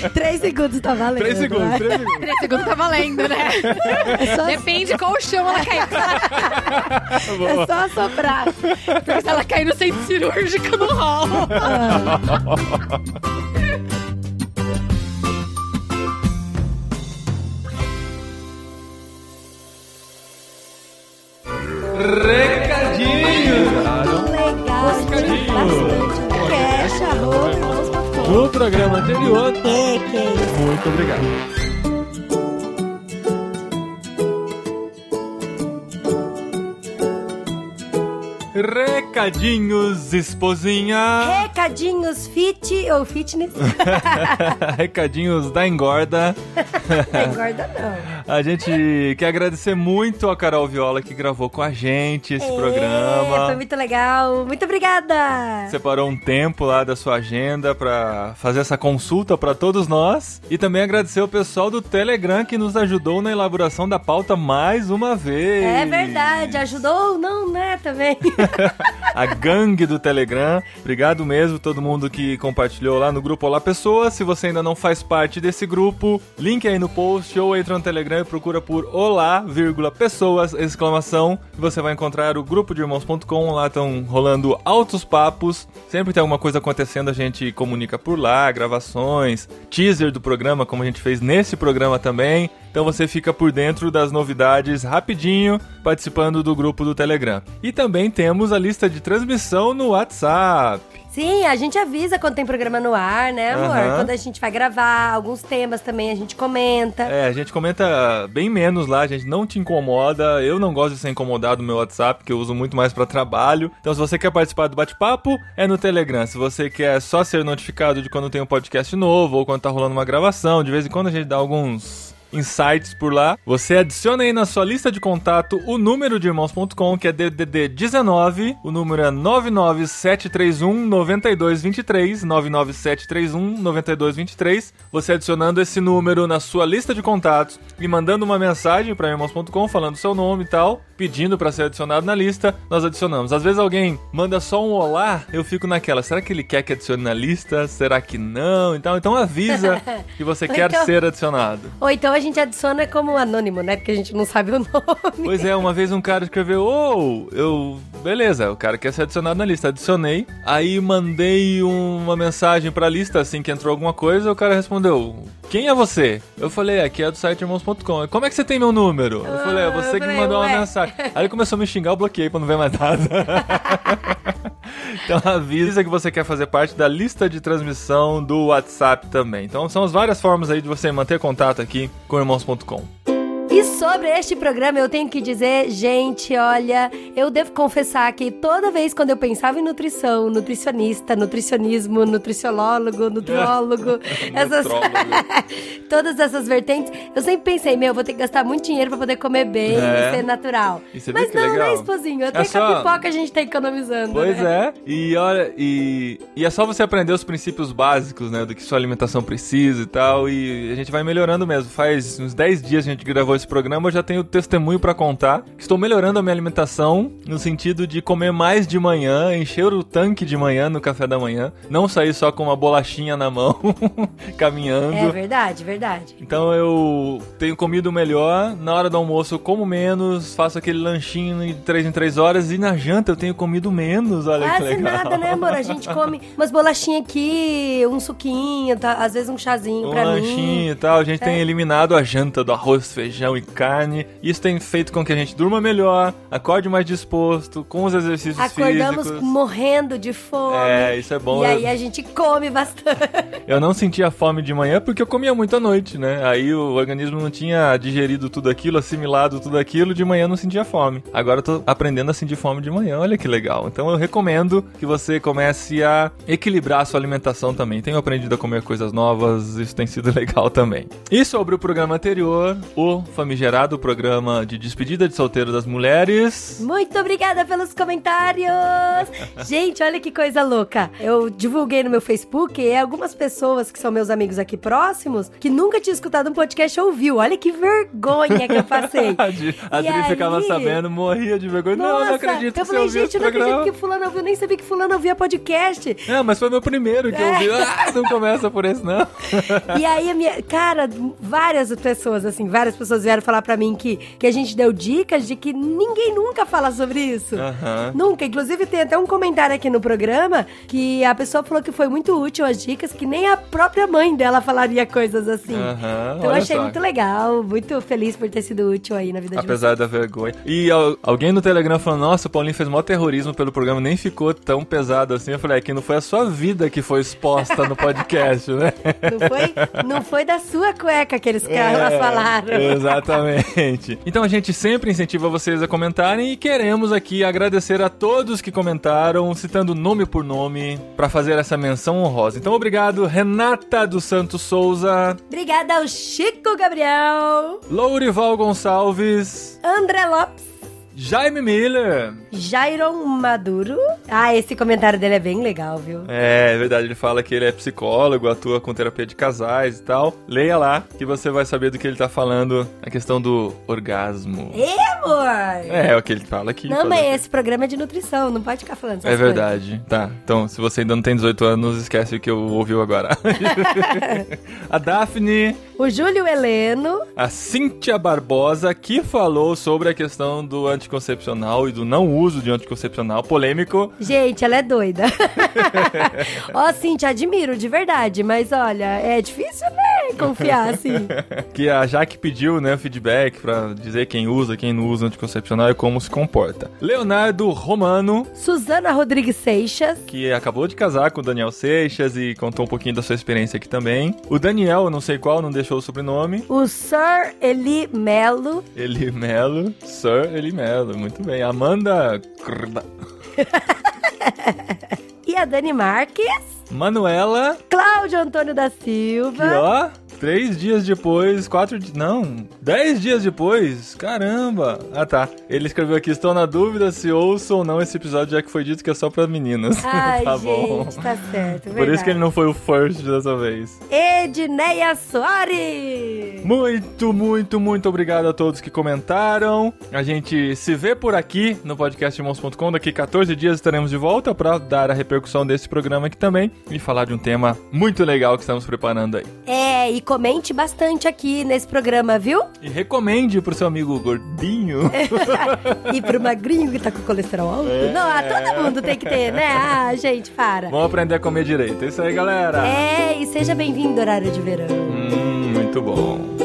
D: É
C: Três segundos tá valendo.
B: 3 segundos,
C: vai.
B: 3 segundos.
D: Três segundos tá valendo, né?
C: É só,
D: Depende qual chão ela caiu. Se ela
C: é só soprar.
D: Porque se ela cair no centro cirúrgico, não rola.
B: Recadinho!
C: Muito legal. gente, Bastante. Cash, arroba,
B: é
C: irmãos, papo.
B: No programa anterior,
C: É, que é isso.
B: muito obrigado. Recadinhos, esposinha!
C: Recadinhos fit ou fitness.
B: Recadinhos da engorda.
C: Não engorda, não.
B: A gente quer agradecer muito a Carol Viola que gravou com a gente esse
C: É, Foi
B: programa.
C: muito legal. Muito obrigada.
B: Separou um tempo lá da sua agenda pra fazer essa consulta pra todos nós. E também agradecer o pessoal do Telegram que nos ajudou na elaboração da pauta mais uma vez.
C: É verdade, ajudou ou não, né, também.
B: A gangue do Telegram. Obrigado mesmo todo mundo que compartilhou lá no grupo Olá Pessoa. Se você ainda não faz parte desse grupo, link aí no post ou entra no Telegram e procura por Olá, vírgula, pessoas, exclamação. Você vai encontrar o grupo de irmãos.com. Lá estão rolando altos papos. Sempre tem alguma coisa acontecendo, a gente comunica por lá, gravações, teaser do programa, como a gente fez nesse programa também. Então você fica por dentro das novidades rapidinho, participando do grupo do Telegram. E também temos a lista de transmissão no WhatsApp.
C: Sim, a gente avisa quando tem programa no ar, né, amor?
B: Aham.
C: Quando a gente vai gravar, alguns temas também a gente comenta.
B: É, a gente comenta bem menos lá, a gente não te incomoda. Eu não gosto de ser incomodado no meu WhatsApp, que eu uso muito mais pra trabalho. Então, se você quer participar do bate-papo, é no Telegram. Se você quer só ser notificado de quando tem um podcast novo ou quando tá rolando uma gravação, de vez em quando a gente dá alguns insights por lá. Você adiciona aí na sua lista de contato o número de irmãos.com, que é DDD 19, o número é 99731 9223, 99731 9223. Você adicionando esse número na sua lista de contatos e mandando uma mensagem para irmãos.com falando seu nome e tal, pedindo para ser adicionado na lista, nós adicionamos. Às vezes alguém manda só um olá, eu fico naquela, será que ele quer que adicione na lista? Será que não? Então, então avisa que você
C: Ou
B: quer
C: então-
B: ser adicionado.
C: Ou então a gente adiciona como anônimo, né? Porque a gente não sabe o nome.
B: Pois é, uma vez um cara escreveu, ô, eu. Beleza, o cara quer ser adicionado na lista, adicionei. Aí mandei uma mensagem pra lista assim que entrou alguma coisa, o cara respondeu, quem é você? Eu falei, aqui é do site irmãos.com. Como é que você tem meu número? Eu falei, é
C: Ah,
B: você
C: eu
B: que me
C: falei,
B: mandou uma
C: ué.
B: mensagem. Aí ele começou a me xingar, eu bloqueei pra não ver mais nada. Então avisa que você quer fazer parte da lista de transmissão do WhatsApp também. Então são as várias formas aí de você manter contato aqui com irmãos.com.
C: E sobre este programa, eu tenho que dizer, gente, olha, eu devo confessar que toda vez quando eu pensava em nutrição, nutricionista, nutricionismo, nutricionólogo, nutrólogo, essas, todas essas vertentes, eu sempre pensei, meu, eu vou ter que gastar muito dinheiro pra poder comer bem
B: É.
C: e ser natural.
B: E você vê
C: Mas
B: é que
C: não,
B: legal. É
C: né, esposinho? Até que
B: só-
C: a pipoca a gente tá economizando.
B: Pois
C: né?
B: é. E olha, e, e é só você aprender os princípios básicos, né? Do que sua alimentação precisa e tal. E a gente vai melhorando mesmo. Faz uns 10 dias que a gente gravou esse programa, eu já tenho testemunho pra contar. que Estou melhorando a minha alimentação no sentido de comer mais de manhã, encher o tanque de manhã no café da manhã, não sair só com uma bolachinha na mão, caminhando.
C: É verdade, verdade.
B: Então eu tenho comido melhor, na hora do almoço eu como menos, faço aquele lanchinho de 3 em 3 horas e na janta eu tenho comido menos, olha que
C: Quase
B: legal.
C: nada, né, amor? A gente come umas bolachinhas aqui, um suquinho, tá? às vezes um chazinho
B: Um
C: pra mim. É.
B: lanchinho e tal, a gente tem eliminado a janta do arroz, feijão e carne. Isso tem feito com que a gente durma melhor, acorde mais disposto, com os exercícios
C: Acordamos
B: físicos.
C: morrendo de fome.
B: É, isso é bom.
C: E
B: eu,
C: aí a gente come bastante.
B: eu não sentia fome de manhã porque eu comia muito à noite, né? Aí o organismo não tinha digerido tudo aquilo, assimilado tudo aquilo, de manhã eu não sentia fome. Agora eu tô aprendendo a sentir fome de manhã, olha que legal. Então eu recomendo que você comece a equilibrar a sua alimentação também. Tenho aprendido a comer coisas novas, isso tem sido legal também. E sobre o programa anterior, o famigerado programa de despedida de solteiro das mulheres.
C: Muito obrigada pelos comentários. Gente, olha que coisa louca. Eu divulguei no meu Facebook e algumas pessoas que são meus amigos aqui próximos que nunca tinha escutado um podcast ouviu. Olha que vergonha que eu passei.
B: A Adri a
C: E
B: Adri
C: aí?
B: ficava sabendo, morria de vergonha. não, não acredito
C: eu
B: que você
C: falei,
B: ouviu
C: gente,
B: esse
C: eu não
B: programa.
C: acredito que fulano ouviu, nem sabia que fulano ouvia podcast.
B: É, mas foi meu primeiro que eu vi. Ah, não começa por esse, não.
C: E aí, a minha, cara, várias pessoas, assim, várias pessoas vieram falar pra mim que, que a gente deu dicas de que ninguém nunca fala sobre isso.
B: Aham.
C: Nunca. Inclusive, tem até um comentário aqui no programa que a pessoa falou que foi muito útil as dicas, que nem a própria mãe dela falaria coisas assim.
B: Aham,
C: Então, eu
B: olha
C: achei
B: só.
C: muito legal, muito feliz por ter sido útil aí na vida de
B: Apesar da vergonha. E al- alguém no Telegram falou: Nossa, o Paulinho fez mó terrorismo pelo programa, nem ficou tão pesado assim. Eu falei: É que não foi a sua vida que foi exposta no podcast, né?
C: vocês. Não foi, não foi da sua cueca que eles elas
B: É,
C: falaram.
B: Exatamente. Então a gente sempre incentiva vocês a comentarem e queremos aqui agradecer a todos que comentaram, citando nome por nome, pra fazer essa menção honrosa. Então obrigado, Renata dos Santos Souza,
C: Obrigada ao Chico Gabriel,
B: Lourival Gonçalves,
C: André Lopes.
B: Jaime Miller.
C: Jairon Maduro. Ah, esse comentário dele é bem legal, viu?
B: É, é verdade, ele fala que ele é psicólogo, atua com terapia de casais e tal. Leia lá que você vai saber do que ele tá falando, a questão do orgasmo.
C: Amor!
B: É, é o que ele fala aqui.
C: É. Não,
B: por
C: mas
B: exemplo.
C: esse programa é de nutrição, não pode ficar falando essas
B: É verdade. Tá. Então, se você ainda não tem 18 anos, esquece o que eu ouviu agora. a Daphne,
C: coisas. O Júlio Heleno.
B: a Cíntia Barbosa, que falou sobre a questão do anticoncepcional e do não uso de anticoncepcional polêmico.
C: Gente, ela é doida. Ó, sim, te admiro, de verdade. Mas olha, é difícil, né? Confiar, sim.
B: que a Jaque pediu, né, feedback pra dizer quem usa, quem não usa anticoncepcional e como se comporta. Leonardo Romano,
C: Suzana Rodrigues Seixas.
B: que acabou de casar com o Daniel Seixas e contou um pouquinho da sua experiência aqui também. O Daniel, eu não sei qual, não deixou o sobrenome.
C: O Sir Eli Melo.
B: Eli Melo, Sir Eli Melo, muito bem. Amanda Crda.
C: E a Dani Marques.
B: Manuela,
C: Cláudio Antônio da
B: que
C: Silva.
B: ó, três dias depois, quatro di- não, dez dias depois, caramba. Ah tá, ele escreveu aqui, estou na dúvida se ouço ou não esse episódio, já que foi dito que é só para meninas.
C: Ai,
B: tá bom.
C: gente, tá certo.
B: Por isso que ele não foi o first dessa vez.
C: Edneia Soares.
B: Muito, muito, muito obrigado a todos que comentaram. A gente se vê por aqui no podcastirmãos.com. Daqui 14 dias estaremos de volta para dar a repercussão desse programa aqui também e falar de um tema muito legal que estamos preparando aí.
C: É, e comente bastante aqui nesse programa, viu?
B: E recomende pro seu amigo gordinho.
C: E pro magrinho que tá com colesterol alto. Não, ah, todo mundo tem que ter, né? Ah, gente, para.
B: É. Vamos aprender a comer direito. É isso aí, galera.
C: É, e seja bem-vindo, horário de verão.
B: Hum, muito bom.